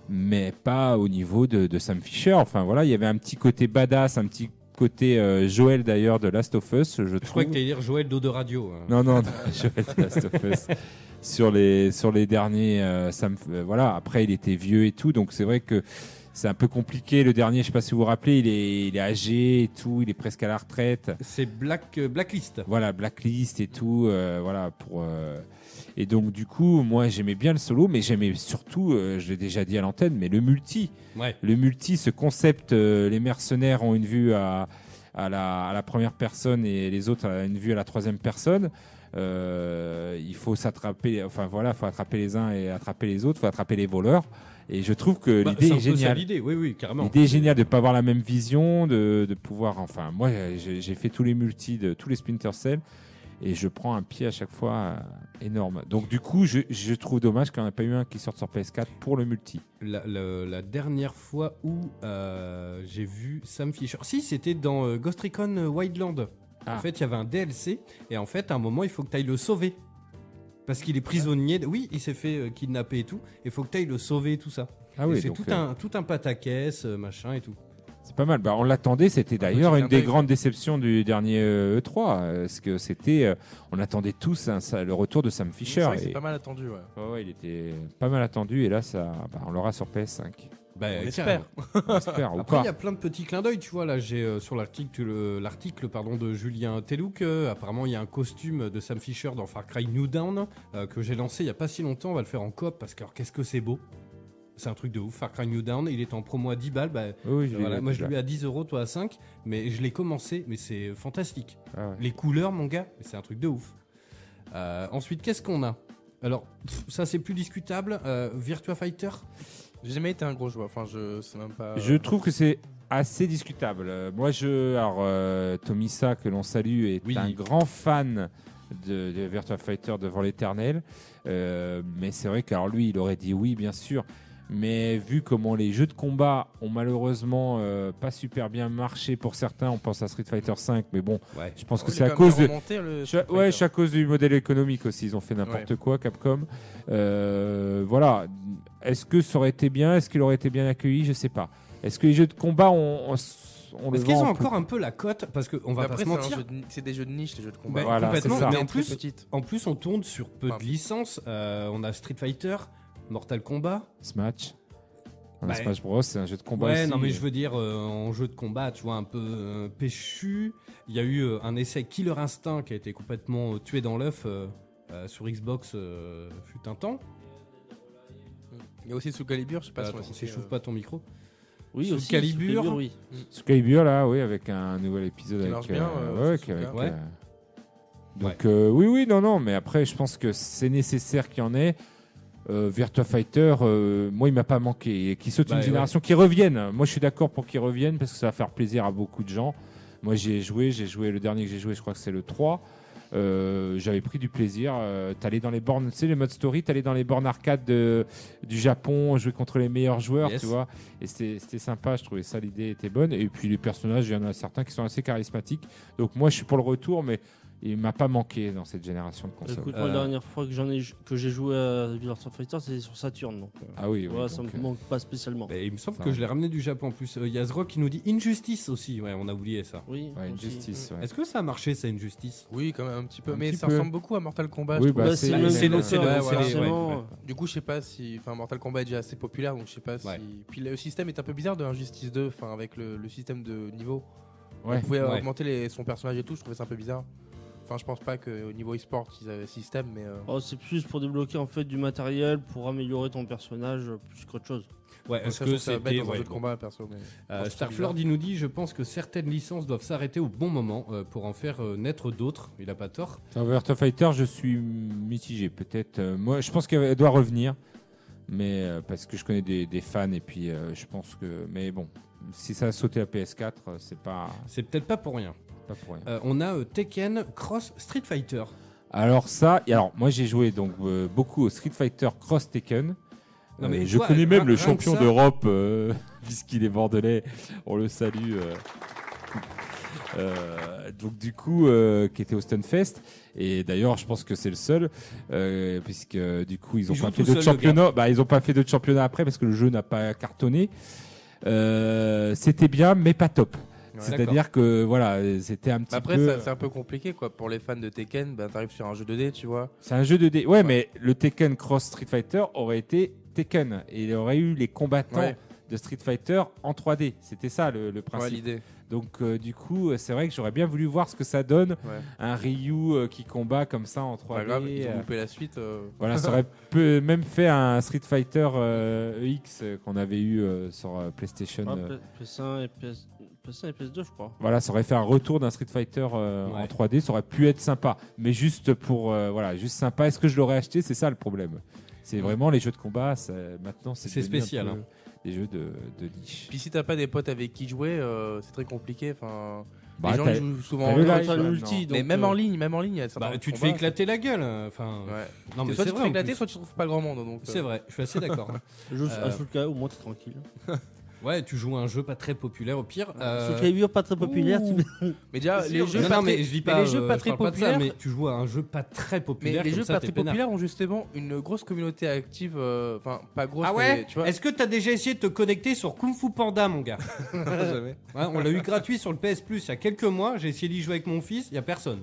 Speaker 7: mais pas au niveau de, de Sam Fisher. Enfin voilà, il y avait un petit côté badass, un petit côté euh, Joel d'ailleurs de Last of Us, je
Speaker 5: Je crois que
Speaker 7: trouve.
Speaker 5: t'allais dire Joël d'eau de radio. hein.
Speaker 7: Non, non, non, <laughs> je vais être Last of Us. sur les sur les derniers. euh, ça me- euh, voilà. Après, il était vieux et tout, donc c'est vrai que c'est un peu compliqué. Le dernier, je sais pas si vous vous rappelez, il est il est âgé et tout, il est presque à la retraite.
Speaker 5: C'est Black, euh, Blacklist.
Speaker 7: Voilà, Blacklist et tout. euh, voilà pour. euh, Et donc du coup, moi j'aimais bien le solo, mais j'aimais surtout, euh, je l'ai déjà dit à l'antenne, mais le multi
Speaker 5: Ouais.
Speaker 7: le multi, ce concept, euh, les mercenaires ont une vue à, à la, à la première personne et les autres à une vue à la troisième personne. Euh, il faut s'attraper, enfin voilà, faut attraper les uns et attraper les autres, faut attraper les voleurs. Et je trouve que
Speaker 5: Bah,
Speaker 7: l'idée
Speaker 5: c'est un
Speaker 7: est
Speaker 5: peu ça
Speaker 7: géniale.
Speaker 5: l'idée, oui, oui, carrément.
Speaker 7: L'idée est géniale de ne pas avoir la même vision, de, de pouvoir. Enfin, moi, j'ai j'ai fait tous les multis de tous les Splinter Cell et je prends un pied à chaque fois euh, énorme. Donc, du coup, je, je trouve dommage qu'il n'y en ait pas eu un qui sorte sur PS4 pour le multi.
Speaker 5: La, la- la dernière fois où euh, j'ai vu Sam Fisher. Si, c'était dans euh, Ghost Recon euh, Wildland.
Speaker 7: Ah.
Speaker 5: En fait, il y avait un DLC, et en fait, à un moment, il faut que tu ailles le sauver. Parce qu'il est prisonnier. de- Oui, il s'est fait euh, kidnapper et tout, et il faut que tu ailles le sauver et tout ça.
Speaker 7: Ah
Speaker 5: Et
Speaker 7: oui,
Speaker 5: c'est
Speaker 7: donc,
Speaker 5: tout,
Speaker 7: euh,
Speaker 5: un, tout un pataquès, euh, machin et tout.
Speaker 7: C'est pas mal. Bah, on l'attendait. C'était d'ailleurs
Speaker 6: petit
Speaker 7: une
Speaker 6: clin
Speaker 7: des
Speaker 6: d'œil.
Speaker 7: grandes déceptions du dernier euh, E3. euh, Parce que c'était. euh, on attendait tous un- ça- le retour de Sam
Speaker 6: C'est
Speaker 7: Fisher.
Speaker 6: vrai que c'est
Speaker 7: et-
Speaker 6: pas mal attendu, ouais.
Speaker 7: Ouais, ouais, il était pas mal attendu. Et là, ça, bah, on l'aura
Speaker 6: <laughs>
Speaker 7: sur PS5.
Speaker 5: Bah, carrément.
Speaker 6: On espère.
Speaker 7: On espère, ou
Speaker 5: Après,
Speaker 7: pas.
Speaker 5: il y a plein de petits clins d'œil, tu vois. Là, j'ai euh, sur l'article le- l'article pardon de Julien Telouk. euh, apparemment, il y a un costume de Sam Fisher dans Far Cry New Dawn euh, que j'ai lancé il y a pas si longtemps. On va le faire en coop parce que alors, qu'est-ce que c'est beau. C'est un truc de ouf. Far Cry New Dawn, il est en promo à 10 balles. bah,
Speaker 7: Oui, oui,
Speaker 6: Ah,
Speaker 7: je l'ai
Speaker 5: voilà,
Speaker 7: vu,
Speaker 5: moi, je
Speaker 7: celui-là.
Speaker 5: l'ai eu à 10 euros, toi à 5. Mais je l'ai commencé, mais c'est fantastique.
Speaker 7: Ah ouais.
Speaker 5: Les couleurs, mon gars, c'est un truc de ouf. Euh, ensuite, qu'est-ce qu'on a Alors, pff, ça, c'est plus discutable. euh, Virtua Fighter
Speaker 6: J'ai jamais été un gros joueur, enfin, je sais même pas.
Speaker 7: Euh,
Speaker 6: euh,
Speaker 7: Je trouve que c'est assez discutable. Euh, Moi, je, alors, euh, Tomisa, que l'on salue, est
Speaker 5: Oui.
Speaker 7: un grand fan de, de Virtua Fighter devant l'éternel. Euh, mais c'est vrai qu'alors lui, il aurait dit oui, bien sûr. Mais vu comment les jeux de combat ont malheureusement euh, pas super bien marché pour certains, on pense à Street Fighter 5, mais bon,
Speaker 5: Ouais.
Speaker 7: je
Speaker 6: Oh,
Speaker 7: pense que c'est à cause de, Je- ouais, c'est
Speaker 6: chaque
Speaker 7: à cause du modèle économique aussi. Ils ont fait n'importe quoi, Capcom. Euh, voilà. Est-ce que ça aurait été bien Est-ce qu'il aurait été bien accueilli Je sais pas. Est-ce que les jeux de combat, on, on, s- on les
Speaker 5: Est-ce qu'ils ont
Speaker 7: vend en plus
Speaker 5: encore un peu la cote Parce qu'on va pas se
Speaker 6: Après, c'est un
Speaker 5: mentir.
Speaker 6: jeu de- c'est des jeux de niche, les jeux de combat.
Speaker 5: Bah,
Speaker 7: Voilà,
Speaker 5: complètement,
Speaker 7: c'est ça.
Speaker 5: mais en
Speaker 6: Très
Speaker 5: plus,
Speaker 6: petite.
Speaker 5: en plus, on tourne sur peu de
Speaker 6: Enfin.
Speaker 5: licences. Euh, on a Street Fighter, Mortal Kombat.
Speaker 7: Smash. On a
Speaker 5: Bah,
Speaker 7: Smash Bros, c'est un jeu de combat.
Speaker 5: ouais,
Speaker 7: aussi.
Speaker 5: non, mais je veux dire, euh, en jeu de combat, tu vois, un peu euh, péchu. Il y a eu euh, un essai Killer Instinct qui a été complètement euh, tué dans l'œuf euh, euh, sur Xbox euh, fut un temps.
Speaker 6: Il y a aussi Soul Calibur, je sais pas
Speaker 5: Bah, Euh, Attends,
Speaker 6: si on
Speaker 5: si
Speaker 6: euh. l'a
Speaker 5: je
Speaker 6: cité,
Speaker 5: chauffe pas ton micro.
Speaker 4: Oui,
Speaker 5: Sous
Speaker 4: aussi.
Speaker 5: Calibur.
Speaker 4: Calibur, oui.
Speaker 7: Soul Calibur, là, oui, avec un nouvel épisode
Speaker 6: Qui
Speaker 7: avec.
Speaker 6: marche bien,
Speaker 7: euh,
Speaker 6: euh,
Speaker 7: ouais,
Speaker 6: Suzuka.
Speaker 7: avec,
Speaker 5: Ouais.
Speaker 7: euh, Donc euh, oui, oui, non, non, mais après, je pense que c'est nécessaire qu'il y en ait. Euh, Virtua Fighter, euh, moi, il m'a pas manqué. Et qui saute
Speaker 5: Bah,
Speaker 7: une
Speaker 5: ouais.
Speaker 7: génération, qui revienne. Moi, je suis d'accord pour qu'ils reviennent parce que ça va faire plaisir à beaucoup de gens. Moi, j'y ai joué, j'ai joué le dernier que j'ai joué, je crois que c'est le 3. Euh, J'avais pris du plaisir. Euh, t'allais dans les bornes, tu sais, les modes story, t'allais dans les bornes arcade de- du Japon, jouer contre les meilleurs joueurs,
Speaker 5: Yes.
Speaker 7: tu vois. Et c'était c'était sympa, je trouvais ça, l'idée était bonne. Et puis les personnages, il y en a certains qui sont assez charismatiques. Donc moi, je suis pour le retour, mais il m'a pas manqué dans cette génération de consoles.
Speaker 4: Bah, Écoute, moi,
Speaker 5: Euh,
Speaker 4: la dernière fois que j'en ai que j'ai joué à Virtua Fighter, c'était sur Saturn. Donc, euh,
Speaker 7: ah oui, oui,
Speaker 4: voilà, ça
Speaker 7: donc,
Speaker 4: me manque pas spécialement.
Speaker 5: Mais Bah, il me semble
Speaker 7: Ça
Speaker 5: que
Speaker 7: va.
Speaker 5: je l'ai ramené du Japon en plus. Euh, Il y a Zrock qui nous dit Injustice aussi. Ouais, on a oublié ça.
Speaker 4: Oui.
Speaker 7: euh, ouais,
Speaker 4: aussi.
Speaker 7: Justice, ouais.
Speaker 5: Est-ce que ça a marché, ça, Injustice
Speaker 6: Oui, quand même un petit peu.
Speaker 7: Un
Speaker 6: mais
Speaker 7: petit
Speaker 6: ça
Speaker 7: peu.
Speaker 6: ressemble beaucoup à Mortal Kombat. je
Speaker 7: Oui,
Speaker 6: trouve.
Speaker 7: bah,
Speaker 4: Bah, c'est le même
Speaker 7: c'est le-
Speaker 6: c'est le-
Speaker 4: moteur,
Speaker 6: ouais,
Speaker 4: donc
Speaker 6: voilà, ouais,
Speaker 4: forcément.
Speaker 6: Du coup, je sais pas si. Enfin, Mortal Kombat est déjà assez populaire, donc je sais pas
Speaker 5: Ouais.
Speaker 6: si. Puis le système est un peu bizarre de Injustice 2, enfin, avec le, le système de niveau.
Speaker 7: Ouais.
Speaker 6: On pouvait
Speaker 5: Ouais.
Speaker 6: augmenter les- son personnage et tout, je trouvais ça un peu bizarre. Enfin, je pense pas qu'au niveau e-sport, ils avaient ce système, mais. euh,
Speaker 4: Oh, c'est plus pour débloquer en fait du matériel pour améliorer ton personnage euh, plus qu'autre chose.
Speaker 5: Ouais,
Speaker 6: ça,
Speaker 5: est-ce
Speaker 6: je
Speaker 5: que
Speaker 6: trouve ça bête
Speaker 5: c'était.
Speaker 6: dans un
Speaker 5: ouais,
Speaker 6: jeu de
Speaker 5: bon.
Speaker 6: combat, perso. Mais...
Speaker 5: Euh,
Speaker 6: Oh, c'est
Speaker 5: Starflord, il nous dit Je pense que certaines licences doivent s'arrêter au bon moment euh, pour en faire euh, naître d'autres. Il a pas tort.
Speaker 7: Sur Virtua Fighter, je suis mitigé. Peut-être. euh, moi, je pense qu'elle doit revenir, mais euh, parce que je connais des, des fans et puis euh, je pense que. Mais bon, si ça a sauté à PS4, euh, c'est pas,
Speaker 5: C'est peut-être pas pour rien.
Speaker 7: pas pour rien.
Speaker 5: Euh, on a euh, Tekken Cross Street Fighter.
Speaker 6: Ah
Speaker 7: Alors ça, et alors moi j'ai joué donc euh, beaucoup au Street Fighter Cross Tekken.
Speaker 5: Non, mais
Speaker 7: Euh, je
Speaker 5: toi,
Speaker 7: connais même
Speaker 5: rien-
Speaker 7: le
Speaker 5: rien que
Speaker 7: champion
Speaker 5: ça-
Speaker 7: d'Europe, euh, <laughs> puisqu'il est bordelais, on le salue. euh. <laughs> Euh, donc du coup, euh, qui était au Stunfest, et d'ailleurs je pense que c'est le seul, euh, puisque euh, du coup ils ont
Speaker 5: Il
Speaker 7: pas
Speaker 5: joue
Speaker 7: fait
Speaker 5: tout
Speaker 7: d'autres
Speaker 5: seul, le gars.
Speaker 7: championnats. Bah ils ont pas fait d'autres championnats après parce que le jeu n'a pas cartonné. Euh, c'était bien, mais pas top.
Speaker 6: Ouais.
Speaker 7: C'est-à-dire que voilà, c'était un petit
Speaker 5: Bah,
Speaker 6: Après,
Speaker 7: peu.
Speaker 6: ça- c'est un peu compliqué, quoi. Pour les fans de Tekken, bah, t'arrives sur un jeu 2D, tu vois.
Speaker 7: C'est un jeu de dés. Ouais, mais le Tekken Cross Street Fighter aurait été Tekken. Et il aurait eu les combattants
Speaker 6: Ouais.
Speaker 7: de Street Fighter en 3D. C'était ça le, le
Speaker 6: Ouais,
Speaker 7: principe.
Speaker 6: l'idée.
Speaker 7: Donc, euh, du coup, euh, c'est vrai que j'aurais bien voulu voir ce que ça donne.
Speaker 6: Ouais.
Speaker 7: Un Ryu euh, qui combat comme ça en 3D.
Speaker 6: Pas grave, ils ont
Speaker 7: euh,
Speaker 6: loupé la suite. euh,
Speaker 7: voilà, ça aurait
Speaker 6: <laughs>
Speaker 7: peu- même fait un Street Fighter euh, EX euh, qu'on avait eu euh, sur euh, PlayStation.
Speaker 4: Ouais,
Speaker 7: euh.
Speaker 4: P- PS1 et PS... PS1 et PS2, je crois.
Speaker 7: Voilà, ça aurait fait un retour d'un Street Fighter euh, en
Speaker 5: Ouais.
Speaker 7: 3D, ça aurait pu être sympa. Mais juste pour. euh, voilà, juste sympa. Est-ce que je l'aurais acheté C'est ça le problème. C'est vraiment les jeux de combat, ça- maintenant c'est
Speaker 5: C'est
Speaker 7: devenu un
Speaker 5: spécial,
Speaker 7: peu
Speaker 5: hein.
Speaker 7: Des jeux de, de niche.
Speaker 6: Puis si t'as pas des potes avec qui jouer, euh, c'est très compliqué. Enfin,
Speaker 7: Bah,
Speaker 6: les gens
Speaker 7: t'as-
Speaker 6: ils jouent souvent
Speaker 7: t'as
Speaker 6: en
Speaker 7: le
Speaker 6: live,
Speaker 7: live,
Speaker 6: quoi.
Speaker 7: ouais,
Speaker 5: multi,
Speaker 6: mais
Speaker 5: donc,
Speaker 6: même
Speaker 5: euh,
Speaker 6: en ligne, même en ligne, il y a certains
Speaker 5: Bah, tu te
Speaker 6: combats.
Speaker 5: fais éclater la gueule. euh, Enfin,
Speaker 6: Ouais.
Speaker 5: non mais
Speaker 6: soit
Speaker 5: c'est vrai.
Speaker 6: tu te fais
Speaker 5: en
Speaker 6: éclater,
Speaker 5: plus.
Speaker 6: soit tu trouves pas grand monde. Donc, euh,
Speaker 5: C'est vrai. Je suis assez d'accord.
Speaker 6: <laughs>
Speaker 4: Je joue à
Speaker 5: Euh,
Speaker 4: Soulka, au moins t'es tranquille.
Speaker 5: ouais, tu joues à un jeu pas très populaire au pire. euh,
Speaker 4: Soulka 8, pas très populaire. tu-
Speaker 6: Mais déjà, Ah, les
Speaker 5: non,
Speaker 6: jeux
Speaker 5: non,
Speaker 6: pas
Speaker 5: mais
Speaker 6: très-
Speaker 5: je dis
Speaker 6: mais
Speaker 5: pas,
Speaker 6: les jeux
Speaker 5: euh,
Speaker 6: pas
Speaker 5: je
Speaker 6: très
Speaker 5: parle pas de ça,
Speaker 6: populaires.
Speaker 5: mais tu joues à un jeu pas très
Speaker 6: Mais
Speaker 5: populaire.
Speaker 6: les
Speaker 5: comme
Speaker 6: jeux
Speaker 5: ça,
Speaker 6: pas
Speaker 5: t'es
Speaker 6: très
Speaker 5: peinard.
Speaker 6: populaires ont justement une grosse communauté active. euh, Enfin, pas grosse,
Speaker 5: Ah ouais
Speaker 6: mais tu vois.
Speaker 5: Est-ce que t'as déjà essayé de te connecter sur Kung Fu Panda, mon gars
Speaker 6: Jamais.
Speaker 5: Ouais, On l'a eu gratuit sur le PS Plus il y a quelques mois. J'ai essayé d'y jouer avec mon fils. Il y a personne.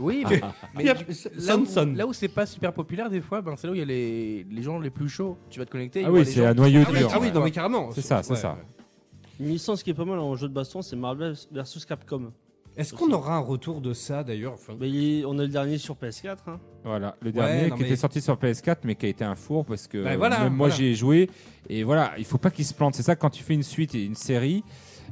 Speaker 6: Oui, <laughs> mais, Ah, mais
Speaker 5: Il y a-
Speaker 6: du- là,
Speaker 5: sonne, sonne.
Speaker 6: où, là où c'est pas super populaire, des fois, ben, c'est là où il y a les, les gens les plus chauds. Tu vas te connecter. ils
Speaker 7: Ah
Speaker 6: voient
Speaker 7: oui,
Speaker 6: les
Speaker 7: c'est
Speaker 6: gens
Speaker 7: un
Speaker 6: qui
Speaker 7: noyau
Speaker 6: sont-
Speaker 5: Ah
Speaker 7: Ah
Speaker 5: oui,
Speaker 7: oui,
Speaker 5: ah oui,
Speaker 7: ouais.
Speaker 5: non mais carrément.
Speaker 7: C'est ça, c'est
Speaker 5: Ouais,
Speaker 7: ça.
Speaker 5: ouais.
Speaker 4: <laughs> Une licence qui est pas mal en jeu de baston, c'est Marvel vs Capcom.
Speaker 5: Est-ce qu'on aura un retour de ça d'ailleurs Enfin,
Speaker 4: Mais il est- on a le dernier sur PS4. hein.
Speaker 7: Voilà, le
Speaker 5: Ouais,
Speaker 7: dernier
Speaker 5: non,
Speaker 7: qui
Speaker 5: mais-
Speaker 7: était sorti sur PS4 mais qui a été un four parce que
Speaker 5: Bah, voilà,
Speaker 7: même moi
Speaker 5: voilà.
Speaker 7: j'y ai joué et voilà, il faut pas qu'il se plante. C'est ça quand tu fais une suite et une série,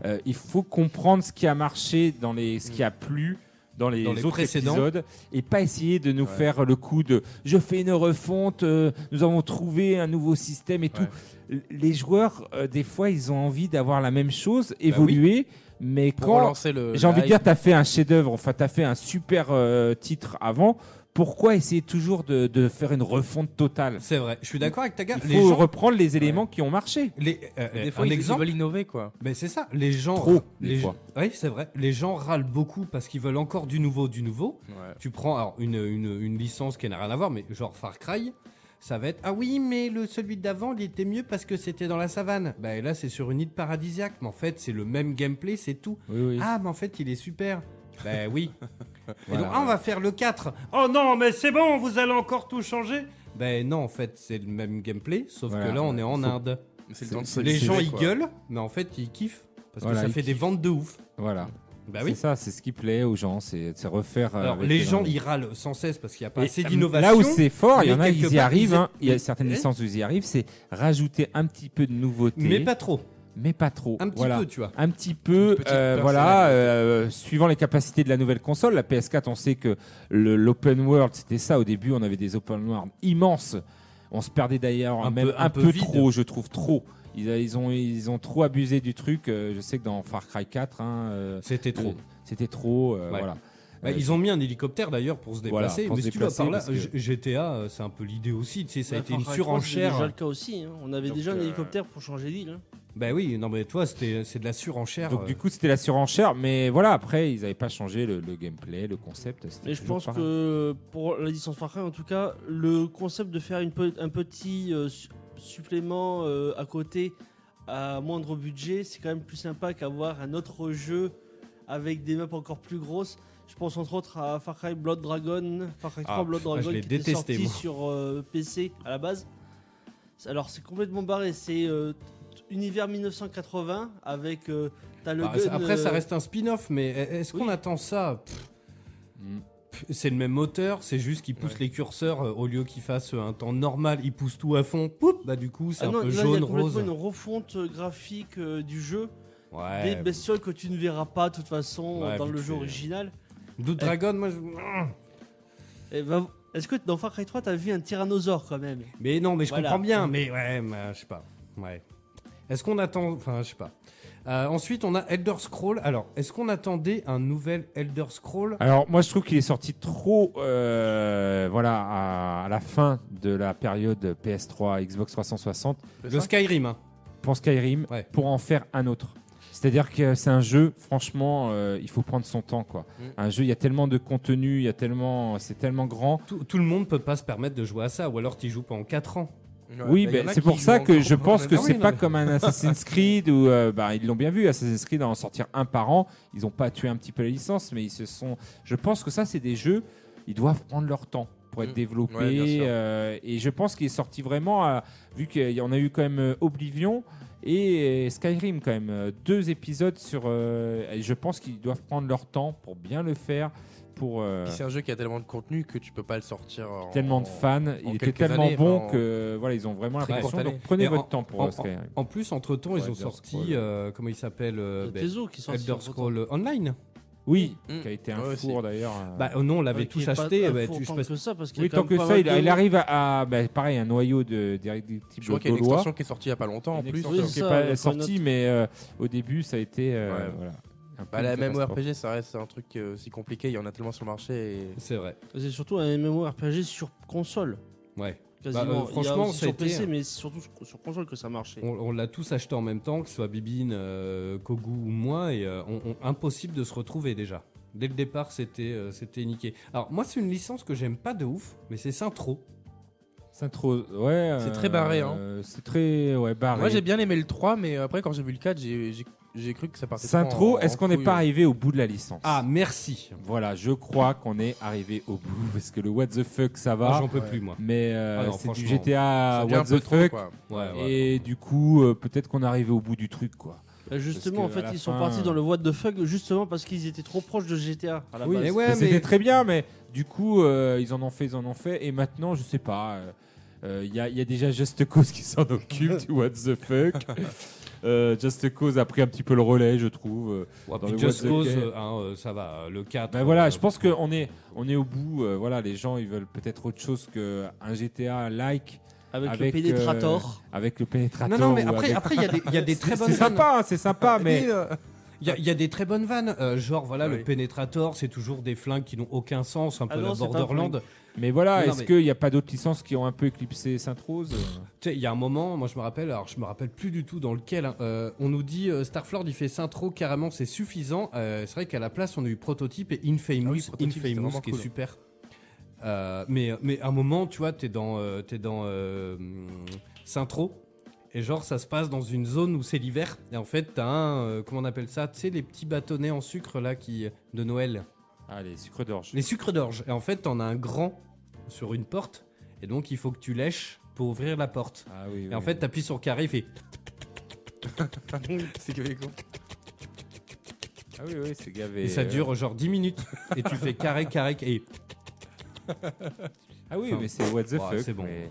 Speaker 7: euh, il faut comprendre ce qui a marché dans les, ce qui a plu dans les,
Speaker 5: Mm. Dans les
Speaker 7: autres
Speaker 5: précédents.
Speaker 7: épisodes et pas essayer de nous faire le coup de je fais une refonte, euh, nous avons trouvé un nouveau système et tout. L- Les joueurs euh, des fois ils ont envie d'avoir la même
Speaker 5: Bah
Speaker 7: chose, évoluer, mais
Speaker 6: Pour
Speaker 7: quand
Speaker 6: relancer le.
Speaker 7: j'ai envie
Speaker 6: le
Speaker 7: de dire, t'as fait un chef-d'œuvre, enfin, t'as fait un super euh, titre avant. Pourquoi essayer toujours de, de faire une refonte totale
Speaker 5: c'est vrai. Je suis d'accord avec ta gars.
Speaker 7: Il faut
Speaker 5: Les gens,
Speaker 7: reprendre les éléments qui ont marché.
Speaker 5: les, euh,
Speaker 6: hype.
Speaker 5: euh,
Speaker 6: Des fois,
Speaker 5: un
Speaker 6: ils, ils
Speaker 5: exemple.
Speaker 6: veulent innover, quoi.
Speaker 5: Mais c'est ça. Les gens.
Speaker 7: Trop, des
Speaker 5: Les gens-
Speaker 7: fois.
Speaker 5: Oui, c'est vrai. Les gens râlent beaucoup parce qu'ils veulent encore du nouveau, du nouveau. Tu prends alors, une, une- une licence qui n'a rien à voir, mais genre Far Cry, ça va être Ah oui, mais le, celui d'avant, il était mieux parce que c'était dans la savane. Bah et là, c'est sur une île paradisiaque, mais en fait, c'est le même gameplay, c'est tout. Ah, mais en fait, il est super. Bah
Speaker 7: <laughs>
Speaker 5: oui. et donc, ah, on va faire le 4. Oh non, mais c'est bon, vous allez encore tout changer. Bah non, en fait, c'est le même gameplay, sauf
Speaker 7: Voilà.
Speaker 5: que là, on est en
Speaker 7: Faut-
Speaker 5: Inde.
Speaker 6: C'est le temps de se
Speaker 5: Les
Speaker 6: laisser,
Speaker 5: gens, ils
Speaker 6: quoi.
Speaker 5: gueulent, mais en fait, ils kiffent. Parce que
Speaker 7: Voilà,
Speaker 5: ça
Speaker 7: ils
Speaker 5: fait des ventes de ouf.
Speaker 7: Voilà.
Speaker 5: Bah
Speaker 7: c'est
Speaker 5: oui.
Speaker 7: ça, c'est ce qui plaît aux gens, c'est c'est refaire. euh,
Speaker 5: Alors,
Speaker 7: avec
Speaker 5: les gens,
Speaker 7: énormément.
Speaker 5: ils râlent sans cesse parce qu'il n'y a pas
Speaker 7: Et,
Speaker 5: assez
Speaker 7: euh,
Speaker 5: d'innovation.
Speaker 7: Là où c'est fort, il y
Speaker 5: mais
Speaker 7: en a,
Speaker 5: quelque
Speaker 7: ils y
Speaker 5: part,
Speaker 7: arrivent.
Speaker 5: ils-
Speaker 7: hein. Il y a
Speaker 5: mais-
Speaker 7: certaines
Speaker 5: eh
Speaker 7: licences où ils y arrivent, c'est rajouter un petit peu de nouveauté,
Speaker 5: Mais pas trop.
Speaker 7: mais pas trop.
Speaker 5: Un petit
Speaker 7: Voilà.
Speaker 5: peu, tu vois.
Speaker 7: un petit peu,
Speaker 6: petite
Speaker 7: euh,
Speaker 6: personnalité.
Speaker 7: voilà, euh, suivant les capacités de la nouvelle console. La PS4, on sait que le- l'open world, c'était ça. Au début, on avait des open world immenses. On se perdait d'ailleurs
Speaker 5: Un
Speaker 7: même
Speaker 5: peu-
Speaker 7: un,
Speaker 5: un peu
Speaker 7: peu,
Speaker 5: vide.
Speaker 7: trop, je trouve, trop. Ils, euh, ils ont, ils ont trop abusé du truc. Euh, Je sais que dans Far Cry 4, hein, euh,
Speaker 5: C'était trop.
Speaker 7: euh, c'était trop. euh,
Speaker 5: Ouais.
Speaker 7: Voilà.
Speaker 5: Bah,
Speaker 7: Euh,
Speaker 5: ils ont mis un hélicoptère d'ailleurs pour se
Speaker 7: Voilà,
Speaker 5: déplacer.
Speaker 7: pour
Speaker 5: mais
Speaker 7: se
Speaker 5: si tu vas
Speaker 7: déplacer,
Speaker 5: par là,
Speaker 7: parce que-
Speaker 5: G- GTA, euh, c'est un peu l'idée aussi. Tu sais, ça a
Speaker 4: Bah,
Speaker 5: été une
Speaker 4: Far Cry 3, c'était déjà
Speaker 5: surenchère.
Speaker 4: le cas aussi. hein. On avait
Speaker 6: Donc,
Speaker 4: déjà un
Speaker 6: euh,
Speaker 4: hélicoptère pour changer d'île. hein.
Speaker 5: Bah oui, non mais toi, c'était c'est de la surenchère.
Speaker 7: donc
Speaker 5: euh.
Speaker 7: du coup c'était la surenchère, mais voilà après ils n'avaient pas changé le, le gameplay, le concept. c'était
Speaker 4: Mais je
Speaker 7: toujours
Speaker 4: pense
Speaker 7: pareil.
Speaker 4: que pour la licence Far Cry, en tout cas, le concept de faire une pe- un petit euh, su- supplément euh, à côté à moindre budget, c'est quand même plus sympa qu'avoir un autre jeu avec des maps encore plus grosses. Je pense entre autres à Far Cry Blood Dragon, Far Cry 3
Speaker 5: Ah,
Speaker 4: Blood
Speaker 5: putain, je
Speaker 4: Dragon qui
Speaker 5: l'ai
Speaker 4: était
Speaker 5: détesté,
Speaker 4: sorti
Speaker 5: moi.
Speaker 4: sur euh, PC à la base. C'est- Alors c'est complètement barré, c'est euh, t- univers 1980 avec euh, t'as le
Speaker 5: Bah,
Speaker 4: gun,
Speaker 5: ça- après, ça
Speaker 4: euh,
Speaker 5: reste un spin-off, mais est-ce qu'on
Speaker 4: oui.
Speaker 5: attend ça Pff,
Speaker 7: Mm.
Speaker 5: pff, C'est le même moteur, c'est juste qu'ils poussent
Speaker 6: Ouais.
Speaker 5: les curseurs euh, au lieu qu'ils fassent euh, un temps normal, ils poussent tout à fond. Poup bah du coup, c'est
Speaker 4: Ah
Speaker 5: un
Speaker 4: non,
Speaker 5: peu
Speaker 4: là, il y a
Speaker 5: jaune,
Speaker 4: complètement
Speaker 5: rose.
Speaker 4: une refonte graphique euh, du jeu.
Speaker 5: Ouais.
Speaker 4: Des bestioles que tu ne verras pas de toute façon
Speaker 5: Ouais,
Speaker 4: dans
Speaker 5: vite
Speaker 4: le jeu
Speaker 5: fait.
Speaker 4: original.
Speaker 5: Blue Dragon, moi. je-
Speaker 4: Et ben, Est-ce que dans Far Cry 3, t'as vu un tyrannosaure quand même
Speaker 5: Mais non, mais je
Speaker 4: Voilà.
Speaker 5: comprends bien, mais ouais, mais, euh, je sais pas. Ouais. Est-ce qu'on attend. Enfin, je sais pas. Euh, ensuite, on a Elder Scroll. Alors, est-ce qu'on attendait un nouvel Elder Scroll
Speaker 4: Ah,
Speaker 7: Alors moi je trouve qu'il est sorti trop euh, voilà à, à la fin de la période PS3 Xbox 360
Speaker 5: Le Skyrim, hein.
Speaker 7: pour Skyrim
Speaker 5: Ouais.
Speaker 7: pour en faire un autre. C'est-à-dire que c'est un jeu franchement euh, il faut prendre son temps quoi.
Speaker 6: Mm.
Speaker 7: Un jeu il y a tellement de contenu, il y a tellement c'est tellement grand.
Speaker 5: Tout, tout le monde peut pas se permettre de jouer à ça, ou alors t'y joues pendant 4 ans.
Speaker 6: Ouais,
Speaker 7: oui,
Speaker 6: bah, il y
Speaker 7: ben,
Speaker 6: en a
Speaker 7: c'est
Speaker 6: qui
Speaker 7: pour
Speaker 6: jouent
Speaker 7: ça que
Speaker 6: encore
Speaker 7: je pense que
Speaker 5: Ah oui,
Speaker 7: c'est
Speaker 5: non,
Speaker 7: pas
Speaker 5: mais-
Speaker 6: <laughs>
Speaker 7: comme un Assassin's Creed où euh, bah, ils l'ont bien vu Assassin's Creed à en sortir un par an, ils ont pas tué un petit peu la licence mais ils se sont je pense que ça c'est des jeux ils doivent prendre leur temps pour être
Speaker 6: Mm.
Speaker 7: développés
Speaker 6: Ouais, bien sûr.
Speaker 7: euh, et je pense qu'il est sorti vraiment à- vu qu'il y en a eu quand même euh, Oblivion et euh, Skyrim quand même euh, deux épisodes sur euh, et je pense qu'ils doivent prendre leur temps pour bien le faire pour euh,
Speaker 6: Puis C'est un jeu qui a tellement de contenu que tu peux pas le sortir. en-
Speaker 7: tellement de fans il était
Speaker 6: quelques
Speaker 7: tellement
Speaker 6: années,
Speaker 7: bon
Speaker 6: enfin, en-
Speaker 7: que euh, voilà ils ont vraiment
Speaker 6: Très
Speaker 7: l'impression
Speaker 6: courte
Speaker 7: donc
Speaker 6: année.
Speaker 7: prenez
Speaker 5: Et
Speaker 7: votre
Speaker 5: en-
Speaker 7: temps pour
Speaker 5: en-
Speaker 7: euh, Skyrim
Speaker 5: En plus, entre temps, ils ont
Speaker 7: Elder
Speaker 5: sorti.
Speaker 7: Scroll.
Speaker 5: euh, comment il s'appelle euh,
Speaker 4: T'as
Speaker 5: ben,
Speaker 4: tes os qui sont
Speaker 5: Elder
Speaker 4: sortis entre-temps.
Speaker 5: Scroll Online
Speaker 7: Oui,
Speaker 6: Mm.
Speaker 7: qui a été un
Speaker 6: Ouais,
Speaker 7: four d'ailleurs. euh,
Speaker 5: Bah oh non, on l'avait
Speaker 4: Ouais,
Speaker 5: tous
Speaker 4: qui est pas-
Speaker 5: acheté.
Speaker 4: euh,
Speaker 5: bah,
Speaker 4: faut
Speaker 5: tu- je
Speaker 4: tant
Speaker 5: passe-
Speaker 4: que ça, parce qu'il y a
Speaker 7: oui,
Speaker 4: quand
Speaker 7: tant
Speaker 4: même
Speaker 7: que
Speaker 4: pas
Speaker 7: ça,
Speaker 4: mal
Speaker 7: il,
Speaker 4: de-
Speaker 7: il arrive à, à- bah, pareil un noyau de directive
Speaker 6: Je vois qu'il y a une
Speaker 7: gaulois.
Speaker 6: extension qui est sortie il y a pas longtemps en
Speaker 7: Une
Speaker 6: plus. Bah,
Speaker 7: extension
Speaker 4: Oui,
Speaker 7: qui
Speaker 4: ça,
Speaker 7: n'est
Speaker 4: il y a
Speaker 7: pas
Speaker 4: pas
Speaker 7: sortie, mais euh, au début ça a été euh,
Speaker 6: Ouais.
Speaker 7: voilà. un peu
Speaker 6: Bah, la
Speaker 7: une catastrophe.
Speaker 6: MMORPG, ça reste un truc euh, aussi compliqué. Il y en a tellement sur le marché. Et...
Speaker 5: C'est vrai.
Speaker 4: C'est surtout un MMORPG sur console.
Speaker 5: Ouais.
Speaker 4: Quasiment.
Speaker 5: Bah, euh,
Speaker 4: Il y a
Speaker 5: franchement,
Speaker 4: aussi
Speaker 5: ça a
Speaker 4: sur
Speaker 5: été-
Speaker 4: PC, mais c'est surtout sur- sur console que ça marchait.
Speaker 5: On, on l'a tous acheté en même temps, que ce soit Bibine, euh, Kogu ou moi, et euh, on- on- impossible de se retrouver déjà. Dès le départ, c'était euh, c'était niqué. Alors moi, c'est une licence que j'aime pas de ouf, mais c'est Sintro.
Speaker 7: Sainte-Rose, ouais.
Speaker 6: C'est très barré, hein.
Speaker 7: euh, C'est très ouais, barré.
Speaker 6: Moi j'ai bien aimé le 3, mais après quand j'ai vu le 4, j'ai- j'ai j'ai cru que ça partait. trop en-
Speaker 7: Sintro,
Speaker 6: en
Speaker 7: est-ce qu'on n'est
Speaker 6: couille,
Speaker 7: pas
Speaker 6: ouais.
Speaker 7: arrivé au bout de la licence
Speaker 5: Ah merci.
Speaker 7: Voilà, je crois qu'on est arrivé au bout <laughs> parce que le what the fuck ça
Speaker 5: Ah,
Speaker 7: va,
Speaker 5: J'en peux
Speaker 6: ouais.
Speaker 5: plus moi.
Speaker 7: mais euh,
Speaker 5: Ah non,
Speaker 7: c'est du
Speaker 5: franchement,
Speaker 6: Ça
Speaker 7: GTA
Speaker 6: devient
Speaker 7: what
Speaker 6: un peu
Speaker 7: Ah the
Speaker 6: trop,
Speaker 7: fuck
Speaker 6: quoi.
Speaker 5: Ouais, ouais.
Speaker 7: et du coup euh, peut-être qu'on est arrivé au bout du truc quoi.
Speaker 4: Bah, Justement, en
Speaker 7: Parce que
Speaker 4: fait,
Speaker 7: à la
Speaker 4: ils sont
Speaker 7: fin,
Speaker 4: partis
Speaker 7: euh,
Speaker 4: dans le what the fuck justement parce qu'ils étaient trop proches de GTA à la
Speaker 5: Oui,
Speaker 4: base.
Speaker 5: mais ouais,
Speaker 7: Mais C'était
Speaker 5: mais-
Speaker 7: très bien, mais du coup euh, ils en ont fait, ils en ont fait, et maintenant je sais pas, euh, euh, il y, a- il y a déjà Just Cause qui s'en occupe du what the fuck.
Speaker 5: <laughs>
Speaker 7: Euh, Just Cause a pris un petit peu le relais, je trouve.
Speaker 5: Ouais,
Speaker 7: Dans
Speaker 5: puis
Speaker 7: le
Speaker 5: Just
Speaker 7: What the
Speaker 5: Cause,
Speaker 7: Game.
Speaker 5: euh, hein, euh, ça va. euh, Le 4.
Speaker 7: Ben voilà, je pense qu'on est, on est au bout. euh, voilà, les gens, ils veulent peut-être autre chose qu'un GTA like
Speaker 4: Avec,
Speaker 7: Avec,
Speaker 4: le
Speaker 5: euh,
Speaker 4: Penetrator.
Speaker 7: avec le
Speaker 5: Non
Speaker 7: pénétrateur.
Speaker 5: non, mais
Speaker 7: ou
Speaker 5: après,
Speaker 7: avec-
Speaker 5: après, il y a des, il
Speaker 7: <laughs>
Speaker 5: y a des très bonnes.
Speaker 7: C'est sympa, hein, c'est sympa, mais
Speaker 5: Il y, a- il y a des très bonnes vannes, euh, genre voilà
Speaker 6: Oui.
Speaker 5: le Penetrator, c'est toujours des flingues qui n'ont aucun sens, un peu
Speaker 4: Ah non,
Speaker 5: la
Speaker 4: c'est pas un
Speaker 5: Borderland.
Speaker 4: flingue.
Speaker 7: mais
Speaker 5: Non,
Speaker 7: voilà,
Speaker 5: euh, non,
Speaker 7: est-ce
Speaker 5: mais-
Speaker 7: qu'il n'y a pas d'autres licences qui ont un peu éclipsé Sainte Rose
Speaker 5: Tu sais, il y a un moment, moi je me rappelle, alors je me rappelle plus du tout dans lequel, hein, euh, on nous dit euh, Starflord il fait Sintro carrément, c'est suffisant. Euh, c'est vrai qu'à la place on a eu Prototype et Infamous,
Speaker 6: Ah oui, Prototype, c'était
Speaker 5: Infamous
Speaker 6: vraiment
Speaker 5: qui
Speaker 6: cool.
Speaker 5: est super. Euh, mais, mais à un moment, tu vois, t'es dans, euh, t'es dans euh, hum, Sintro et genre ça se passe dans une zone où c'est l'hiver et en fait t'as un, euh, comment on appelle ça, tu sais, les petits bâtonnets en sucre là qui, de Noël.
Speaker 7: Ah, les sucres d'orge.
Speaker 5: Les sucres d'orge. Et en fait, t'en as un grand sur une porte. Et donc, il faut que tu lèches pour ouvrir la porte.
Speaker 7: Ah oui.
Speaker 5: Et en fait, t'appuies sur le carré, il fait.
Speaker 6: C'est québécois.
Speaker 7: ah oui, oui, c'est gavé. euh.
Speaker 5: Et, ça dure genre 10 minutes. et tu fais carré, carré. Et
Speaker 7: Ah oui,
Speaker 5: Enfin,
Speaker 7: mais c'est what the
Speaker 5: ouais,
Speaker 7: fuck.
Speaker 5: c'est bon.
Speaker 7: mais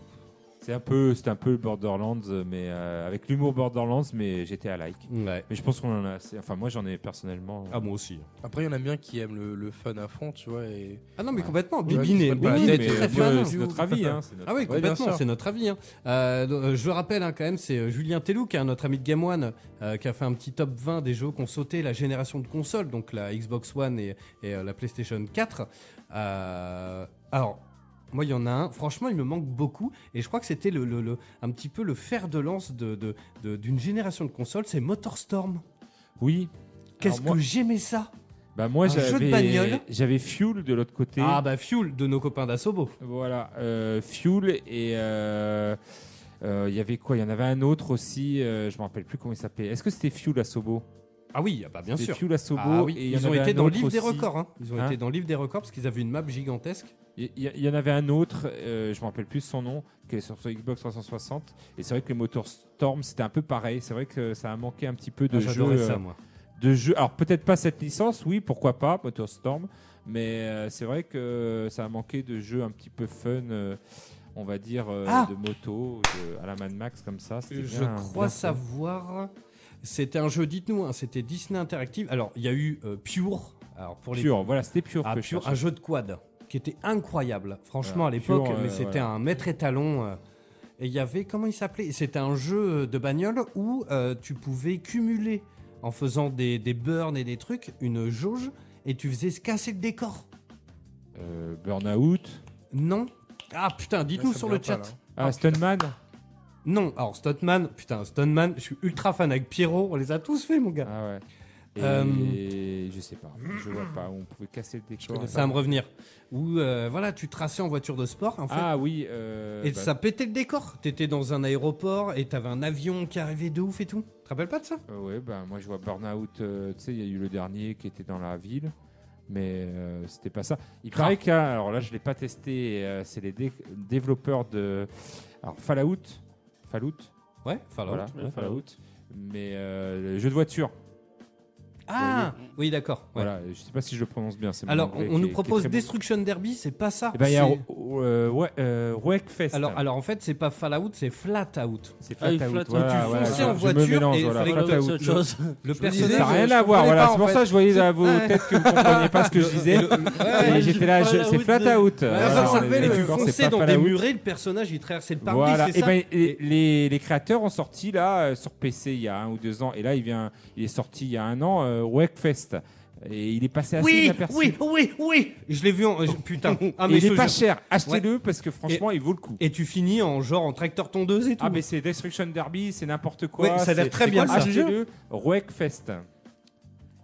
Speaker 7: C'est un peu, c'est un peu le Borderlands, mais euh, avec l'humour Borderlands, mais GTA like.
Speaker 5: ouais.
Speaker 7: Mais je pense qu'on en a assez. Enfin, moi, j'en ai personnellement.
Speaker 5: Ah, moi aussi.
Speaker 6: Après, il y en a bien qui aiment le, le fun à fond, tu vois. Et...
Speaker 5: Ah non, mais complètement.
Speaker 6: Ouais,
Speaker 5: Bibine
Speaker 6: qui se
Speaker 5: est,
Speaker 6: prennent pas la
Speaker 5: Bibine est
Speaker 6: tête, mais
Speaker 5: très
Speaker 6: moi,
Speaker 5: fan.
Speaker 7: Bah, c'est notre avis. Hein, c'est notre
Speaker 5: Ah oui,
Speaker 6: Ouais, bien
Speaker 5: complètement,
Speaker 6: sûr.
Speaker 5: c'est notre avis. hein. Euh, donc, euh, je le rappelle hein, quand même, c'est euh, Julien Tellou, qui est notre ami de Game One, euh, qui a fait un petit top 20 des jeux qu'on sautait la génération de consoles, donc la Xbox One et, et, euh, la PlayStation 4. Euh, alors, moi, il y en a un. Franchement, il me manque beaucoup, et je crois que c'était le, le- le- un petit peu le fer de lance de- de- de- d'une génération de consoles, c'est Motorstorm.
Speaker 7: Oui.
Speaker 5: Qu'est-ce
Speaker 7: Alors, moi-
Speaker 5: que j'aimais ça
Speaker 7: Bah moi
Speaker 5: Un jeu de
Speaker 7: j'avais
Speaker 5: bagnole.
Speaker 7: j'avais Fuel de l'autre côté.
Speaker 5: Ah bah Fuel de nos copains d'Asobo.
Speaker 7: Voilà, euh, Fuel et euh, euh, il y avait quoi Il y en avait un autre aussi, euh, je me rappelle plus comment il s'appelait. Est-ce que c'était Fuel à Sobo
Speaker 5: Ah oui, ah bah bien
Speaker 7: C'était
Speaker 5: sûr.
Speaker 7: Fuel à Sobo
Speaker 5: Ah oui,
Speaker 7: et il y en
Speaker 5: ils ont
Speaker 7: avait
Speaker 5: été
Speaker 7: un
Speaker 5: dans le
Speaker 7: autre
Speaker 5: livre des
Speaker 7: aussi.
Speaker 5: records. hein. Ils ont
Speaker 7: Hein
Speaker 5: été dans le livre des records parce qu'ils avaient une map gigantesque.
Speaker 7: Il il y, il y en avait un autre, euh, je me rappelle plus son nom, qui est sur, sur Xbox 360. Et c'est vrai que les moteurs Storm, c'était un peu pareil. C'est vrai que ça a manqué un petit peu de
Speaker 5: Ah,
Speaker 7: jeu.
Speaker 5: J'adorais ça,
Speaker 7: euh,
Speaker 5: moi.
Speaker 7: de jeu. Alors peut-être pas cette licence, oui, pourquoi pas, Motor Storm, mais euh, c'est vrai que ça a manqué de jeux un petit peu fun, euh, on va dire, euh,
Speaker 5: Ah
Speaker 7: de moto, de- à la Mad Max comme ça. c'était
Speaker 5: Je
Speaker 7: bien-
Speaker 5: crois
Speaker 7: bien fun.
Speaker 5: savoir. C'était un jeu, dites-nous, hein, c'était Disney Interactive. Alors, il y a eu euh, Pure. Alors, pour les.
Speaker 7: Pure, voilà, c'était pur.
Speaker 5: Ah, Pure, un jeu de quad qui était incroyable. Franchement,
Speaker 7: Voilà,
Speaker 5: à l'époque,
Speaker 7: Pure, euh,
Speaker 5: mais c'était
Speaker 7: voilà.
Speaker 5: un maître étalon. euh, et il y avait. Comment il s'appelait C'était un jeu de bagnole où euh, tu pouvais cumuler, en faisant des, des burns et des trucs, une jauge et tu faisais se casser le décor.
Speaker 7: Euh, Burnout.
Speaker 5: Non Ah putain, dites-nous
Speaker 6: Ouais, ça
Speaker 5: sur
Speaker 6: me
Speaker 5: le
Speaker 6: vient
Speaker 5: chat.
Speaker 6: pas, là.
Speaker 7: Ah, Stoneman
Speaker 5: Non, alors Stuntman, putain, Stuntman, je suis ultra fan avec Pierrot, on les a tous fait, mon gars.
Speaker 7: Ah ouais. Et je sais pas, je vois pas, on pouvait casser le décor.
Speaker 5: Euh, Ça va me revenir. Où, euh, voilà, tu traçais en voiture de sport, en fait.
Speaker 7: Ah oui, euh,
Speaker 5: et
Speaker 7: bah,
Speaker 5: ça pétait le décor. T'étais dans un aéroport et t'avais un avion qui arrivait de ouf et tout. Tu te rappelles pas de ça
Speaker 7: euh, ouais, bah, moi je vois Burnout, euh, tu sais, il y a eu le dernier qui était dans la ville, mais euh, c'était pas ça. Il
Speaker 5: Ah.
Speaker 7: paraît qu'il y a- alors là je l'ai pas testé, et, euh, c'est les dé- développeurs de alors, Fallout, Fallout,
Speaker 5: Ouais, enfin
Speaker 7: voilà, Fallout, mais euh, le jeu de voiture,
Speaker 5: Ah Oui, d'accord. ouais.
Speaker 7: voilà, je sais pas si je le prononce bien. c'est mon
Speaker 5: Alors,
Speaker 7: anglais
Speaker 5: on, on nous
Speaker 7: qui est- qui est
Speaker 5: propose
Speaker 7: très bon.
Speaker 5: Destruction Derby, c'est pas ça.
Speaker 7: Eh ben, il y a
Speaker 5: c'est-
Speaker 7: Ro- euh, ouais, euh, Wreckfest.
Speaker 5: Alors, alors en fait, c'est pas Fallout, c'est Flat Out.
Speaker 7: c'est
Speaker 4: Ah, il
Speaker 7: Flat
Speaker 4: flatte,
Speaker 7: Out.
Speaker 4: tu
Speaker 7: voilà,
Speaker 4: fonçais
Speaker 7: voilà,
Speaker 5: Foncer en
Speaker 7: je me
Speaker 5: voiture
Speaker 7: mélange,
Speaker 5: et
Speaker 7: voilà,
Speaker 5: fallait
Speaker 7: Flat
Speaker 5: que-
Speaker 7: Out.
Speaker 5: le-
Speaker 4: chose.
Speaker 5: Le
Speaker 6: me disais,
Speaker 5: personnage.
Speaker 7: Ça n'a rien à
Speaker 6: je
Speaker 7: voir,
Speaker 6: comprenais
Speaker 7: voilà.
Speaker 6: pas,
Speaker 7: C'est
Speaker 6: en
Speaker 7: pour
Speaker 6: fait.
Speaker 7: ça que je voyais à vos
Speaker 6: Ouais.
Speaker 7: têtes que vous ne compreniez pas ce que je disais.
Speaker 4: ouais,
Speaker 7: Et
Speaker 4: je
Speaker 7: j'étais là,
Speaker 4: dis
Speaker 7: je-
Speaker 4: Fallout
Speaker 7: c'est
Speaker 4: de-
Speaker 7: Flat Out.
Speaker 5: Ouais,
Speaker 7: Voilà,
Speaker 5: ça
Speaker 7: on est
Speaker 5: s'appelle euh,
Speaker 7: d'accord, c'est
Speaker 5: foncer
Speaker 7: pas
Speaker 5: dans
Speaker 7: Fallout.
Speaker 5: des murets, le personnage il traversait le parc
Speaker 7: Voilà.
Speaker 5: c'est
Speaker 7: Et
Speaker 5: ça
Speaker 7: ben, les, les- les créateurs ont sorti là euh, sur PC il y a un ou deux ans, et là il vient, il est sorti il y a un an, euh, Wreckfest. Et il est passé assez
Speaker 5: Oui,
Speaker 7: inaperçu.
Speaker 5: oui, oui, oui. Je l'ai vu en je- putain.
Speaker 7: <laughs>
Speaker 5: Ah,
Speaker 7: Et
Speaker 5: mais
Speaker 7: il
Speaker 5: je
Speaker 7: est pas
Speaker 5: jure.
Speaker 7: cher, achetez-le parce que franchement il vaut le coup.
Speaker 5: Et tu finis en genre en tracteur tondeuse et tout.
Speaker 7: Ah mais c'est Destruction Derby, c'est n'importe quoi.
Speaker 5: Ouais, ça a l'air
Speaker 7: c'est-
Speaker 5: très
Speaker 7: c'est
Speaker 5: bien,
Speaker 7: quoi
Speaker 5: ça. Ah,
Speaker 7: le jeu de Wreckfest.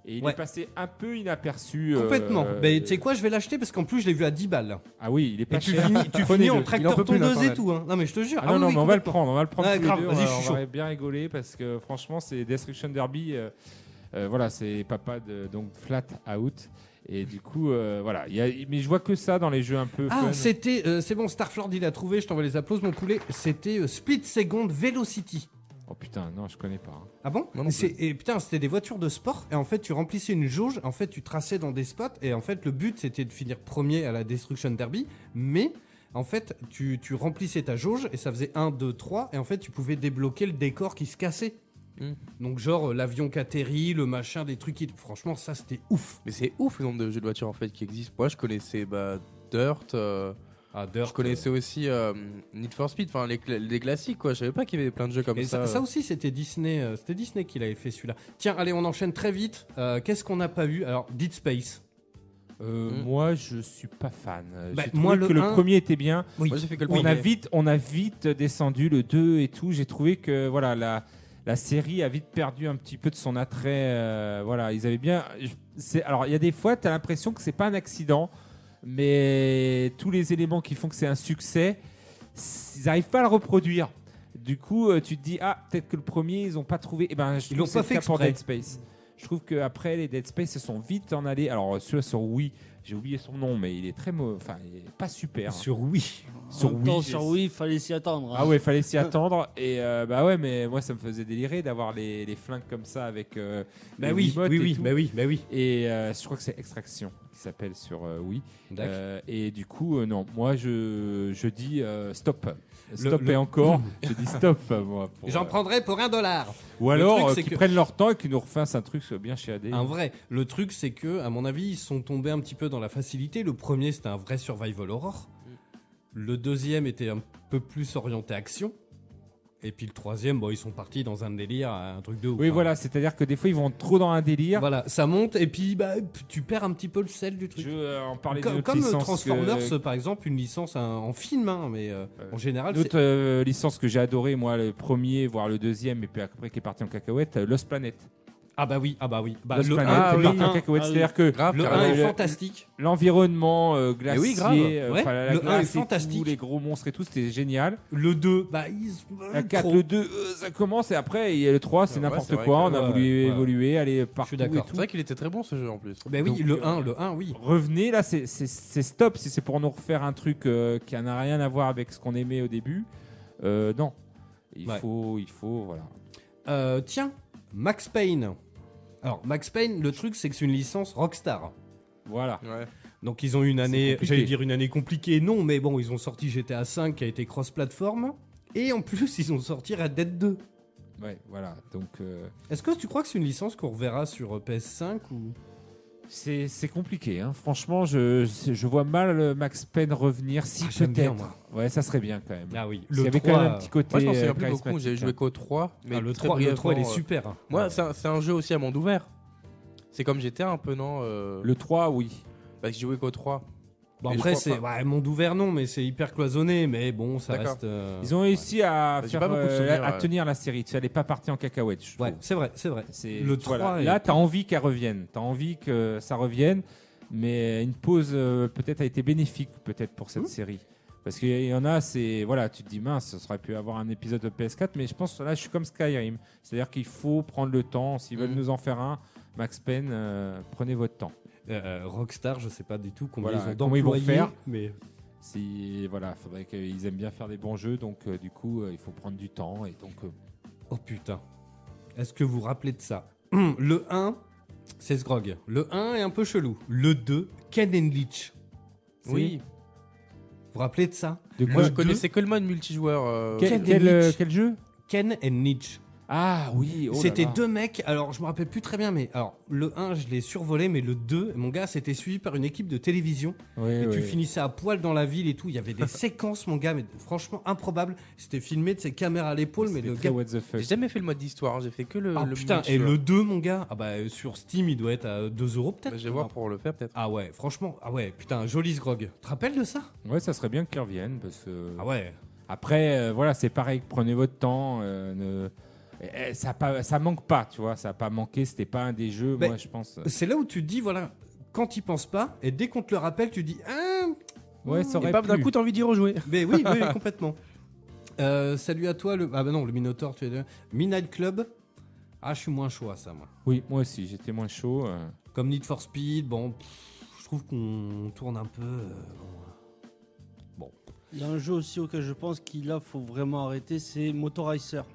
Speaker 7: Et il
Speaker 5: Ouais.
Speaker 7: est passé un peu inaperçu. euh,
Speaker 5: Complètement.
Speaker 7: euh,
Speaker 5: Ben, tu sais quoi, je vais l'acheter parce qu'en plus, je l'ai vu à 10 balles.
Speaker 7: Ah oui, il est pas
Speaker 5: Et tu
Speaker 7: cher.
Speaker 5: finis, tu
Speaker 7: Prenez-le.
Speaker 5: finis en
Speaker 6: Il en
Speaker 5: tracteur
Speaker 6: peut plus, là,
Speaker 5: tondeuse et
Speaker 6: Internet.
Speaker 5: tout. hein. Non, mais je te jure.
Speaker 7: Ah
Speaker 5: Ah
Speaker 7: non,
Speaker 5: oui,
Speaker 7: non,
Speaker 5: oui,
Speaker 7: mais on va le prendre, on va le prendre.
Speaker 5: Ah,
Speaker 7: tous les
Speaker 5: grave,
Speaker 7: deux,
Speaker 5: vas-y,
Speaker 7: on
Speaker 5: je
Speaker 7: va-
Speaker 5: suis
Speaker 7: On
Speaker 5: chaud.
Speaker 7: va bien rigoler parce que franchement, c'est Destruction Derby. euh, euh, voilà, c'est papa de donc Flat Out. Et du coup, euh, voilà. Il y a- mais je vois que ça dans les jeux un peu.
Speaker 5: Ah,
Speaker 7: fun.
Speaker 5: c'était. euh, c'est bon, Starflord, il a trouvé. Je t'envoie les applaudissements, mon poulet. C'était euh, Split Second Velocity.
Speaker 7: Oh putain, non, je connais pas. hein.
Speaker 5: Ah bon
Speaker 6: Moi non
Speaker 5: C'est- Et putain, c'était des voitures de sport. Et en fait, tu remplissais une jauge. En fait, tu traçais dans des spots. Et en fait, le but, c'était de finir premier à la Destruction Derby. Mais. En fait, tu, tu remplissais ta jauge et ça faisait 1, 2, 3. Et en fait, tu pouvais débloquer le décor qui se cassait.
Speaker 6: Mm.
Speaker 5: Donc, genre euh, l'avion qui atterrit, le machin, des trucs qui. Franchement, ça, c'était ouf.
Speaker 6: Mais c'est ouf le nombre de jeux de voiture en fait qui existent. Moi je connaissais bah, Dirt. euh,
Speaker 5: Ah,
Speaker 6: je connaissais aussi euh, Need for Speed, enfin les, cla- les classiques quoi. Je savais pas qu'il y avait plein de jeux comme
Speaker 5: Et
Speaker 6: ça. euh.
Speaker 5: ça, ça aussi, c'était Disney, euh, c'était Disney qui l'avait fait celui-là. Tiens, allez, on enchaîne très vite. Euh, Qu'est-ce qu'on n'a pas eu Alors, Dead Space.
Speaker 7: Euh,
Speaker 6: Hmm.
Speaker 7: Moi, je suis pas fan. Euh,
Speaker 5: Bah,
Speaker 7: J'ai
Speaker 5: moi,
Speaker 7: trouvé
Speaker 5: le
Speaker 7: que le
Speaker 5: un-
Speaker 7: premier était bien.
Speaker 6: Moi j'ai fait que le
Speaker 7: on
Speaker 6: premier.
Speaker 7: a vite on a vite descendu le 2 et tout j'ai trouvé que voilà la la série a vite perdu un petit peu de son attrait euh, voilà ils avaient bien je- c'est alors il y a des fois tu as l'impression que c'est pas un accident mais tous les éléments qui font que c'est un succès s- ils n'arrivent pas à le reproduire du coup euh, tu te dis ah peut-être que le premier ils ont pas trouvé eh ben je
Speaker 5: Ils
Speaker 7: trouve
Speaker 5: l'ont
Speaker 7: que
Speaker 5: pas
Speaker 7: c'est
Speaker 5: fait
Speaker 7: le cas pour
Speaker 5: exprès.
Speaker 7: Dead Space je trouve que après les Dead Space se sont vite en allés alors ceux sur Wii j'ai oublié son nom mais il est très mauvais enfin il est pas super hein.
Speaker 5: Sur oui.
Speaker 7: sur
Speaker 4: En même temps,
Speaker 7: Wii
Speaker 4: sur
Speaker 7: j'ai-
Speaker 4: Wii, il fallait s'y attendre. hein.
Speaker 7: ah ouais, fallait s'y attendre. Et euh, bah ouais, mais moi ça me faisait délirer d'avoir les, les flingues comme ça avec. euh,
Speaker 5: Bah
Speaker 7: les
Speaker 5: oui,
Speaker 7: Wiimotes
Speaker 5: oui,
Speaker 7: et
Speaker 5: oui,
Speaker 7: tout.
Speaker 5: bah oui, bah oui.
Speaker 7: Et euh, je crois que c'est Extraction qui s'appelle sur euh, Wii.
Speaker 5: D'accord.
Speaker 7: Euh, et du coup, euh, non, moi je, je dis euh, stop. Stop
Speaker 5: le-
Speaker 7: et
Speaker 5: <laughs>
Speaker 7: encore. je dis stop, moi. pour,
Speaker 5: J'en
Speaker 7: euh,
Speaker 5: prendrai pour un dollar.
Speaker 7: Ou
Speaker 5: le
Speaker 7: alors
Speaker 5: truc,
Speaker 7: euh,
Speaker 5: c'est
Speaker 7: qu'ils
Speaker 5: que-
Speaker 7: prennent leur temps et qu'ils nous refassent un truc euh, bien chez AD.
Speaker 5: Un vrai. Le truc, c'est que, à mon avis, ils sont tombés un petit peu dans la facilité. Le premier, c'était un vrai survival horror. Le deuxième était un peu plus orienté action. Et puis le troisième, bon, ils sont partis dans un délire, un truc de ouf.
Speaker 7: Oui,
Speaker 5: hein.
Speaker 7: voilà, c'est-à-dire que des fois ils vont trop dans un délire.
Speaker 5: Voilà, ça monte et puis bah, tu perds un petit peu le sel du truc.
Speaker 7: Je euh, en parlais
Speaker 5: Comme,
Speaker 7: d'une autre
Speaker 5: comme
Speaker 7: licence
Speaker 5: Transformers,
Speaker 7: que-
Speaker 5: euh, par exemple, une licence hein, en film, hein, mais euh, en général, c'est
Speaker 7: L'autre euh, licence que j'ai adoré, moi, le premier, voire le deuxième, et puis après qui est parti en cacahuète, euh, Lost Planet.
Speaker 5: ah bah oui, ah bah oui, bah,
Speaker 7: Lost
Speaker 5: le 1,
Speaker 7: Planet est parti en cacahuète.
Speaker 4: Ah oui.
Speaker 7: C'est-à-dire que
Speaker 6: Grave,
Speaker 5: le
Speaker 7: Ah,
Speaker 5: un
Speaker 6: carrément.
Speaker 5: est
Speaker 7: le-
Speaker 5: fantastique.
Speaker 7: l'environnement euh,
Speaker 6: Eh
Speaker 7: glacier,
Speaker 6: oui, grave.
Speaker 7: euh,
Speaker 5: Ouais,
Speaker 7: enfin, la,
Speaker 5: le un
Speaker 7: glace
Speaker 5: est
Speaker 7: et tout,
Speaker 5: fantastique.
Speaker 7: les gros monstres et tout, c'était génial.
Speaker 5: Le 2, bah ils
Speaker 7: La 4,
Speaker 5: trop.
Speaker 7: le 2, euh, ça commence, et après, il y a le 3, c'est
Speaker 6: Ouais,
Speaker 7: n'importe
Speaker 6: c'est vrai
Speaker 7: quoi.
Speaker 6: que-
Speaker 7: On a
Speaker 5: ouais,
Speaker 7: voulu
Speaker 5: ouais.
Speaker 7: évoluer, aller
Speaker 5: Je suis
Speaker 7: partout et
Speaker 5: d'accord.
Speaker 6: C'est
Speaker 7: tout.
Speaker 6: vrai qu'il était très bon ce jeu en plus.
Speaker 5: Bah oui,
Speaker 7: Donc,
Speaker 5: le
Speaker 7: euh,
Speaker 5: 1, le 1, oui.
Speaker 7: Revenez, là, c'est- c'est c'est stop. Si c'est pour nous refaire un truc euh, qui n'a rien à voir avec ce qu'on aimait au début, euh, non. Il
Speaker 5: Ouais.
Speaker 7: faut, il faut, voilà.
Speaker 5: Euh, tiens, Max Payne. Alors Max Payne, le truc c'est que c'est une licence Rockstar.
Speaker 7: Voilà.
Speaker 6: Ouais.
Speaker 5: Donc ils ont une année,
Speaker 7: compliqué.
Speaker 5: j'allais dire une année compliquée, non, mais bon, ils ont sorti GTA V qui a été cross-platform. Et en plus, ils ont sorti Red Dead 2.
Speaker 7: Ouais, voilà. Donc. euh,
Speaker 5: Est-ce que tu crois que c'est une licence qu'on reverra sur euh, PS5 ou
Speaker 7: C'est c'est compliqué, hein. franchement, je, je vois mal euh, Max Payne revenir si
Speaker 5: Ah, j'aime bien,
Speaker 7: peut-être. Ouais, ça serait bien quand même.
Speaker 5: Ah oui,
Speaker 7: Il y
Speaker 5: le
Speaker 7: avait
Speaker 5: 3,
Speaker 7: quand même un petit côté.
Speaker 6: Moi je m'en souviens
Speaker 7: euh,
Speaker 6: plus beaucoup, j'ai
Speaker 7: charismatique,
Speaker 6: joué
Speaker 7: hein.
Speaker 6: qu'au 3, mais
Speaker 5: ah, le,
Speaker 6: très
Speaker 5: 3 le 3, il est
Speaker 6: brièvement, euh,
Speaker 5: super.
Speaker 6: Moi
Speaker 5: Ouais.
Speaker 6: c'est un- c'est un jeu aussi à monde ouvert. C'est comme j'étais un peu non euh,
Speaker 7: hein. Le 3, oui.
Speaker 6: Parce que j'ai joué qu'au 3.
Speaker 5: Bon,
Speaker 6: Et je
Speaker 5: après,
Speaker 6: crois
Speaker 5: c'est ouais, monde ouvert, non, mais c'est hyper cloisonné, mais bon, ça
Speaker 6: D'accord.
Speaker 5: reste. euh,
Speaker 7: Ils ont réussi à,
Speaker 6: Ah, J'ai
Speaker 7: faire,
Speaker 6: pas beaucoup de
Speaker 7: euh,
Speaker 6: souvenirs,
Speaker 7: à
Speaker 6: ouais.
Speaker 7: tenir la série. Tu n'allais pas partir en cacahuète, je trouve.
Speaker 5: Ouais, c'est vrai, c'est vrai.
Speaker 7: C'est-
Speaker 5: Le
Speaker 7: voilà.
Speaker 5: 3 est-
Speaker 7: Là, tu as envie qu'elle revienne. Tu as envie que ça revienne. Mais une pause, euh, peut-être, a été bénéfique peut-être pour cette série. Parce qu'il y en a, c'est. Voilà, tu te dis, mince, ça aurait pu avoir un épisode de PS4. Mais je pense que là, je suis comme Skyrim. C'est-à-dire qu'il faut prendre le temps. S'ils veulent
Speaker 6: Mhm.
Speaker 7: nous en faire un, Max Payne, euh, prenez votre temps.
Speaker 5: Euh, Rockstar, je sais pas du tout combien
Speaker 7: Voilà,
Speaker 5: ils ont
Speaker 7: comment ils vont
Speaker 5: d'employés,
Speaker 7: faire.
Speaker 5: mais
Speaker 7: Si, voilà, faudrait qu'ils aiment bien faire des bons jeux. Donc, euh, du coup, euh, il faut prendre du temps. Et donc, euh,
Speaker 5: oh putain. Est-ce que vous vous rappelez de ça <clears throat> Hum, Le 1, c'est Sgrog. Le 1 est un peu chelou. Le 2, Ken and Leech.
Speaker 7: Oui.
Speaker 5: Vous vous rappelez de ça
Speaker 6: De quoi Moi, je connaissais que le mode multijoueur. euh,
Speaker 5: Quel-
Speaker 6: Ken
Speaker 5: quel,
Speaker 6: et
Speaker 5: euh,
Speaker 6: Mitch.
Speaker 5: quel jeu Ken and Nietzsche.
Speaker 7: Ah oui, oh là
Speaker 5: C'était
Speaker 7: là.
Speaker 5: deux mecs, alors je me rappelle plus très bien, mais alors le 1 je l'ai survolé, mais le 2, mon gars, c'était suivi par une équipe de télévision.
Speaker 7: Ouais,
Speaker 5: et tu
Speaker 7: Eh ouais.
Speaker 5: finissais à poil dans la ville et tout. Il y avait
Speaker 7: <laughs>
Speaker 5: des séquences, mon gars, mais franchement improbable. C'était filmé de ses caméras à l'épaule, mais le gars.
Speaker 6: J'ai jamais fait le mode d'histoire, hein, j'ai fait que le.
Speaker 5: Ah
Speaker 6: le
Speaker 5: putain, et
Speaker 6: multijoueur.
Speaker 5: le 2, mon gars, ah bah, euh, sur Steam, il doit être à 2 euros peut-être.
Speaker 6: Bah, je vais voir pour le faire peut-être.
Speaker 5: Ah ouais, franchement, ah ouais, putain, joli ce grog. Tu te rappelles de ça
Speaker 7: Ouais, ça serait bien qu'il revienne parce que.
Speaker 5: Ah ouais.
Speaker 7: Après, euh, voilà, c'est pareil. Prenez votre temps. euh, ne- eh, eh, ça, a pas- ça manque pas, tu vois. Ça a pas manqué. C'était pas un des jeux.
Speaker 5: Ben,
Speaker 7: moi, je pense. euh,
Speaker 5: C'est là où tu te dis, voilà, quand il pense pas, et dès qu'on te le rappelle, tu dis, ah,
Speaker 7: Ouais, ça
Speaker 5: hmm.
Speaker 7: aurait Et paf, d'un plu. coup,
Speaker 6: t'as envie d'y rejouer.
Speaker 5: Mais oui, oui,
Speaker 6: <laughs>
Speaker 5: complètement. Euh, salut à toi, le. Ah bah non, le Minotaur, tu es. Midnight Club. Ah, je suis moins chaud à ça, moi.
Speaker 7: Oui, moi aussi, j'étais moins chaud. euh.
Speaker 5: Comme Need for Speed, bon, pff, je trouve qu'on tourne un peu. euh, bon.
Speaker 4: Il y a un jeu aussi auquel je pense qu'il là faut vraiment arrêter, c'est Motorizer.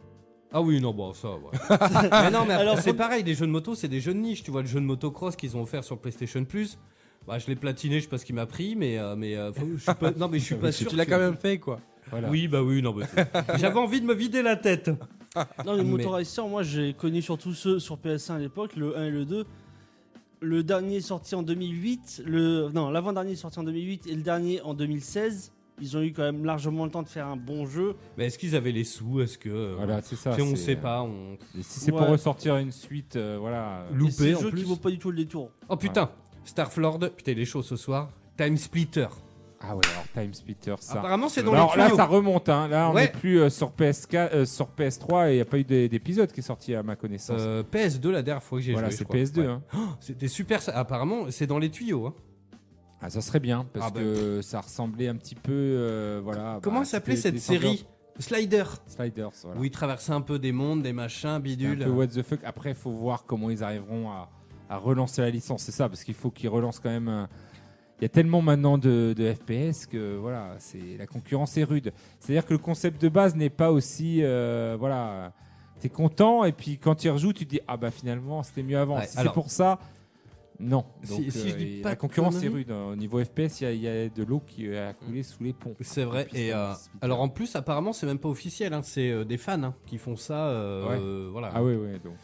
Speaker 5: Ah oui, non, bon, ça, ouais. mais non, mais après,
Speaker 4: Alors,
Speaker 5: c'est
Speaker 4: faut-
Speaker 5: pareil, les jeux de moto, c'est des jeux de niche. Tu vois, le jeu de motocross qu'ils ont offert sur PlayStation Plus. Bah, je l'ai platiné, je sais pas ce qu'il m'a pris, mais, euh, mais euh, faut- je suis pas, non, mais je suis pas
Speaker 6: Tu
Speaker 5: sûr.
Speaker 6: l'as
Speaker 5: que-
Speaker 6: quand même fait quoi.
Speaker 7: Voilà.
Speaker 5: Oui, bah oui, non, mais c'est- <laughs> j'avais envie de me vider la tête.
Speaker 4: Non, le
Speaker 5: Mais-
Speaker 4: Motorizer, moi j'ai connu surtout ceux sur PS1 à l'époque, le 1 et le 2. Le dernier sorti en 2008, le non, l'avant-dernier sorti en 2008 et le dernier en 2016. Ils ont eu quand même largement le temps de faire un bon jeu.
Speaker 5: Mais est-ce qu'ils avaient les sous Est-ce que euh,
Speaker 7: Voilà, c'est ça,
Speaker 5: tu sais, on
Speaker 7: c'est-
Speaker 5: sait pas. On...
Speaker 7: Et si c'est pour
Speaker 4: Ouais.
Speaker 7: ressortir une suite, euh, voilà. euh,
Speaker 4: Et C'est
Speaker 5: Loupé
Speaker 4: un
Speaker 5: en
Speaker 4: jeu
Speaker 5: plus.
Speaker 4: qui vaut pas du tout le détour.
Speaker 5: Oh putain, Starflord, putain il est chaud ce soir. Time Splitter.
Speaker 7: Ah ouais, alors Time Splitter, ça.
Speaker 5: Apparemment c'est dans
Speaker 7: Alors
Speaker 5: les
Speaker 7: là,
Speaker 5: tuyaux.
Speaker 7: ça remonte. Hein. Là, on
Speaker 5: Ouais.
Speaker 7: n'est plus euh, sur, PSK, euh, sur PS3 et il n'y a pas eu d'é- d'épisode qui est sorti à ma connaissance.
Speaker 5: Euh, PS2 la dernière fois que j'ai
Speaker 7: voilà,
Speaker 5: joué. je
Speaker 7: c'est
Speaker 5: crois.
Speaker 7: PS2.
Speaker 5: Ouais.
Speaker 7: hein.
Speaker 5: Oh, C'était super. ça. Apparemment c'est dans les tuyaux. hein.
Speaker 7: Ah, ça serait bien parce
Speaker 5: Ah bah.
Speaker 7: que ça ressemblait un petit peu. euh, voilà.
Speaker 5: Comment
Speaker 7: bah,
Speaker 5: s'appelait
Speaker 7: c'était
Speaker 5: cette
Speaker 7: des
Speaker 5: série Slider.
Speaker 7: Sliders, voilà.
Speaker 5: Où il traversait un peu des mondes, des machins,
Speaker 7: C'est un
Speaker 5: bidules.
Speaker 7: peu what the fuck. Après, il faut voir comment ils arriveront à, à relancer la licence. C'est ça, parce qu'il faut qu'ils relancent quand même. un- Il y a tellement maintenant de, de FPS que voilà, c'est la concurrence est rude. C'est-à-dire que le concept de base n'est pas aussi euh, voilà. T'es content et puis quand tu rejoues, tu te dis ah bah finalement c'était mieux avant.
Speaker 5: Ouais,
Speaker 7: si
Speaker 5: alors-
Speaker 7: c'est pour ça, non.
Speaker 5: Si-
Speaker 7: Donc,
Speaker 5: si je dis
Speaker 7: et
Speaker 5: pas
Speaker 7: la
Speaker 5: de
Speaker 7: concurrence est
Speaker 5: conneries-
Speaker 7: rude. hein. Au niveau FPS, il y a- il y, a de l'eau qui a coulé sous les ponts.
Speaker 5: C'est vrai.
Speaker 7: Puis,
Speaker 5: Et
Speaker 7: ça,
Speaker 5: euh,
Speaker 7: c'est-
Speaker 5: alors en plus apparemment c'est même pas officiel. hein, C'est euh, des fans hein, qui font ça. euh,
Speaker 7: Ouais.
Speaker 5: euh, voilà.
Speaker 7: ah oui oui donc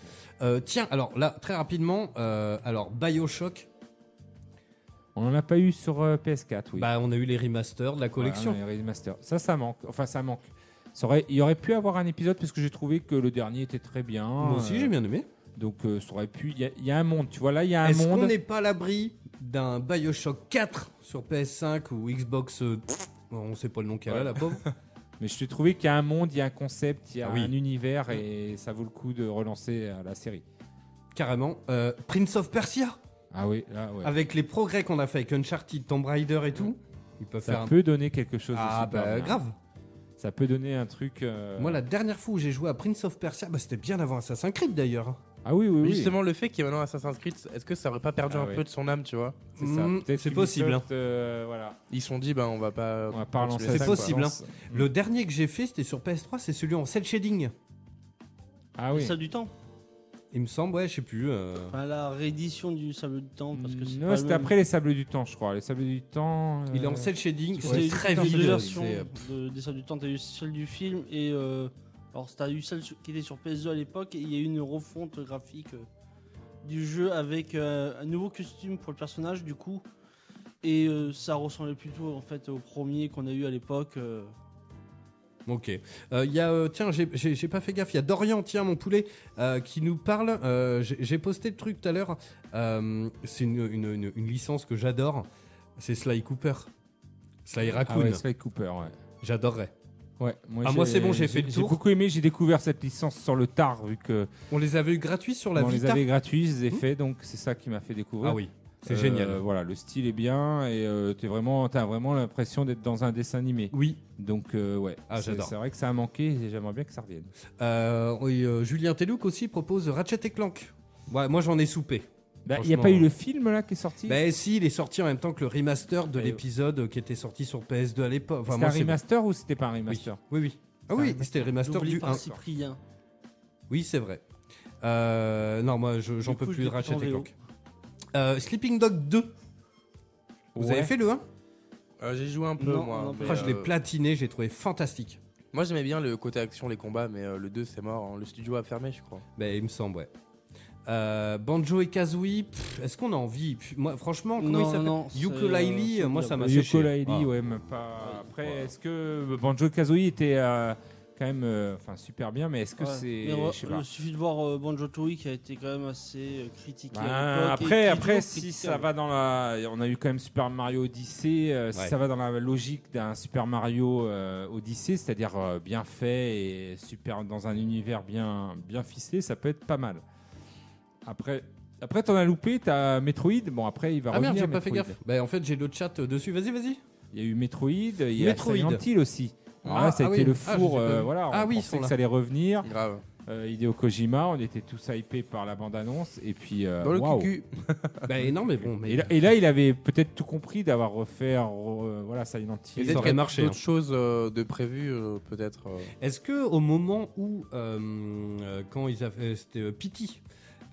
Speaker 5: Euh, tiens alors là très rapidement. euh, alors Bioshock.
Speaker 7: on en a pas eu sur euh, PS4 oui.
Speaker 5: Bah on a eu les remasters de la collection.
Speaker 7: Voilà, les remasters. Ça, ça manque. Enfin, ça manque. Ça aurait- il y aurait pu avoir un épisode parce que j'ai trouvé que le dernier était très bien.
Speaker 5: Moi aussi
Speaker 7: Euh,
Speaker 5: j'ai bien aimé.
Speaker 7: Donc, euh, ça aurait pu. Il y, a- il y a un monde, tu vois. Là, il y a un
Speaker 5: Est-ce qu'on
Speaker 7: monde.
Speaker 5: n'est pas à l'abri d'un Bioshock 4 sur PS5 ou Xbox euh, pff, On sait pas le nom qu'elle a,
Speaker 7: Ouais.
Speaker 5: la
Speaker 7: <laughs>
Speaker 5: pauvre.
Speaker 7: Mais je t'ai trouvé qu'il y a un monde, il y a un concept, il y a
Speaker 5: Ah oui.
Speaker 7: un univers et ça vaut le coup de relancer euh, la série.
Speaker 5: Carrément. Euh, Prince of Persia
Speaker 7: Ah oui, là, ouais.
Speaker 5: Avec les progrès qu'on a fait avec Uncharted, Tomb Raider et tout. Ils peuvent faire
Speaker 7: Ça
Speaker 5: un.
Speaker 7: peut donner quelque chose. de
Speaker 5: Ah
Speaker 7: super
Speaker 5: bah
Speaker 7: bien.
Speaker 5: grave.
Speaker 7: Ça peut donner un truc. euh,
Speaker 5: Moi la dernière fois où j'ai joué à Prince of Persia, bah, c'était bien avant Assassin's Creed d'ailleurs. hein.
Speaker 7: Ah oui, oui,
Speaker 6: Mais
Speaker 7: oui.
Speaker 6: Justement, le fait qu'il y ait maintenant Assassin's Creed, est-ce que ça aurait pas perdu
Speaker 7: Ah
Speaker 6: un
Speaker 7: ouais.
Speaker 6: peu de son âme, tu vois
Speaker 7: C'est ça.
Speaker 5: Mm,
Speaker 7: Peut-être
Speaker 5: c'est
Speaker 7: qu'Ubisoft,
Speaker 5: possible, hein.
Speaker 7: euh, voilà.
Speaker 6: Ils se sont dit, bah on va pas.
Speaker 7: On va pas relancer
Speaker 6: continuer ça,
Speaker 7: ça,
Speaker 5: C'est
Speaker 6: quoi.
Speaker 5: possible, hein.
Speaker 6: Mm.
Speaker 5: Le dernier que j'ai fait c'était sur PS3, c'est celui en cel shading.
Speaker 7: Ah oui.
Speaker 4: Ça a du temps.
Speaker 5: Il me semble, ouais, je sais plus. euh,
Speaker 4: Enfin, la réédition du sable du temps parce que c'est
Speaker 7: Non,
Speaker 4: pas
Speaker 7: c'était
Speaker 4: le même.
Speaker 7: après les sables du temps, je crois. Les sables du temps.
Speaker 5: Il est en
Speaker 7: euh,
Speaker 5: cel shading,
Speaker 4: Parce que
Speaker 5: c'est euh,
Speaker 4: t'as eu-
Speaker 5: très
Speaker 4: t'as eu
Speaker 5: vite.
Speaker 4: deux versions de- des Sables du temps. T'as eu celle du film et euh, alors t'as eu celle sur- qui était sur PS2 à l'époque et il y a eu une refonte graphique euh, du jeu avec euh, un nouveau costume pour le personnage du coup et euh, ça ressemblait plutôt en fait au premier qu'on a eu à l'époque. euh.
Speaker 5: Ok. Euh, Il y a, euh, tiens, j'ai- j'ai j'ai pas fait gaffe. Il y a Dorian, tiens, mon poulet, euh, qui nous parle. Euh, j'ai j'ai posté le truc tout à l'heure. Euh, c'est une, une- une- une licence que j'adore. C'est Sly Cooper. Sly
Speaker 7: Ah
Speaker 5: Raccoon.
Speaker 7: ouais, Sly Cooper, ouais.
Speaker 5: J'adorerais.
Speaker 7: Ouais,
Speaker 5: Ah, moi,
Speaker 7: j'ai-
Speaker 5: c'est bon, j'ai fait le tour.
Speaker 7: J'ai beaucoup aimé, j'ai découvert cette licence sur le tard, vu que
Speaker 5: On les avait eu gratuits sur la
Speaker 7: on les
Speaker 5: Vita. Hmm.
Speaker 7: avait gratuits, je les ai faits, donc c'est ça qui m'a fait découvrir.
Speaker 5: Ah oui, c'est
Speaker 7: Euh,
Speaker 5: génial.
Speaker 7: Voilà, le style est bien et euh, t'es vraiment, t'as vraiment l'impression d'être dans un dessin animé.
Speaker 5: Oui.
Speaker 7: Donc euh, ouais,
Speaker 5: Ah,
Speaker 7: c'est
Speaker 5: j'adore.
Speaker 7: c'est vrai que ça a manqué et j'aimerais bien que ça revienne.
Speaker 5: Euh, oui, euh, Julien Telouk aussi propose Ratchet et Clank. Ouais, moi, j'en ai soupé.
Speaker 7: Bah, Il n'y a pas eu le film là qui est sorti
Speaker 5: euh, Ben si, il est sorti en même temps que le remaster de
Speaker 7: Et-
Speaker 5: l'épisode qui était sorti sur PS2 à l'époque. Enfin,
Speaker 7: C'était
Speaker 5: moi,
Speaker 7: un
Speaker 5: c'est-
Speaker 7: remaster ou c'était pas un remaster
Speaker 5: Oui, oui. Ah
Speaker 7: C'est
Speaker 5: oui,
Speaker 7: un-
Speaker 5: c'était le remaster
Speaker 4: Doublé
Speaker 5: du
Speaker 4: par
Speaker 5: 1.
Speaker 4: Cyprien.
Speaker 5: Oui, c'est vrai. Euh, non, moi, je- j'en
Speaker 4: Du
Speaker 5: peux
Speaker 4: coup, je
Speaker 5: plus de
Speaker 4: l'ai
Speaker 5: Ratchet
Speaker 4: pris en
Speaker 5: et
Speaker 4: VO.
Speaker 5: Clank. Euh, Sleeping Dog 2. Vous
Speaker 7: Ouais.
Speaker 5: avez fait le 1
Speaker 6: Euh, j'ai joué un peu,
Speaker 5: Non,
Speaker 6: moi.
Speaker 5: non,
Speaker 6: mais,
Speaker 5: ah, je l'ai
Speaker 6: euh,
Speaker 5: platiné, j'ai trouvé fantastique.
Speaker 6: Moi, j'aimais bien le côté action, les combats, mais euh, le 2, c'est mort. hein. Le studio a fermé, je crois.
Speaker 5: Bah, il me semble, ouais. Euh, Banjo et Kazooie, pff, est-ce qu'on a envie Pff, Moi, franchement, comment
Speaker 4: Non,
Speaker 5: il s'appelle
Speaker 4: non, c'est-
Speaker 5: Ukulele,
Speaker 4: c'est
Speaker 5: moi
Speaker 4: bien.
Speaker 5: ça m'a séché.
Speaker 7: Ukulele,
Speaker 5: Ah.
Speaker 7: ouais, mais pas. Après, est-ce que Banjo Kazooie était euh, quand même, euh, enfin, super bien, mais est-ce que
Speaker 4: Ouais.
Speaker 7: c'est,
Speaker 4: Mais, ouais,
Speaker 7: je sais pas.
Speaker 4: Il suffit de voir euh, Banjo Tooie qui a été quand même assez euh, critiqué.
Speaker 7: Ben,
Speaker 4: à l'époque et
Speaker 7: après,
Speaker 4: qui
Speaker 7: après,
Speaker 4: est
Speaker 7: si
Speaker 4: critiqué
Speaker 7: ça va dans la, on a eu quand même Super Mario Odyssey. euh, Si
Speaker 5: Ouais.
Speaker 7: ça va dans la logique d'un Super Mario euh, Odyssey, c'est-à-dire euh, bien fait et super dans un univers bien, bien ficelé, ça peut être pas mal. Après, après, t'en as loupé, t'as Metroid. Bon, après, il va
Speaker 5: Ah
Speaker 7: revenir.
Speaker 5: merde, j'ai pas fait
Speaker 7: Metroid.
Speaker 5: gaffe. Bah, en fait, j'ai le chat euh, dessus, vas-y, vas-y.
Speaker 7: Il y a eu Metroid, il y a
Speaker 5: Metroid.
Speaker 7: Silent Hill aussi.
Speaker 5: Ah,
Speaker 7: Ah, ça a
Speaker 5: ah
Speaker 7: été
Speaker 5: oui.
Speaker 7: le
Speaker 5: Ah, je les ai
Speaker 7: four.
Speaker 5: pas
Speaker 7: euh,
Speaker 5: vus.
Speaker 7: voilà, on
Speaker 5: Ah oui, ils
Speaker 7: pensait
Speaker 5: sont
Speaker 7: que
Speaker 5: là.
Speaker 7: ça allait revenir.
Speaker 6: Grave.
Speaker 7: Euh, Hideo Kojima, on était tous hypés par la bande-annonce. Et puis, euh,
Speaker 6: Dans le
Speaker 7: waouh.
Speaker 6: cucu.
Speaker 5: Bah, non, mais bon, mais
Speaker 7: Ah, Et là, et là, il avait peut-être tout compris d'avoir refait euh, voilà, Silent Hill.
Speaker 5: aurait
Speaker 6: Peut-être qu'il y a
Speaker 5: marché,
Speaker 6: d'autres
Speaker 5: hein.
Speaker 6: choses euh, de prévues, euh, peut-être. euh.
Speaker 5: Est-ce que au moment où, euh, euh, quand ils avaient, euh, c'était euh, Pity,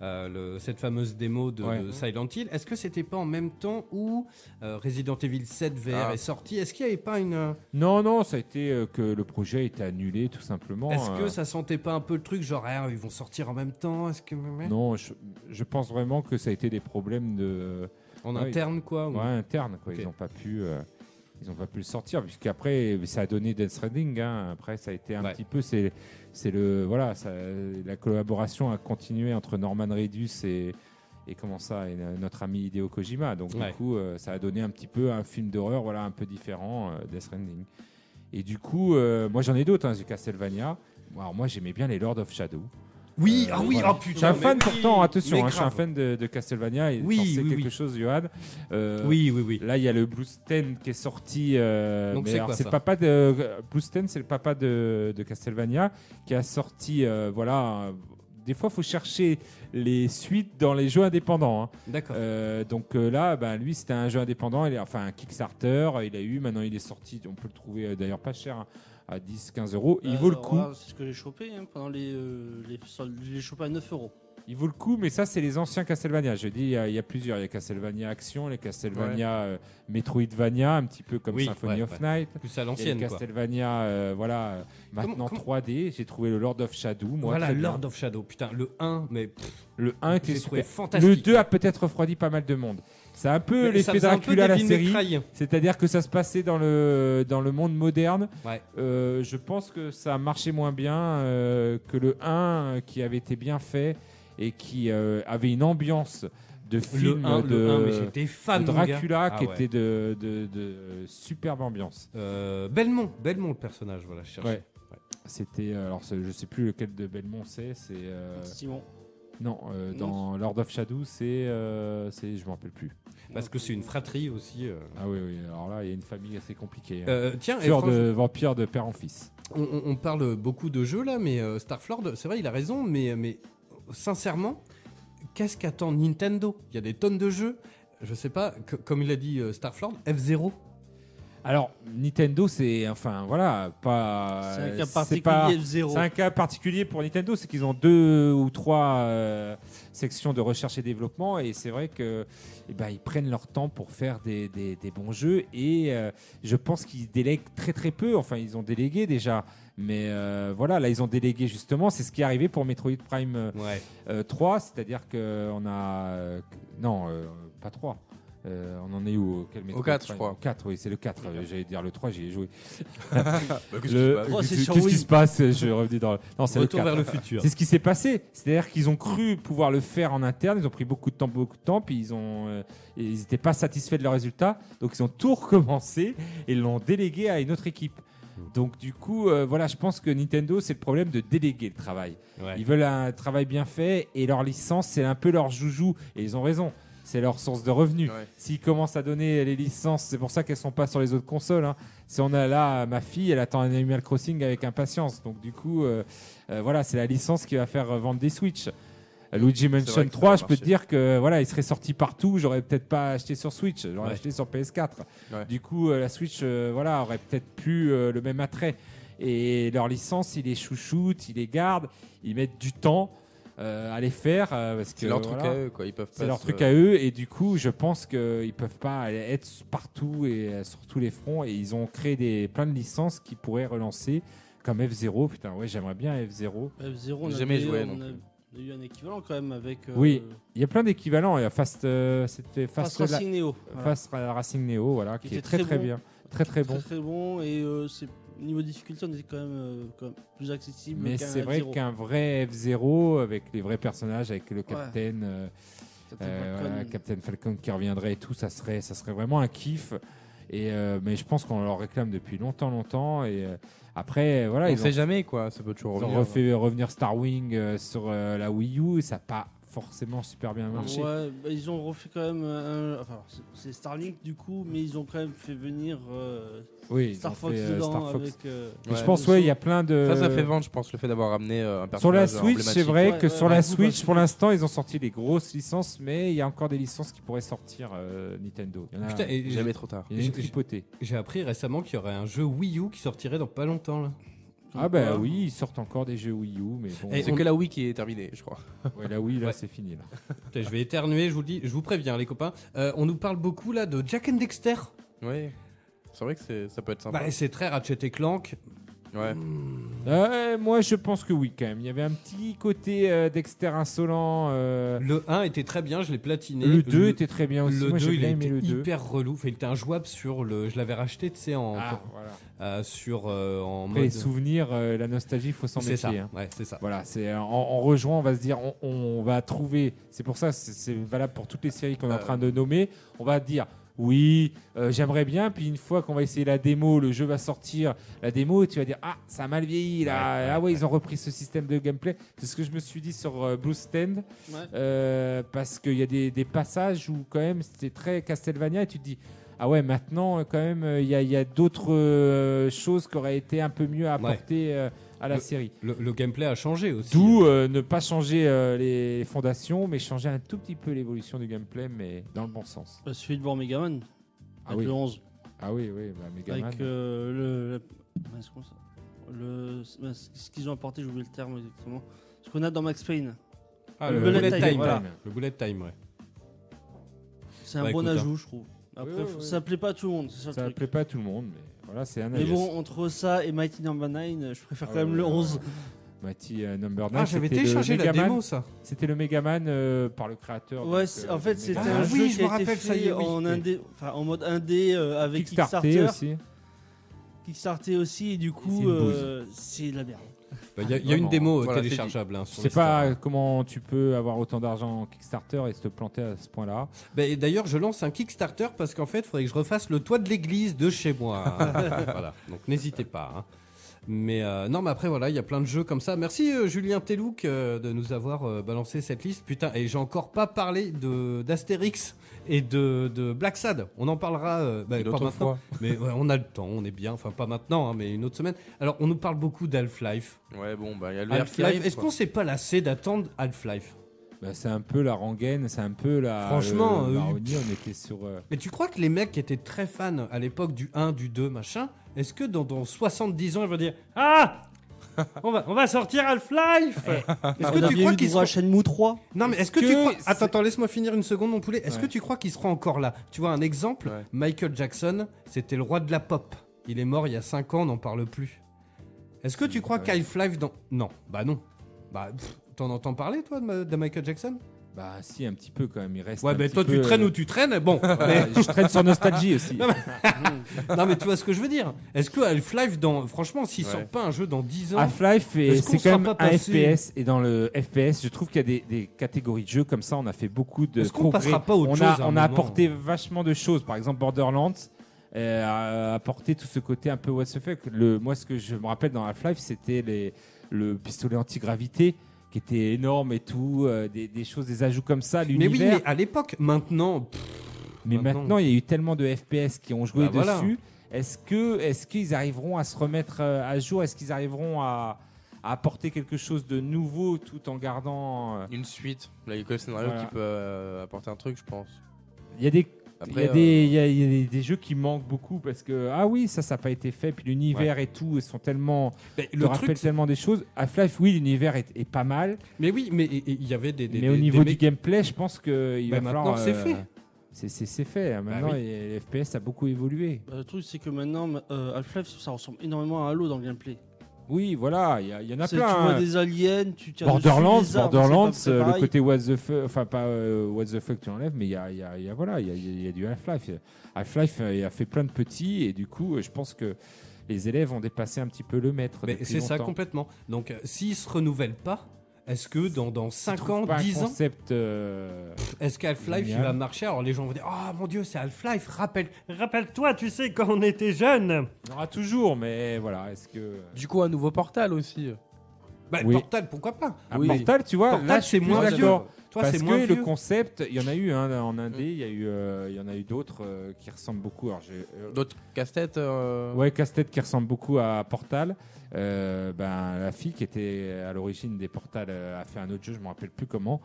Speaker 5: euh, le- cette fameuse démo de,
Speaker 7: Ouais.
Speaker 5: de Silent Hill, est-ce que c'était pas en même temps où euh, Resident Evil 7 VR
Speaker 6: Ah.
Speaker 5: est sorti Est-ce qu'il n'y avait pas une euh,
Speaker 7: Non, non, ça a été euh, que le projet était annulé, tout simplement.
Speaker 5: Est-ce
Speaker 7: Euh,
Speaker 5: que ça sentait pas un peu le truc genre ah, ils vont sortir en même temps Est-ce que
Speaker 7: Non, je, je pense vraiment que ça a été des problèmes de
Speaker 5: en
Speaker 7: Ouais,
Speaker 5: interne quoi ou-
Speaker 7: Ah ouais, interne. Quoi.
Speaker 5: Ok.
Speaker 7: Ils n'ont pas pu. euh, ils n'ont pas pu le sortir, puisqu'après, ça a donné Death Stranding. hein. Après, ça a été un
Speaker 5: Ouais.
Speaker 7: petit peu. C'est, c'est le, voilà, ça- la collaboration a continué entre Norman Reedus et, et comment ça, et euh, notre ami Hideo Kojima. Donc,
Speaker 5: Ouais.
Speaker 7: du coup, euh, ça a donné un petit peu un film d'horreur voilà, un peu différent, euh, Death Stranding. Et du coup, euh, moi, j'en ai d'autres. hein. J'ai Castlevania. Alors, moi, j'aimais bien les Lord of Shadow.
Speaker 5: Oui,
Speaker 7: Euh,
Speaker 5: ah oui,
Speaker 7: voilà.
Speaker 5: oh putain.
Speaker 7: Je suis un
Speaker 5: mais
Speaker 7: fan
Speaker 5: oui,
Speaker 7: pourtant, attention,
Speaker 5: mais
Speaker 7: hein, je suis un
Speaker 5: grave.
Speaker 7: fan de, de Castlevania et
Speaker 5: Oui,
Speaker 7: quand c'est
Speaker 5: oui,
Speaker 7: quelque
Speaker 5: oui.
Speaker 7: chose, Johan. euh,
Speaker 5: Oui, oui, oui.
Speaker 7: Là, il y a le Blue Sten qui est sorti. euh,
Speaker 5: Donc
Speaker 7: mais
Speaker 5: c'est
Speaker 7: alors,
Speaker 5: quoi,
Speaker 7: c'est le
Speaker 5: ça
Speaker 7: papa de euh, Blue Sten, c'est le papa de, de Castlevania qui a sorti. euh, voilà, euh, des fois, faut chercher les suites dans les jeux indépendants. hein.
Speaker 5: D'accord.
Speaker 7: Euh, donc euh, là, bah, lui, c'était un jeu indépendant, il est, enfin un Kickstarter, euh, il a eu, maintenant il est sorti, on peut le trouver euh, d'ailleurs pas cher, hein, à 10-15 euros,
Speaker 4: à-
Speaker 7: il vaut le
Speaker 4: Euh, Alors,
Speaker 7: coup.
Speaker 5: euh,
Speaker 4: voilà, C'est ce que j'ai chopé hein, pendant les, euh, les soldes. Je l'ai chopé à 9 euros.
Speaker 7: Il vaut le coup, mais ça, c'est les anciens Castlevania. Je dis, il y a- il y, a plusieurs. Il y a Castlevania Action, les Castlevania euh, Metroidvania, un petit peu comme
Speaker 5: Oui,
Speaker 7: Symphony
Speaker 5: ouais,
Speaker 7: of
Speaker 5: ouais.
Speaker 7: Night.
Speaker 5: Plus à
Speaker 7: Il y a
Speaker 5: l'ancienne
Speaker 7: le
Speaker 5: quoi.
Speaker 7: Castlevania, euh, voilà, euh, maintenant
Speaker 5: comment-
Speaker 7: 3D. J'ai trouvé le Lord of Shadow. Moi,
Speaker 5: voilà
Speaker 7: très bien.
Speaker 5: Lord of Shadow. Putain, le 1 mais pff,
Speaker 7: Le 1 qui est
Speaker 5: j'ai trouvé
Speaker 7: super.
Speaker 5: fantastique.
Speaker 7: Le 2 a peut-être refroidi pas mal de monde. C'est un peu
Speaker 5: Mais ça
Speaker 7: l'effet
Speaker 5: faisait un peu
Speaker 7: Dracula, la
Speaker 5: Devil May
Speaker 7: série.
Speaker 5: Cry.
Speaker 7: C'est-à-dire que ça se passait dans le, dans le monde moderne.
Speaker 5: Ouais.
Speaker 7: Euh, je pense que ça a marché moins bien euh, que le 1 euh, qui avait été bien fait et qui euh, avait une ambiance de
Speaker 5: Le
Speaker 7: film
Speaker 5: 1,
Speaker 7: de,
Speaker 5: le 1, mais j'étais fan
Speaker 7: de
Speaker 5: mon gars.
Speaker 7: Dracula
Speaker 5: Ah
Speaker 7: qui
Speaker 5: ouais.
Speaker 7: était de, de- de superbe ambiance.
Speaker 5: Euh, Belmont, Belmont le personnage, voilà, je cherche.
Speaker 7: Ouais. C'était euh, alors c'est- je sais plus lequel de Belmont c'est. C'est euh,
Speaker 4: Simon.
Speaker 7: non euh, dans Lord of Shadow c'est euh, c'est je m'en rappelle plus.
Speaker 5: Parce que c'est une fratrie aussi. euh.
Speaker 7: Ah oui oui alors là il y a une famille assez compliquée. hein.
Speaker 5: Euh, tiens, et
Speaker 7: Tueur
Speaker 5: franchement,
Speaker 7: de vampire de père en fils.
Speaker 5: on, on- on parle beaucoup de jeux là, mais euh, Starflord, c'est vrai, il a raison, mais, euh, mais sincèrement, qu'est-ce qu'attend Nintendo Il y a des tonnes de jeux. Je sais pas, que- comme il a dit euh, Starflord, F0.
Speaker 7: Alors Nintendo c'est enfin voilà pas
Speaker 4: c'est un cas
Speaker 7: c'est
Speaker 4: particulier
Speaker 7: pas-
Speaker 4: F0.
Speaker 7: C'est un cas particulier pour Nintendo, c'est qu'ils ont deux ou trois euh, sections de recherche et développement, et c'est vrai que eh ben, ils prennent leur temps pour faire des, des- des bons jeux, et euh, je pense qu'ils délèguent très très peu, enfin ils ont délégué déjà, mais euh, voilà, là ils ont délégué justement, c'est ce qui est arrivé pour Metroid Prime euh,
Speaker 5: Ouais.
Speaker 7: euh, 3, c'est-à-dire qu'on a... euh, non, euh, pas 3. euh, on en est où Quel Metroid
Speaker 6: quatre, je
Speaker 7: Prime
Speaker 6: crois.
Speaker 7: Au 4, oui, c'est le 4. euh, J'allais dire le 3, j'y ai joué.
Speaker 6: Le-
Speaker 7: Le-
Speaker 4: Oh, c'est
Speaker 7: Qu'est-ce
Speaker 4: sur
Speaker 7: qu'est-ce qui
Speaker 4: Wii.
Speaker 7: se passe Je suis revenu dans le... Non, c'est le
Speaker 5: Retour
Speaker 7: 4.
Speaker 5: vers le futur.
Speaker 7: C'est ce qui s'est passé. C'est-à-dire qu'ils ont cru pouvoir le faire en interne. Ils ont pris beaucoup de temps, beaucoup de temps. Puis ils ont, euh, ils n'étaient pas satisfaits de leurs résultats. Donc ils ont tout recommencé et l'ont délégué à une autre équipe. Donc du coup, euh, voilà, je pense que Nintendo, c'est le problème de déléguer le travail.
Speaker 5: <laughs> Ouais.
Speaker 7: Ils veulent un travail bien fait et leur licence, c'est un peu leur joujou. Et ils ont raison. C'est leur source de revenus.
Speaker 6: Ouais.
Speaker 7: S'ils commencent à donner les licences, c'est pour ça qu'elles sont pas sur les autres consoles. hein. Si on a là ma fille, elle attend un Animal Crossing avec impatience. Donc du coup, euh, euh, voilà, c'est la licence qui va faire euh, vendre des Switch. Euh, Luigi Mansion
Speaker 6: vrai que ça
Speaker 7: 3,
Speaker 6: va
Speaker 7: je peux te
Speaker 6: marcher.
Speaker 7: dire que voilà, il serait sorti partout. J'aurais peut-être pas acheté sur Switch, j'aurais
Speaker 5: Ouais.
Speaker 7: acheté sur PS4.
Speaker 6: Ouais.
Speaker 7: Du coup, euh, la Switch, euh, voilà, aurait peut-être plus euh, le même attrait. Et leur licence, ils les chouchoutent, ils les gardent, ils mettent du temps. euh, à les faire euh, parce que
Speaker 6: C'est leur truc
Speaker 7: voilà.
Speaker 6: à eux, quoi. Ils peuvent
Speaker 7: C'est
Speaker 6: pas
Speaker 7: leur
Speaker 6: se-
Speaker 7: truc à eux et du coup, je pense qu'ils peuvent pas aller être partout et euh, sur tous les fronts et ils ont créé des plein de licences qui pourraient relancer comme F0. Putain, ouais, j'aimerais bien F0.
Speaker 4: F0, on a
Speaker 6: Jamais
Speaker 4: eu-
Speaker 6: joué,
Speaker 4: on
Speaker 6: non
Speaker 4: a- on a eu un équivalent quand même avec. euh,
Speaker 7: euh. Oui, il y a plein d'équivalents. Il y a Fast, euh, c'était
Speaker 4: Fast
Speaker 7: Fast,
Speaker 4: Racing Neo, voilà.
Speaker 7: Fast Ra- Racing Neo, voilà, qui, est très très,
Speaker 4: bon.
Speaker 7: bien, très très bon.
Speaker 4: Très bon et euh, c'est niveau difficulté on est quand même, euh, quand même plus accessible.
Speaker 7: Mais
Speaker 4: qu'un
Speaker 7: c'est vrai
Speaker 4: F0.
Speaker 7: qu'un vrai F0 avec les vrais personnages, avec le capitaine, euh,
Speaker 4: Captain
Speaker 7: euh,
Speaker 4: Falcon.
Speaker 7: voilà, Captain Falcon qui reviendrait et tout, ça serait, ça serait vraiment un kiff. Et euh, mais je pense qu'on leur réclame depuis longtemps, longtemps. Et euh, après, voilà,
Speaker 6: On
Speaker 7: ils
Speaker 6: sait
Speaker 7: ont-
Speaker 6: jamais, quoi, ça peut toujours
Speaker 7: ils ont
Speaker 6: revenir.
Speaker 7: refait revenir Starwing euh, sur euh, la Wii U, et ça n'a pas forcément super bien marché.
Speaker 4: Ouais, bah, ils ont refait quand même. euh, Un... Enfin, c'est- c'est Starlink du coup, mais ils ont quand même fait venir euh,
Speaker 7: Oui, ils
Speaker 4: Star
Speaker 7: ont
Speaker 4: Fox
Speaker 7: fait, euh,
Speaker 4: dedans
Speaker 7: Star Fox.
Speaker 4: avec. euh,
Speaker 7: Mais je pense, ouais, il y a plein de.
Speaker 6: Ça, ça fait vendre, je pense, le fait d'avoir ramené euh, un personnage.
Speaker 7: Sur la Switch, c'est vrai
Speaker 4: Ouais,
Speaker 7: que
Speaker 4: ouais,
Speaker 7: sur
Speaker 4: ouais,
Speaker 7: la
Speaker 4: beaucoup,
Speaker 7: Switch,
Speaker 4: beaucoup.
Speaker 7: pour l'instant, ils ont sorti des grosses licences, mais il y a encore des licences qui pourraient sortir euh, Nintendo. Il y en a-
Speaker 5: Putain, et-
Speaker 6: Jamais trop tard.
Speaker 7: il y en a une
Speaker 5: j'ai-
Speaker 7: tripotée.
Speaker 5: J'ai appris récemment qu'il y aurait un jeu Wii U qui sortirait dans pas longtemps là.
Speaker 7: Ah bah oui, ils sortent encore des jeux Wii U, mais bon.
Speaker 5: Et
Speaker 6: C'est
Speaker 5: on-
Speaker 6: que la Wii qui est terminée, je crois.
Speaker 7: Ouais, la Wii, là, c'est fini. Là.
Speaker 5: Putain, Je vais éternuer, je vous le dis, je vous préviens les copains. Euh, on nous parle beaucoup là de Jack and Dexter.
Speaker 6: Ah Oui. C'est vrai que c'est- ça peut être sympa.
Speaker 5: Bah, c'est très Ratchet et Clank. Hmm.
Speaker 6: ouais.
Speaker 7: Euh, moi, je pense que oui, quand même. Il y avait un petit côté euh, Dexter insolent. euh,
Speaker 5: Le 1 était très bien, je l'ai platiné.
Speaker 7: le 2 était très bien aussi.
Speaker 5: Le
Speaker 7: moi,
Speaker 5: 2,
Speaker 7: j'ai
Speaker 5: il
Speaker 7: bien
Speaker 5: était
Speaker 7: aimé le 2.
Speaker 5: hyper relou. Enfin, il était injouable sur le. Je l'avais racheté, tu sais, en,
Speaker 7: Ah, voilà.
Speaker 5: euh, sur, euh, en
Speaker 7: Après, les
Speaker 5: mode.
Speaker 7: souvenirs, euh, la nostalgie, il faut s'en
Speaker 5: C'est
Speaker 7: méfier.
Speaker 5: ça.
Speaker 7: hein.
Speaker 5: Ouais, c'est ça.
Speaker 7: Voilà, c'est euh, en, en rejoint, on va se dire, on, on va trouver. C'est pour ça, c'est c'est valable pour toutes les séries qu'on est en train de nommer. On va dire, oui, euh, j'aimerais bien. Puis une fois qu'on va essayer la démo, le jeu va sortir la démo, et tu vas dire, ah, ça a mal vieilli là. ah ouais, ils ont repris ce système de gameplay. C'est ce que je me suis dit sur euh, Blue Stand,
Speaker 4: Ouais.
Speaker 7: Euh, parce qu'il y a des, des passages où quand même c'était très Castlevania, et tu te dis. Ah ouais, maintenant, euh, quand même, euh, il y a, il y a d'autres euh, choses qui auraient été un peu mieux apportées euh, à la
Speaker 5: Le-
Speaker 7: série.
Speaker 5: Le, le gameplay a changé aussi.
Speaker 7: D'où euh, ne pas changer euh, les fondations, mais changer un tout petit peu l'évolution du gameplay, mais dans le bon sens.
Speaker 4: bah, celui de voir Megaman, avec
Speaker 7: Ah oui,
Speaker 4: le 11,
Speaker 7: ah oui, oui, bah, Megaman.
Speaker 4: avec euh, le. la- mince, comment ça le, mince, ce qu'ils ont apporté, j'ai oublié le terme exactement. Ce qu'on a dans Max Payne,
Speaker 5: Ah,
Speaker 7: le
Speaker 5: le,
Speaker 4: bullet
Speaker 5: bullet,
Speaker 4: time,
Speaker 5: time.
Speaker 4: voilà.
Speaker 5: ouais. Le bullet time, ouais.
Speaker 4: c'est un
Speaker 5: Bah,
Speaker 4: bon
Speaker 5: écoute,
Speaker 4: ajout, je trouve. Après,
Speaker 7: Ouais,
Speaker 4: faut-
Speaker 7: ouais.
Speaker 4: ça plaît pas à tout le monde, c'est ça,
Speaker 7: hein. Ça
Speaker 4: le
Speaker 7: ne
Speaker 4: euh, truc.
Speaker 7: plaît pas à tout le monde, mais voilà, c'est un
Speaker 4: Mais
Speaker 7: alias.
Speaker 4: bon, entre ça et Mighty Number 9, je préfère
Speaker 7: Ah
Speaker 4: quand même
Speaker 7: ouais,
Speaker 4: le
Speaker 7: ouais,
Speaker 4: 11.
Speaker 7: ouais. Mathy euh, Number 9.
Speaker 5: Ah, j'avais
Speaker 7: c'était le
Speaker 5: téléchargé la
Speaker 7: Megaman-
Speaker 5: démo, ça.
Speaker 7: C'était le Megaman euh, par le créateur.
Speaker 4: Ouais,
Speaker 7: donc,
Speaker 4: c'est-
Speaker 7: euh,
Speaker 4: en fait,
Speaker 7: de
Speaker 4: c'était
Speaker 7: Megaman.
Speaker 4: un
Speaker 5: Ah
Speaker 4: jeu
Speaker 5: oui,
Speaker 4: qui
Speaker 5: je me
Speaker 4: a été
Speaker 5: rappelle,
Speaker 4: fait
Speaker 5: ça y est, oui.
Speaker 4: en, indé, enfin, en mode indé euh, avec
Speaker 7: Kickstarter,
Speaker 4: Kickstarter.
Speaker 7: aussi.
Speaker 4: Kickstarter aussi, et du
Speaker 7: c'est
Speaker 4: coup,
Speaker 7: une bouse.
Speaker 4: euh, c'est de la merde.
Speaker 5: Il y a, y a
Speaker 7: Vraiment.
Speaker 5: une démo euh,
Speaker 6: Voilà, c'est dit.
Speaker 5: téléchargeable. hein,
Speaker 7: Je
Speaker 5: sur
Speaker 7: sais
Speaker 5: le
Speaker 7: pas
Speaker 5: store.
Speaker 7: comment tu peux avoir autant d'argent en Kickstarter et se planter à ce point-là.
Speaker 5: Bah, et D'ailleurs, je lance un Kickstarter parce qu'en fait, il faudrait que je refasse le toit de l'église de chez moi.
Speaker 6: <laughs>
Speaker 5: hein. voilà, donc n'hésitez pas. hein. Mais euh, non, mais après, voilà, il y a plein de jeux comme ça. Merci euh, Julien Telouk euh, de nous avoir euh, balancé cette liste. Putain, et j'ai encore pas parlé de- d'Astérix et de, de Black Sad. On en parlera euh, bah,
Speaker 6: Et
Speaker 5: pas
Speaker 6: l'autre
Speaker 5: maintenant.
Speaker 6: fois.
Speaker 5: Mais ouais, on a le temps, on est bien. Enfin, pas maintenant, hein, mais une autre semaine. Alors, on nous parle beaucoup d'Half-Life.
Speaker 6: Ouais, bon, bah, il y a le VR qui
Speaker 5: Half-Life,
Speaker 6: arrive,
Speaker 5: Ah, est-ce
Speaker 6: quoi.
Speaker 5: qu'on s'est pas lassé d'attendre Half-Life
Speaker 7: Bah, c'est un peu la rengaine, c'est un peu la.
Speaker 5: Franchement,
Speaker 7: le
Speaker 5: euh,
Speaker 7: marronnier, on était sur. euh,
Speaker 5: Mais tu crois que les mecs qui étaient très fans à l'époque du 1, du 2, machin, est-ce que dans, dans 70 ans, ils vont dire
Speaker 7: <laughs>
Speaker 5: Ah on va, on va sortir Half-Life
Speaker 7: Ah.
Speaker 5: Ah. Est-ce que tu crois qu'ils seront...
Speaker 4: sera Shenmue 3
Speaker 5: Non, mais est-ce que, tu
Speaker 7: Eh, que
Speaker 5: crois...
Speaker 7: c'est-
Speaker 5: Attends, attends, laisse-moi finir une seconde, mon poulet. Est-ce
Speaker 7: Ouais.
Speaker 5: que tu crois qu'ils seront encore là Tu vois, un exemple,
Speaker 6: Ouais.
Speaker 5: Michael Jackson, c'était le roi de la pop. Il est mort il y a 5 ans, on n'en parle plus. Est-ce que tu crois
Speaker 7: ouais.
Speaker 5: qu'Half-Life dans... Non, bah non. Bah, pff, t'en entends parler, toi, de, ma- de Michael Jackson
Speaker 7: Bah si, un petit peu quand même, il reste.
Speaker 5: Ouais,
Speaker 7: un
Speaker 5: bah
Speaker 7: petit
Speaker 5: toi,
Speaker 7: peu,
Speaker 5: tu traînes
Speaker 7: euh,
Speaker 5: où tu traînes,
Speaker 7: <laughs>
Speaker 5: bon. mais-
Speaker 7: voilà, Je traîne sur Nostalgie aussi.
Speaker 5: Non mais tu vois ce que je veux dire Est-ce que Half-Life dans franchement s'ils sortent pas un jeu dans 10 ans
Speaker 7: Half-Life, et
Speaker 5: Est-ce qu'on
Speaker 7: c'est
Speaker 5: sera
Speaker 7: quand même
Speaker 5: pas
Speaker 7: un
Speaker 5: passé-
Speaker 7: FPS. Et dans le FPS, je trouve qu'il y a des, des catégories de jeux comme ça. On a fait beaucoup de
Speaker 5: Est-ce qu'on
Speaker 7: progrès.
Speaker 5: passera pas à autre
Speaker 7: on a,
Speaker 5: chose à un
Speaker 7: on a
Speaker 5: moment
Speaker 7: apporté vachement de choses. Par exemple, Borderlands euh, a apporté tout ce côté un peu what the fuck. Le, moi, ce que je me rappelle dans Half-Life, c'était les- le pistolet anti-gravité qui était énorme et tout. euh, des, des choses, des ajouts comme ça.
Speaker 5: Mais oui,
Speaker 7: L'univers.
Speaker 5: mais à l'époque, maintenant, pff,
Speaker 7: Mais
Speaker 5: Maintenant.
Speaker 7: maintenant, il y a eu tellement de FPS qui ont joué
Speaker 5: Bah voilà.
Speaker 7: dessus. Est-ce que, est-ce qu'ils arriveront à se remettre euh, à jour Est-ce qu'ils arriveront à, à apporter quelque chose de nouveau tout en gardant euh,
Speaker 6: Une suite. Là, il y a que le scénario
Speaker 7: Voilà.
Speaker 6: qui peut euh, apporter un truc, je pense.
Speaker 7: Il y a des Il y, a
Speaker 6: euh,
Speaker 7: des, il y a- il y a des- des jeux qui manquent beaucoup parce que ah oui ça ça n'a pas été fait puis l'univers et tout ils sont tellement
Speaker 5: Ben,
Speaker 7: te
Speaker 5: le truc,
Speaker 7: rappellent
Speaker 5: c'est-
Speaker 7: tellement des choses Half-Life oui l'univers est, est pas mal
Speaker 5: Mais oui, mais et- et il y avait des. des-
Speaker 7: mais au
Speaker 5: des-
Speaker 7: niveau
Speaker 5: des
Speaker 7: du
Speaker 5: mecs-
Speaker 7: gameplay je pense que il
Speaker 5: Bah,
Speaker 7: va
Speaker 5: maintenant,
Speaker 7: falloir euh,
Speaker 5: c'est fait. Bah,
Speaker 7: c'est- c'est c'est fait maintenant
Speaker 5: oui.
Speaker 7: et les FPS a beaucoup évolué
Speaker 4: Bah, le truc, c'est que maintenant, ma- euh, Half-Life, ça ressemble énormément à Halo dans le gameplay.
Speaker 7: oui voilà il y, a- il y en a
Speaker 4: C'est-
Speaker 7: plein
Speaker 4: Tu vois
Speaker 7: hein.
Speaker 4: des aliens, tu tiens
Speaker 7: Borderlands,
Speaker 5: hein,
Speaker 4: dessus, des armes,
Speaker 7: Borderlands,
Speaker 4: c'est pas- c'est
Speaker 7: euh, le
Speaker 4: pareil.
Speaker 7: côté what the fuck, enfin pas euh, what the fuck tu enlèves, mais il y a, il y a- il y a- voilà, il y a, il y a du Half-Life. Half-Life euh, il a fait plein de petits et du coup, euh, je pense que les élèves ont dépassé un petit peu le maître.
Speaker 5: Mais
Speaker 7: depuis
Speaker 5: c'est ça
Speaker 7: longtemps.
Speaker 5: complètement. Donc, euh, s'ils se renouvellent pas, est-ce que dans, dans 5
Speaker 7: Trouve
Speaker 5: ans,
Speaker 7: pas un
Speaker 5: 10 ans,
Speaker 7: concept, euh,
Speaker 5: est-ce qu'Half-Life il
Speaker 7: génial.
Speaker 5: va marcher Alors, les gens vont dire Ah mon dieu, c'est Half-Life, rappelle, rappelle-toi, tu sais, quand on était jeune.
Speaker 7: Il y en aura toujours, mais voilà, est-ce que
Speaker 6: Du coup, un nouveau Portal aussi.
Speaker 5: Bah,
Speaker 7: Oui.
Speaker 5: Portal, pourquoi pas
Speaker 7: un
Speaker 6: Oui.
Speaker 7: ah, Portal, tu vois,
Speaker 5: Portal,
Speaker 7: là, je suis
Speaker 5: c'est moins
Speaker 7: plus
Speaker 5: vieux.
Speaker 7: d'accord.
Speaker 5: Toi,
Speaker 7: Parce
Speaker 5: c'est
Speaker 7: que
Speaker 5: moins
Speaker 7: le
Speaker 5: vieux.
Speaker 7: concept, il y en a eu hein, en Indé, il y a eu, euh, il y en a eu d'autres euh, qui ressemblent beaucoup. Alors, j'ai- euh,
Speaker 6: D'autres casse-têtes. euh,
Speaker 7: Ouais, casse-tête qui ressemble beaucoup à Portal. Euh, ben, la fille qui était à l'origine des Portal euh, a fait un autre jeu, je ne me rappelle plus comment.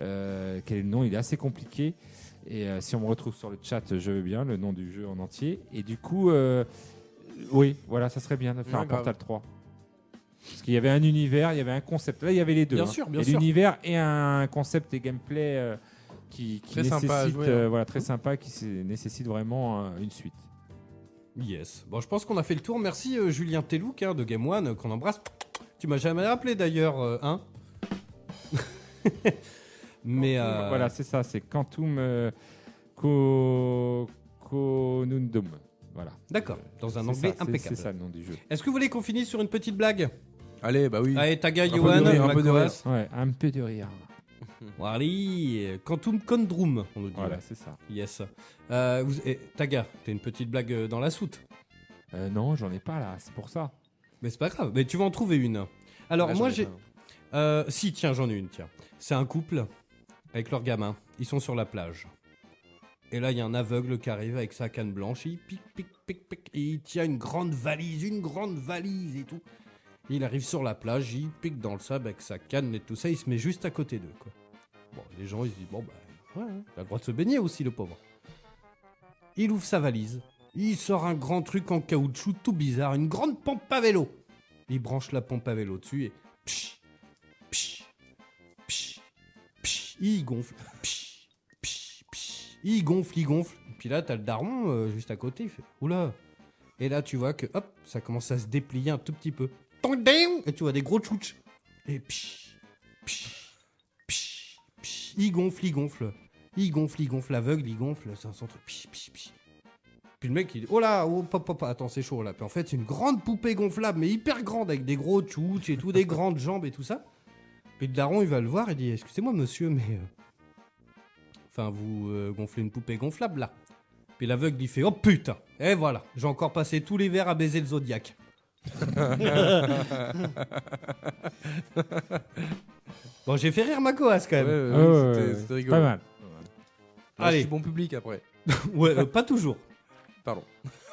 Speaker 7: Euh, quel est le nom Il est assez compliqué. Et euh, si on me retrouve sur le chat, je veux bien le nom du jeu en entier. Et du coup, euh, oui, voilà, ça serait bien de faire
Speaker 6: Ouais,
Speaker 7: un
Speaker 6: grave.
Speaker 7: Portal 3. Parce qu'il y avait un univers, il y avait un concept. Là, il y avait les deux.
Speaker 5: Bien
Speaker 7: hein.
Speaker 5: sûr, bien
Speaker 7: Il y a
Speaker 5: sûr.
Speaker 7: L'univers et un concept et gameplay euh, qui, qui
Speaker 6: Très sympa à
Speaker 7: nécessite,
Speaker 6: jouer,
Speaker 7: euh,
Speaker 6: hein.
Speaker 7: voilà, très sympa, qui s- nécessite vraiment euh, une suite.
Speaker 5: Yes. Bon, je pense qu'on a fait le tour. Merci euh, Julien Tellouk hein, de Game One euh, qu'on embrasse. Tu m'as jamais rappelé d'ailleurs, euh, hein <laughs> Mais
Speaker 7: Quantum,
Speaker 5: euh,
Speaker 7: Voilà, c'est ça, c'est Quantum euh, Co- Conundum. Voilà.
Speaker 5: D'accord, dans un
Speaker 7: C'est
Speaker 5: anglais
Speaker 7: ça, c'est-
Speaker 5: impeccable.
Speaker 7: C'est ça le nom du jeu.
Speaker 5: Est-ce que vous voulez qu'on finisse sur une petite blague Ah,
Speaker 6: Allez, bah oui.
Speaker 5: Allez, taga
Speaker 6: peu
Speaker 5: Johan,
Speaker 6: de rire, un peu de
Speaker 5: Macoas.
Speaker 6: rire.
Speaker 7: Ouais, un peu de rire.
Speaker 5: Wally, Quantum Condrum, on nous dit.
Speaker 7: Voilà, c'est ça.
Speaker 5: Yes. Euh, vous- eh, Taga, t'as une petite blague euh, dans la soute.
Speaker 7: Euh, non, j'en ai pas là, c'est pour ça.
Speaker 5: Mais c'est pas grave, mais tu vas en trouver une. Alors
Speaker 6: Là, j'en
Speaker 5: moi
Speaker 6: ai
Speaker 5: j'ai...
Speaker 6: pas.
Speaker 5: Euh, si, tiens, j'en ai une, tiens. C'est un couple avec leur gamin. Ils sont sur la plage. Et là, il y a un aveugle qui arrive avec sa canne blanche. Il pique, pique, pique, pique. Et il tient une grande valise, une grande valise et tout. Il arrive sur la plage, il pique dans le sable avec sa canne et tout ça. Il se met juste à côté d'eux, quoi. Bon, les gens, ils se disent, bon, bah, ouais, ouais, il a le droit de se baigner aussi, le pauvre. Il ouvre sa valise. Il sort un grand truc en caoutchouc tout bizarre, une grande pompe à vélo. Il branche la pompe à vélo dessus et... psh, Psh, psh, psh, il gonfle. Psh, psh, psh, il gonfle, il gonfle. Puis là, t'as le daron euh, juste à côté. Il fait Oula Et là, tu vois que hop, ça commence à se déplier un tout petit peu. Tong, ding Et tu vois des gros tchouches. Et psh, psh, psh, psh, il gonfle, il gonfle. Il gonfle, il gonfle, aveugle, il gonfle. C'est un centre. Psh, psh, psh. Puis le mec, il dit Oh là, oh, pop, pop, attends, c'est chaud là. Puis en fait, c'est une grande poupée gonflable, mais hyper grande, avec des gros tchouches et tout, des <laughs> grandes jambes et tout ça. Puis le daron, il va le voir et dit Excusez-moi, monsieur, mais. euh, Enfin, vous euh, gonflez une poupée gonflable, là. Puis l'aveugle, il fait Oh putain Et voilà, j'ai encore passé tous les verres à baiser le zodiaque. bon, j'ai fait rire ma coasse quand
Speaker 6: Ouais,
Speaker 5: même.
Speaker 6: ouais, ouais,
Speaker 7: Ah, Ouais,
Speaker 6: c'était-
Speaker 7: ouais,
Speaker 6: c'était
Speaker 7: ouais,
Speaker 6: rigolo.
Speaker 7: Pas mal.
Speaker 6: Ouais,
Speaker 5: Allez.
Speaker 6: Je suis bon public après.
Speaker 5: Ouais, euh, pas toujours.
Speaker 6: Pardon.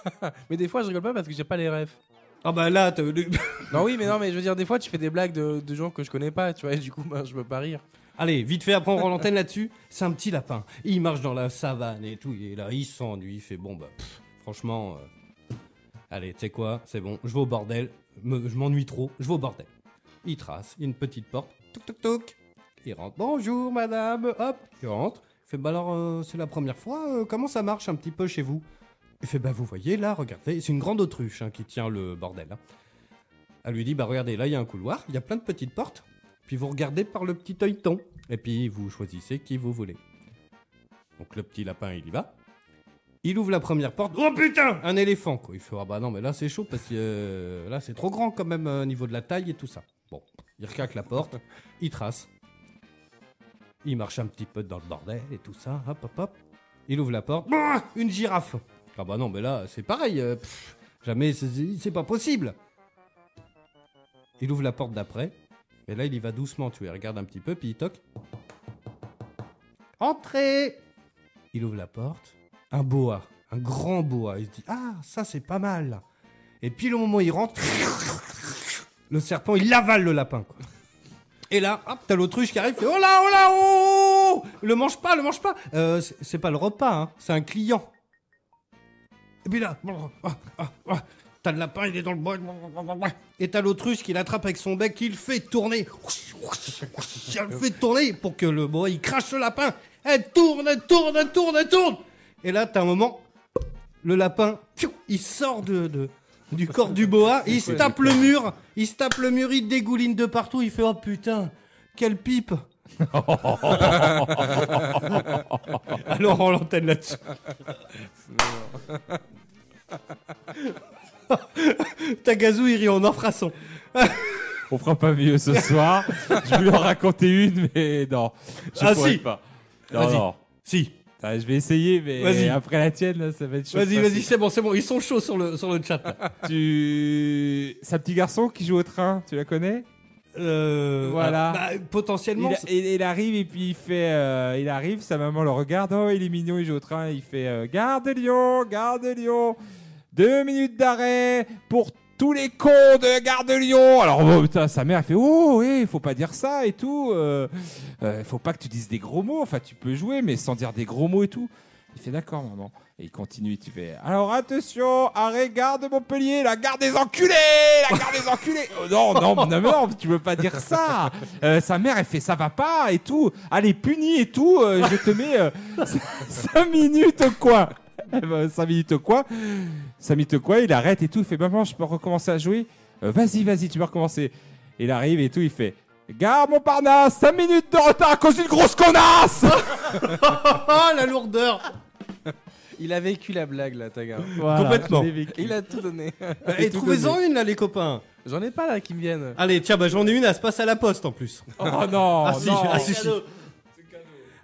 Speaker 6: <laughs> mais des fois, je rigole pas parce que j'ai pas les refs.
Speaker 5: Ah bah là, t'as-
Speaker 6: Non, oui, mais non, mais je veux dire, des fois, tu fais des blagues de, de gens que je connais pas, tu vois, et du coup, bah, je peux pas rire.
Speaker 5: <laughs> Allez, vite fait, après on rend l'antenne là-dessus. C'est un petit lapin. Il marche dans la savane et tout. Et là, il s'ennuie. Il fait bon, bah, pff, franchement. euh, Allez, tu sais quoi C'est bon, je vais au bordel. me- je m'ennuie trop. Je vais au bordel. Il trace une petite porte. Toc, toc, toc. Il rentre. Bonjour, madame. Hop, il rentre. Il fait bah alors, euh, c'est la première fois. euh, comment ça marche un petit peu chez vous Il fait bah, vous voyez là, regardez. C'est une grande autruche hein, qui tient le bordel. hein. Elle lui dit bah, regardez, là, il y a un couloir. Il y a plein de petites portes. Puis vous regardez par le petit œilleton. Et puis vous choisissez qui vous voulez. Donc le petit lapin, il y va. Il ouvre la première porte. Oh putain Un éléphant, quoi. Il fait Ah bah non, mais là c'est chaud parce que euh, là c'est trop grand quand même euh, au niveau de la taille et tout ça. Bon, il recaque la porte, il trace. Il marche un petit peu dans le bordel et tout ça. Hop, hop, hop. Il ouvre la porte. Brrr, Une girafe Ah bah non, mais là c'est pareil. euh, pff, jamais, c'est c'est pas possible Il ouvre la porte d'après. Et là, il y va doucement, tu vois, il regarde un petit peu, puis il toque. Entrez Il ouvre la porte. Un boa, un grand boa. Il se dit Ah, ça c'est pas mal. Et puis le moment où il rentre, le serpent, il avale le lapin. quoi. Et là, hop, t'as l'autruche qui arrive, fait Oh là, oh là, oh non, le mange pas, le mange pas. Euh, c'est c'est pas le repas, hein, c'est un client. Et puis là, ah, ah, ah, t'as le lapin, il est dans le bois. Et t'as l'autruche qui l'attrape avec son bec, il le fait tourner. Elle le fait tourner pour que le bois, il crache le lapin. Elle tourne, elle tourne, elle tourne, elle tourne. Et là, t'as un moment, le lapin, piou, il sort de, de- du corps du boa, il se tape le mur, il se tape le mur, il dégouline de partout, il fait oh putain, quelle pipe. Alors on l'antenne là-dessus. Tagazu, il rit en enfraçon.
Speaker 7: On fera pas mieux
Speaker 5: <laughs>
Speaker 7: ce soir. je voulais en raconter une, mais non. Je
Speaker 5: Ah,
Speaker 7: pourrais
Speaker 5: si.
Speaker 7: pas. Non,
Speaker 5: Vas-y.
Speaker 7: non.
Speaker 5: Si.
Speaker 7: Ah, je vais essayer, mais
Speaker 5: Vas-y.
Speaker 7: après la tienne, là, ça va être chaud.
Speaker 5: Vas-y, vas-y, c'est bon, c'est bon, ils sont chauds sur le, sur le chat. là.
Speaker 7: Tu. Sa petit garçon qui joue au train, tu la connais
Speaker 5: Euh,
Speaker 7: Voilà.
Speaker 5: bah, potentiellement.
Speaker 7: il, a-
Speaker 5: c'est-
Speaker 7: il- il arrive et puis il fait. euh, il arrive, sa maman le regarde. Oh, il est mignon, il joue au train. Il fait euh, Gare de Lyon, Gare de Lyon. Deux minutes d'arrêt pour tous les cons de Gare de Lyon. Alors, oh, putain, sa mère, elle fait Oh, il faut pas dire ça et tout. euh, euh, faut pas que tu dises des gros mots. Enfin, tu peux jouer, mais sans dire des gros mots et tout. Il fait D'accord, maman. Et il continue, tu fais Alors attention, arrêt gare de Montpellier, la gare des enculés, la gare des enculés. Oh, non, non, non, non, non, tu veux pas dire ça. Euh, sa mère, elle fait ça va pas et tout. Allez, punis et tout. euh, <laughs> je te mets 5 minutes au coin. 5 minutes au coin. 5 minutes au coin, il arrête et tout. Il fait Maman, je peux recommencer à jouer Euh, Vas-y, vas-y, tu peux recommencer. Il arrive et tout, il fait Gare Montparnasse, 5 minutes de retard à cause d'une grosse connasse.
Speaker 5: Ah, la lourdeur
Speaker 6: Il a vécu la blague là, Tagar.
Speaker 5: <laughs>
Speaker 7: Voilà,
Speaker 5: Complètement.
Speaker 7: je l'ai vécu.
Speaker 6: Il a tout donné.
Speaker 5: Et, trouvez-en une là, les copains.
Speaker 6: J'en ai pas là qui me viennent.
Speaker 5: Allez, tiens, bah, j'en ai une, elle se passe à la poste en plus.
Speaker 7: Oh non,
Speaker 5: ah, si,
Speaker 7: non.
Speaker 5: ah, si, si.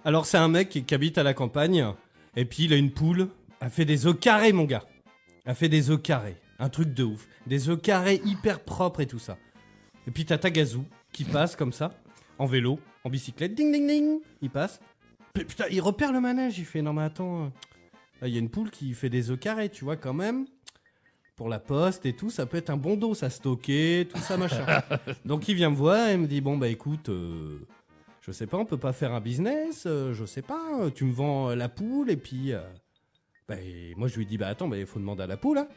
Speaker 5: Alors, c'est un mec qui, qui habite à la campagne, et puis il a une poule. Elle fait des œufs carrés, mon gars. Elle fait des œufs carrés. Un truc de ouf. Des œufs carrés hyper propres et tout ça. Et puis t'as Tagazu qui passe comme ça, en vélo, en bicyclette, ding ding ding, il passe. Puis, Putain, il repère le manège, il fait non mais attends, euh, là, il y a une poule qui fait des œufs carrés, tu vois quand même. Pour la poste et tout, ça peut être un bon dos, ça stocker, tout ça machin. Donc il vient me voir et me dit bon bah écoute, euh, je sais pas, on peut pas faire un business, euh, je sais pas, euh, tu me vends euh, la poule et puis. euh, bah, et moi je lui dis bah attends, bah il faut demander à la poule. hein.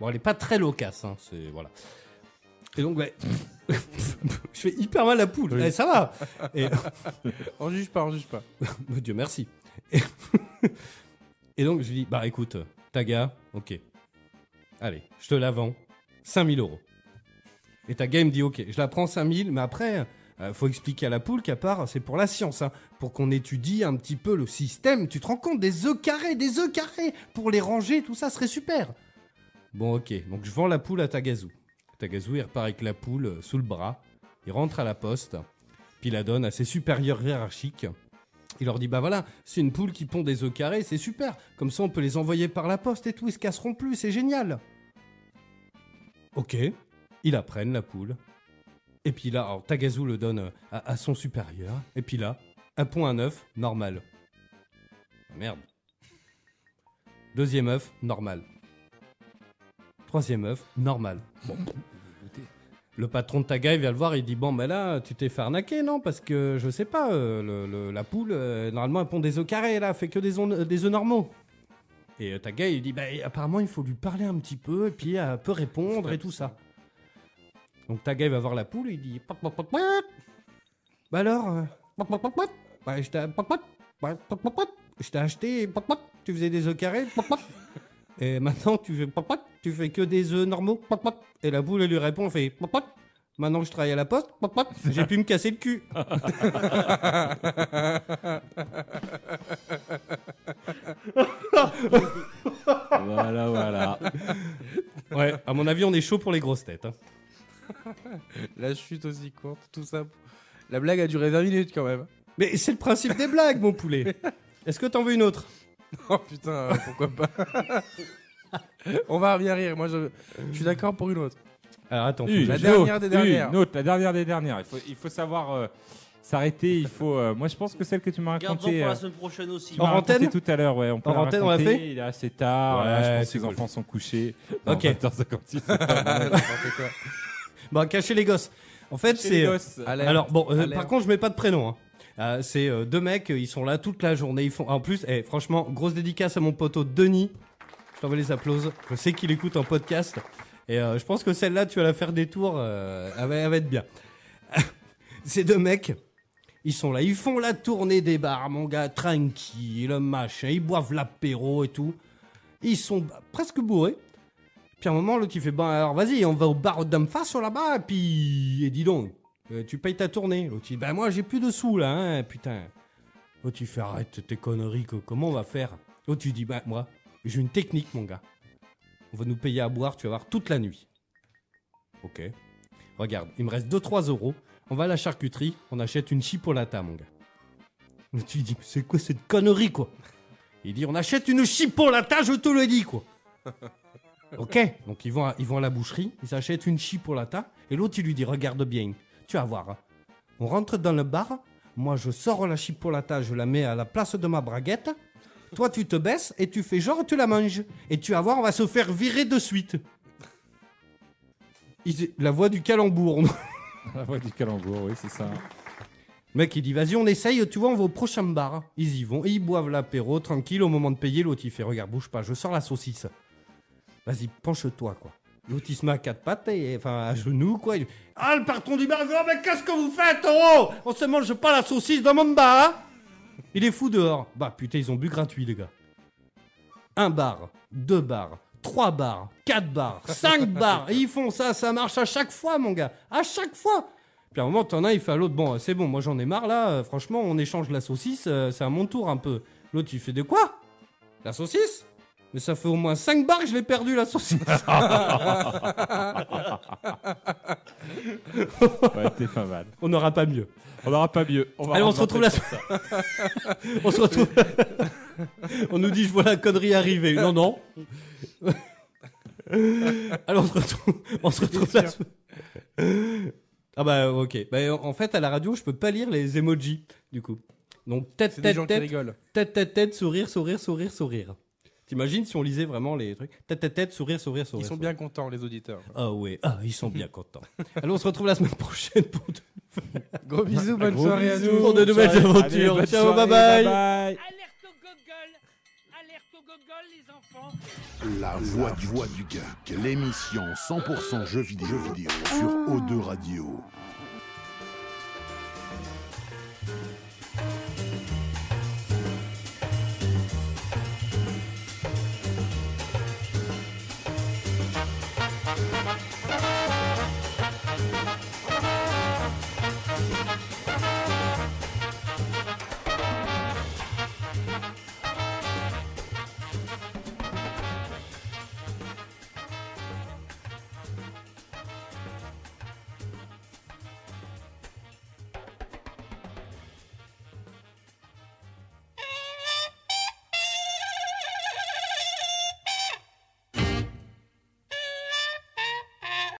Speaker 5: Bon, elle est pas très loquace, hein, c'est voilà. Et donc, ouais. <laughs> je fais hyper mal la poule. Eh, ça va. Et
Speaker 6: On juge pas, on juge pas.
Speaker 5: Oh, <laughs> Dieu merci. Et, <laughs> et donc, je lui dis Bah écoute, Taga, ok. Allez, je te la vends. 5000 euros. Et Taga, il me dit Ok, je la prends 5000, mais après, euh, faut expliquer à la poule qu'à part, c'est pour la science, hein, pour qu'on étudie un petit peu le système. Tu te rends compte des œufs carrés, des œufs carrés, pour les ranger, tout ça serait super. Bon, ok, donc je vends la poule à Tagazu. Tagazu, il repart avec la poule euh, sous le bras, il rentre à la poste, puis il la donne à ses supérieurs hiérarchiques. Il leur dit bah voilà, c'est une poule qui pond des œufs carrés, c'est super. Comme ça, on peut les envoyer par la poste et tout, ils se casseront plus, c'est génial. Ok, ils la prennent la poule. Et puis là, alors, Tagazu le donne euh, à, à son supérieur. Et puis là, un pond un œuf normal. Ah, Merde. Deuxième œuf normal. Troisième œuf normal. Bon. Le patron de Taga, il vient le voir, il dit Bon, ben là, tu t'es fait arnaquer, non Parce que, je sais pas, euh, le- le- la poule, euh, normalement, elle pond des œufs carrés, là, elle fait que des, on- euh, des œufs normaux. Et euh, Taga, il dit Bah, apparemment, il faut lui parler un petit peu, et puis elle peut répondre, et tout ça. Donc Taga, il va voir la poule, il dit Pouac, pouac, pouac, pouac. Bah alors euh, pouac, pouac, pouac, pouac. Bah, je t'ai pouac, pouac. Bah, pouac, pouac, pouac. Je t'ai acheté, pouac, pouac. tu faisais des œufs carrés, pouac, pouac. Et maintenant, tu fais pouac, pouac. tu fais que des œufs normaux. pouac, pouac. Et la poule, elle lui répond, elle fait pouac, pouac. Maintenant que je travaille à la poste, pop, pop, <laughs> j'ai pu me casser le cul.
Speaker 7: Voilà, voilà.
Speaker 5: Ouais, à mon avis, on est chaud pour les grosses têtes. hein.
Speaker 6: La chute aussi courte, tout ça. pour- La blague a duré 20 minutes quand même.
Speaker 5: Mais c'est le principe des blagues, mon <laughs> poulet. Est-ce que t'en veux une autre
Speaker 6: <laughs> Oh putain, euh, pourquoi pas <laughs> On va bien rire, moi je, je suis d'accord pour une autre.
Speaker 5: Alors attends, faut que
Speaker 7: Une,
Speaker 6: La
Speaker 5: j'aille-
Speaker 6: dernière
Speaker 7: autre,
Speaker 6: des dernières.
Speaker 7: Une autre, la dernière des dernières. Il faut, il faut savoir euh, s'arrêter. Il faut. euh, moi, je pense que celle que tu m'as
Speaker 4: Gardons pour
Speaker 7: racontée.
Speaker 4: la
Speaker 7: euh,
Speaker 4: semaine prochaine aussi.
Speaker 7: tu m'as
Speaker 5: En
Speaker 7: racontée
Speaker 5: antenne
Speaker 7: tout à l'heure, ouais. On peut
Speaker 5: En antenne, on l'a
Speaker 7: raconter,
Speaker 5: fait
Speaker 7: Il est assez tard.
Speaker 5: Ouais,
Speaker 7: voilà, je pense que
Speaker 5: c'est
Speaker 7: les
Speaker 5: cool.
Speaker 7: enfants sont couchés.
Speaker 5: Ok.
Speaker 7: 20h56.
Speaker 6: N'importe quoi.
Speaker 5: Bah, cachez les gosses. En fait,
Speaker 10: Chez les
Speaker 5: <laughs>
Speaker 10: gosses.
Speaker 5: c'est.
Speaker 10: Alerte.
Speaker 5: Alors, bon, euh,
Speaker 10: Alerte.
Speaker 5: par contre, je mets pas de prénom. hein. Euh, c'est euh, deux mecs, ils sont là toute la journée. Ils font. En plus, eh, franchement, grosse dédicace à mon poteau Denis. Je t'envoie les applauses. Je sais qu'il écoute un podcast. Et euh, je pense que celle-là, tu vas la faire des tours. euh, elle, va, elle va être bien. <laughs> Ces deux mecs, ils sont là. Ils font la tournée des bars, mon gars, tranquille, machin. Ils boivent l'apéro et tout. Ils sont presque bourrés. Puis à un moment, l'autre, il fait Bon, alors vas-y, on va au bar d'en face là-bas, et puis. Et dis donc, euh, tu payes ta tournée. L'autre, il dit Bah, moi, j'ai plus de sous là, hein, putain. L'autre, il fait Arrête tes conneries, que- comment on va faire L'autre, il dit Bah, moi, j'ai une technique, mon gars. On va nous payer à boire, tu vas voir, toute la nuit. Ok. Regarde, il me reste 2-3 euros. On va à la charcuterie, on achète une chipolata, mon gars. Mais tu dis, c'est quoi cette connerie, quoi Il dit, on achète une chipolata, je te le dis, quoi. Ok, donc ils vont, à, ils vont à la boucherie, ils achètent une chipolata, et l'autre, il lui dit, regarde bien, tu vas voir. hein. On rentre dans le bar, moi, je sors la chipolata, je la mets à la place de ma braguette. Toi, tu te baisses et tu fais genre, tu la manges. Et tu vas voir, on va se faire virer de suite. Il- La voix du calembour.
Speaker 7: La voix du calembour, oui, c'est ça.
Speaker 5: Mec, il dit, vas-y, on essaye, tu vois, on va au prochain bar. Ils y vont, ils boivent l'apéro, tranquille, au moment de payer, l'autre, il fait, regarde, bouge pas, je sors la saucisse. Vas-y, penche-toi, quoi. L'autre, il se met à quatre pattes, et, enfin, à genoux, quoi. Il- Ah, le patron du bar, il fait, Ah, mais qu'est-ce que vous faites, oh On se mange pas la saucisse dans mon bar, hein Il est fou dehors. Bah, putain, ils ont bu gratuit, les gars. Un bar, deux bars, trois bars, quatre bars, cinq bars. Et ils font ça, ça marche à chaque fois, mon gars. À chaque fois. Puis à un moment, t'en as, il fait à l'autre, bon, c'est bon, moi j'en ai marre là, euh, franchement, on échange la saucisse, euh, c'est à mon tour un peu. L'autre, il fait de quoi La saucisse Mais ça fait au moins 5 bars que je l'ai perdu la
Speaker 6: <laughs>
Speaker 5: saucisse.
Speaker 7: Ouais, t'es pas mal.
Speaker 5: On n'aura pas mieux.
Speaker 7: On n'aura pas mieux. va
Speaker 5: Allez, on
Speaker 7: rendre
Speaker 5: se retrouve la
Speaker 7: l'antenne
Speaker 5: <laughs> On se retrouve. on nous dit, je vois la connerie arriver. Non, non. <laughs> Alors, on se retrouve, on se retrouve la semaine- Ah, bah, ok. Bah, en fait, à la radio, je peux pas lire les emojis, du coup. Donc, tête,
Speaker 6: C'est des
Speaker 5: tête,
Speaker 6: gens qui
Speaker 5: tête,
Speaker 6: rigolent.
Speaker 5: tête, tête, tête, sourire, sourire, sourire, sourire. T'imagines si on lisait vraiment les trucs Tête, tête, tête, sourire, sourire, sourire.
Speaker 6: Ils sont
Speaker 5: sourire.
Speaker 6: bien contents, les auditeurs.
Speaker 5: Ah ouais, ah, ils sont
Speaker 6: <laughs>
Speaker 5: bien contents. Allez, on se retrouve la semaine prochaine pour de nouvelles-
Speaker 6: Gros bisous, bonne
Speaker 5: Gros
Speaker 6: soirée à
Speaker 5: bisous.
Speaker 6: nous.
Speaker 5: Pour de nouvelles
Speaker 6: Soirée.
Speaker 5: aventures.
Speaker 6: Allez, bonne
Speaker 5: Ciao,
Speaker 6: soirée,
Speaker 5: bye.
Speaker 6: bye.
Speaker 2: Alerte au gogol Alerte au gogol, les enfants
Speaker 3: La voix, du, voix du geek, l'émission 100% jeux vidéo, jeux vidéo sur O2 Radio.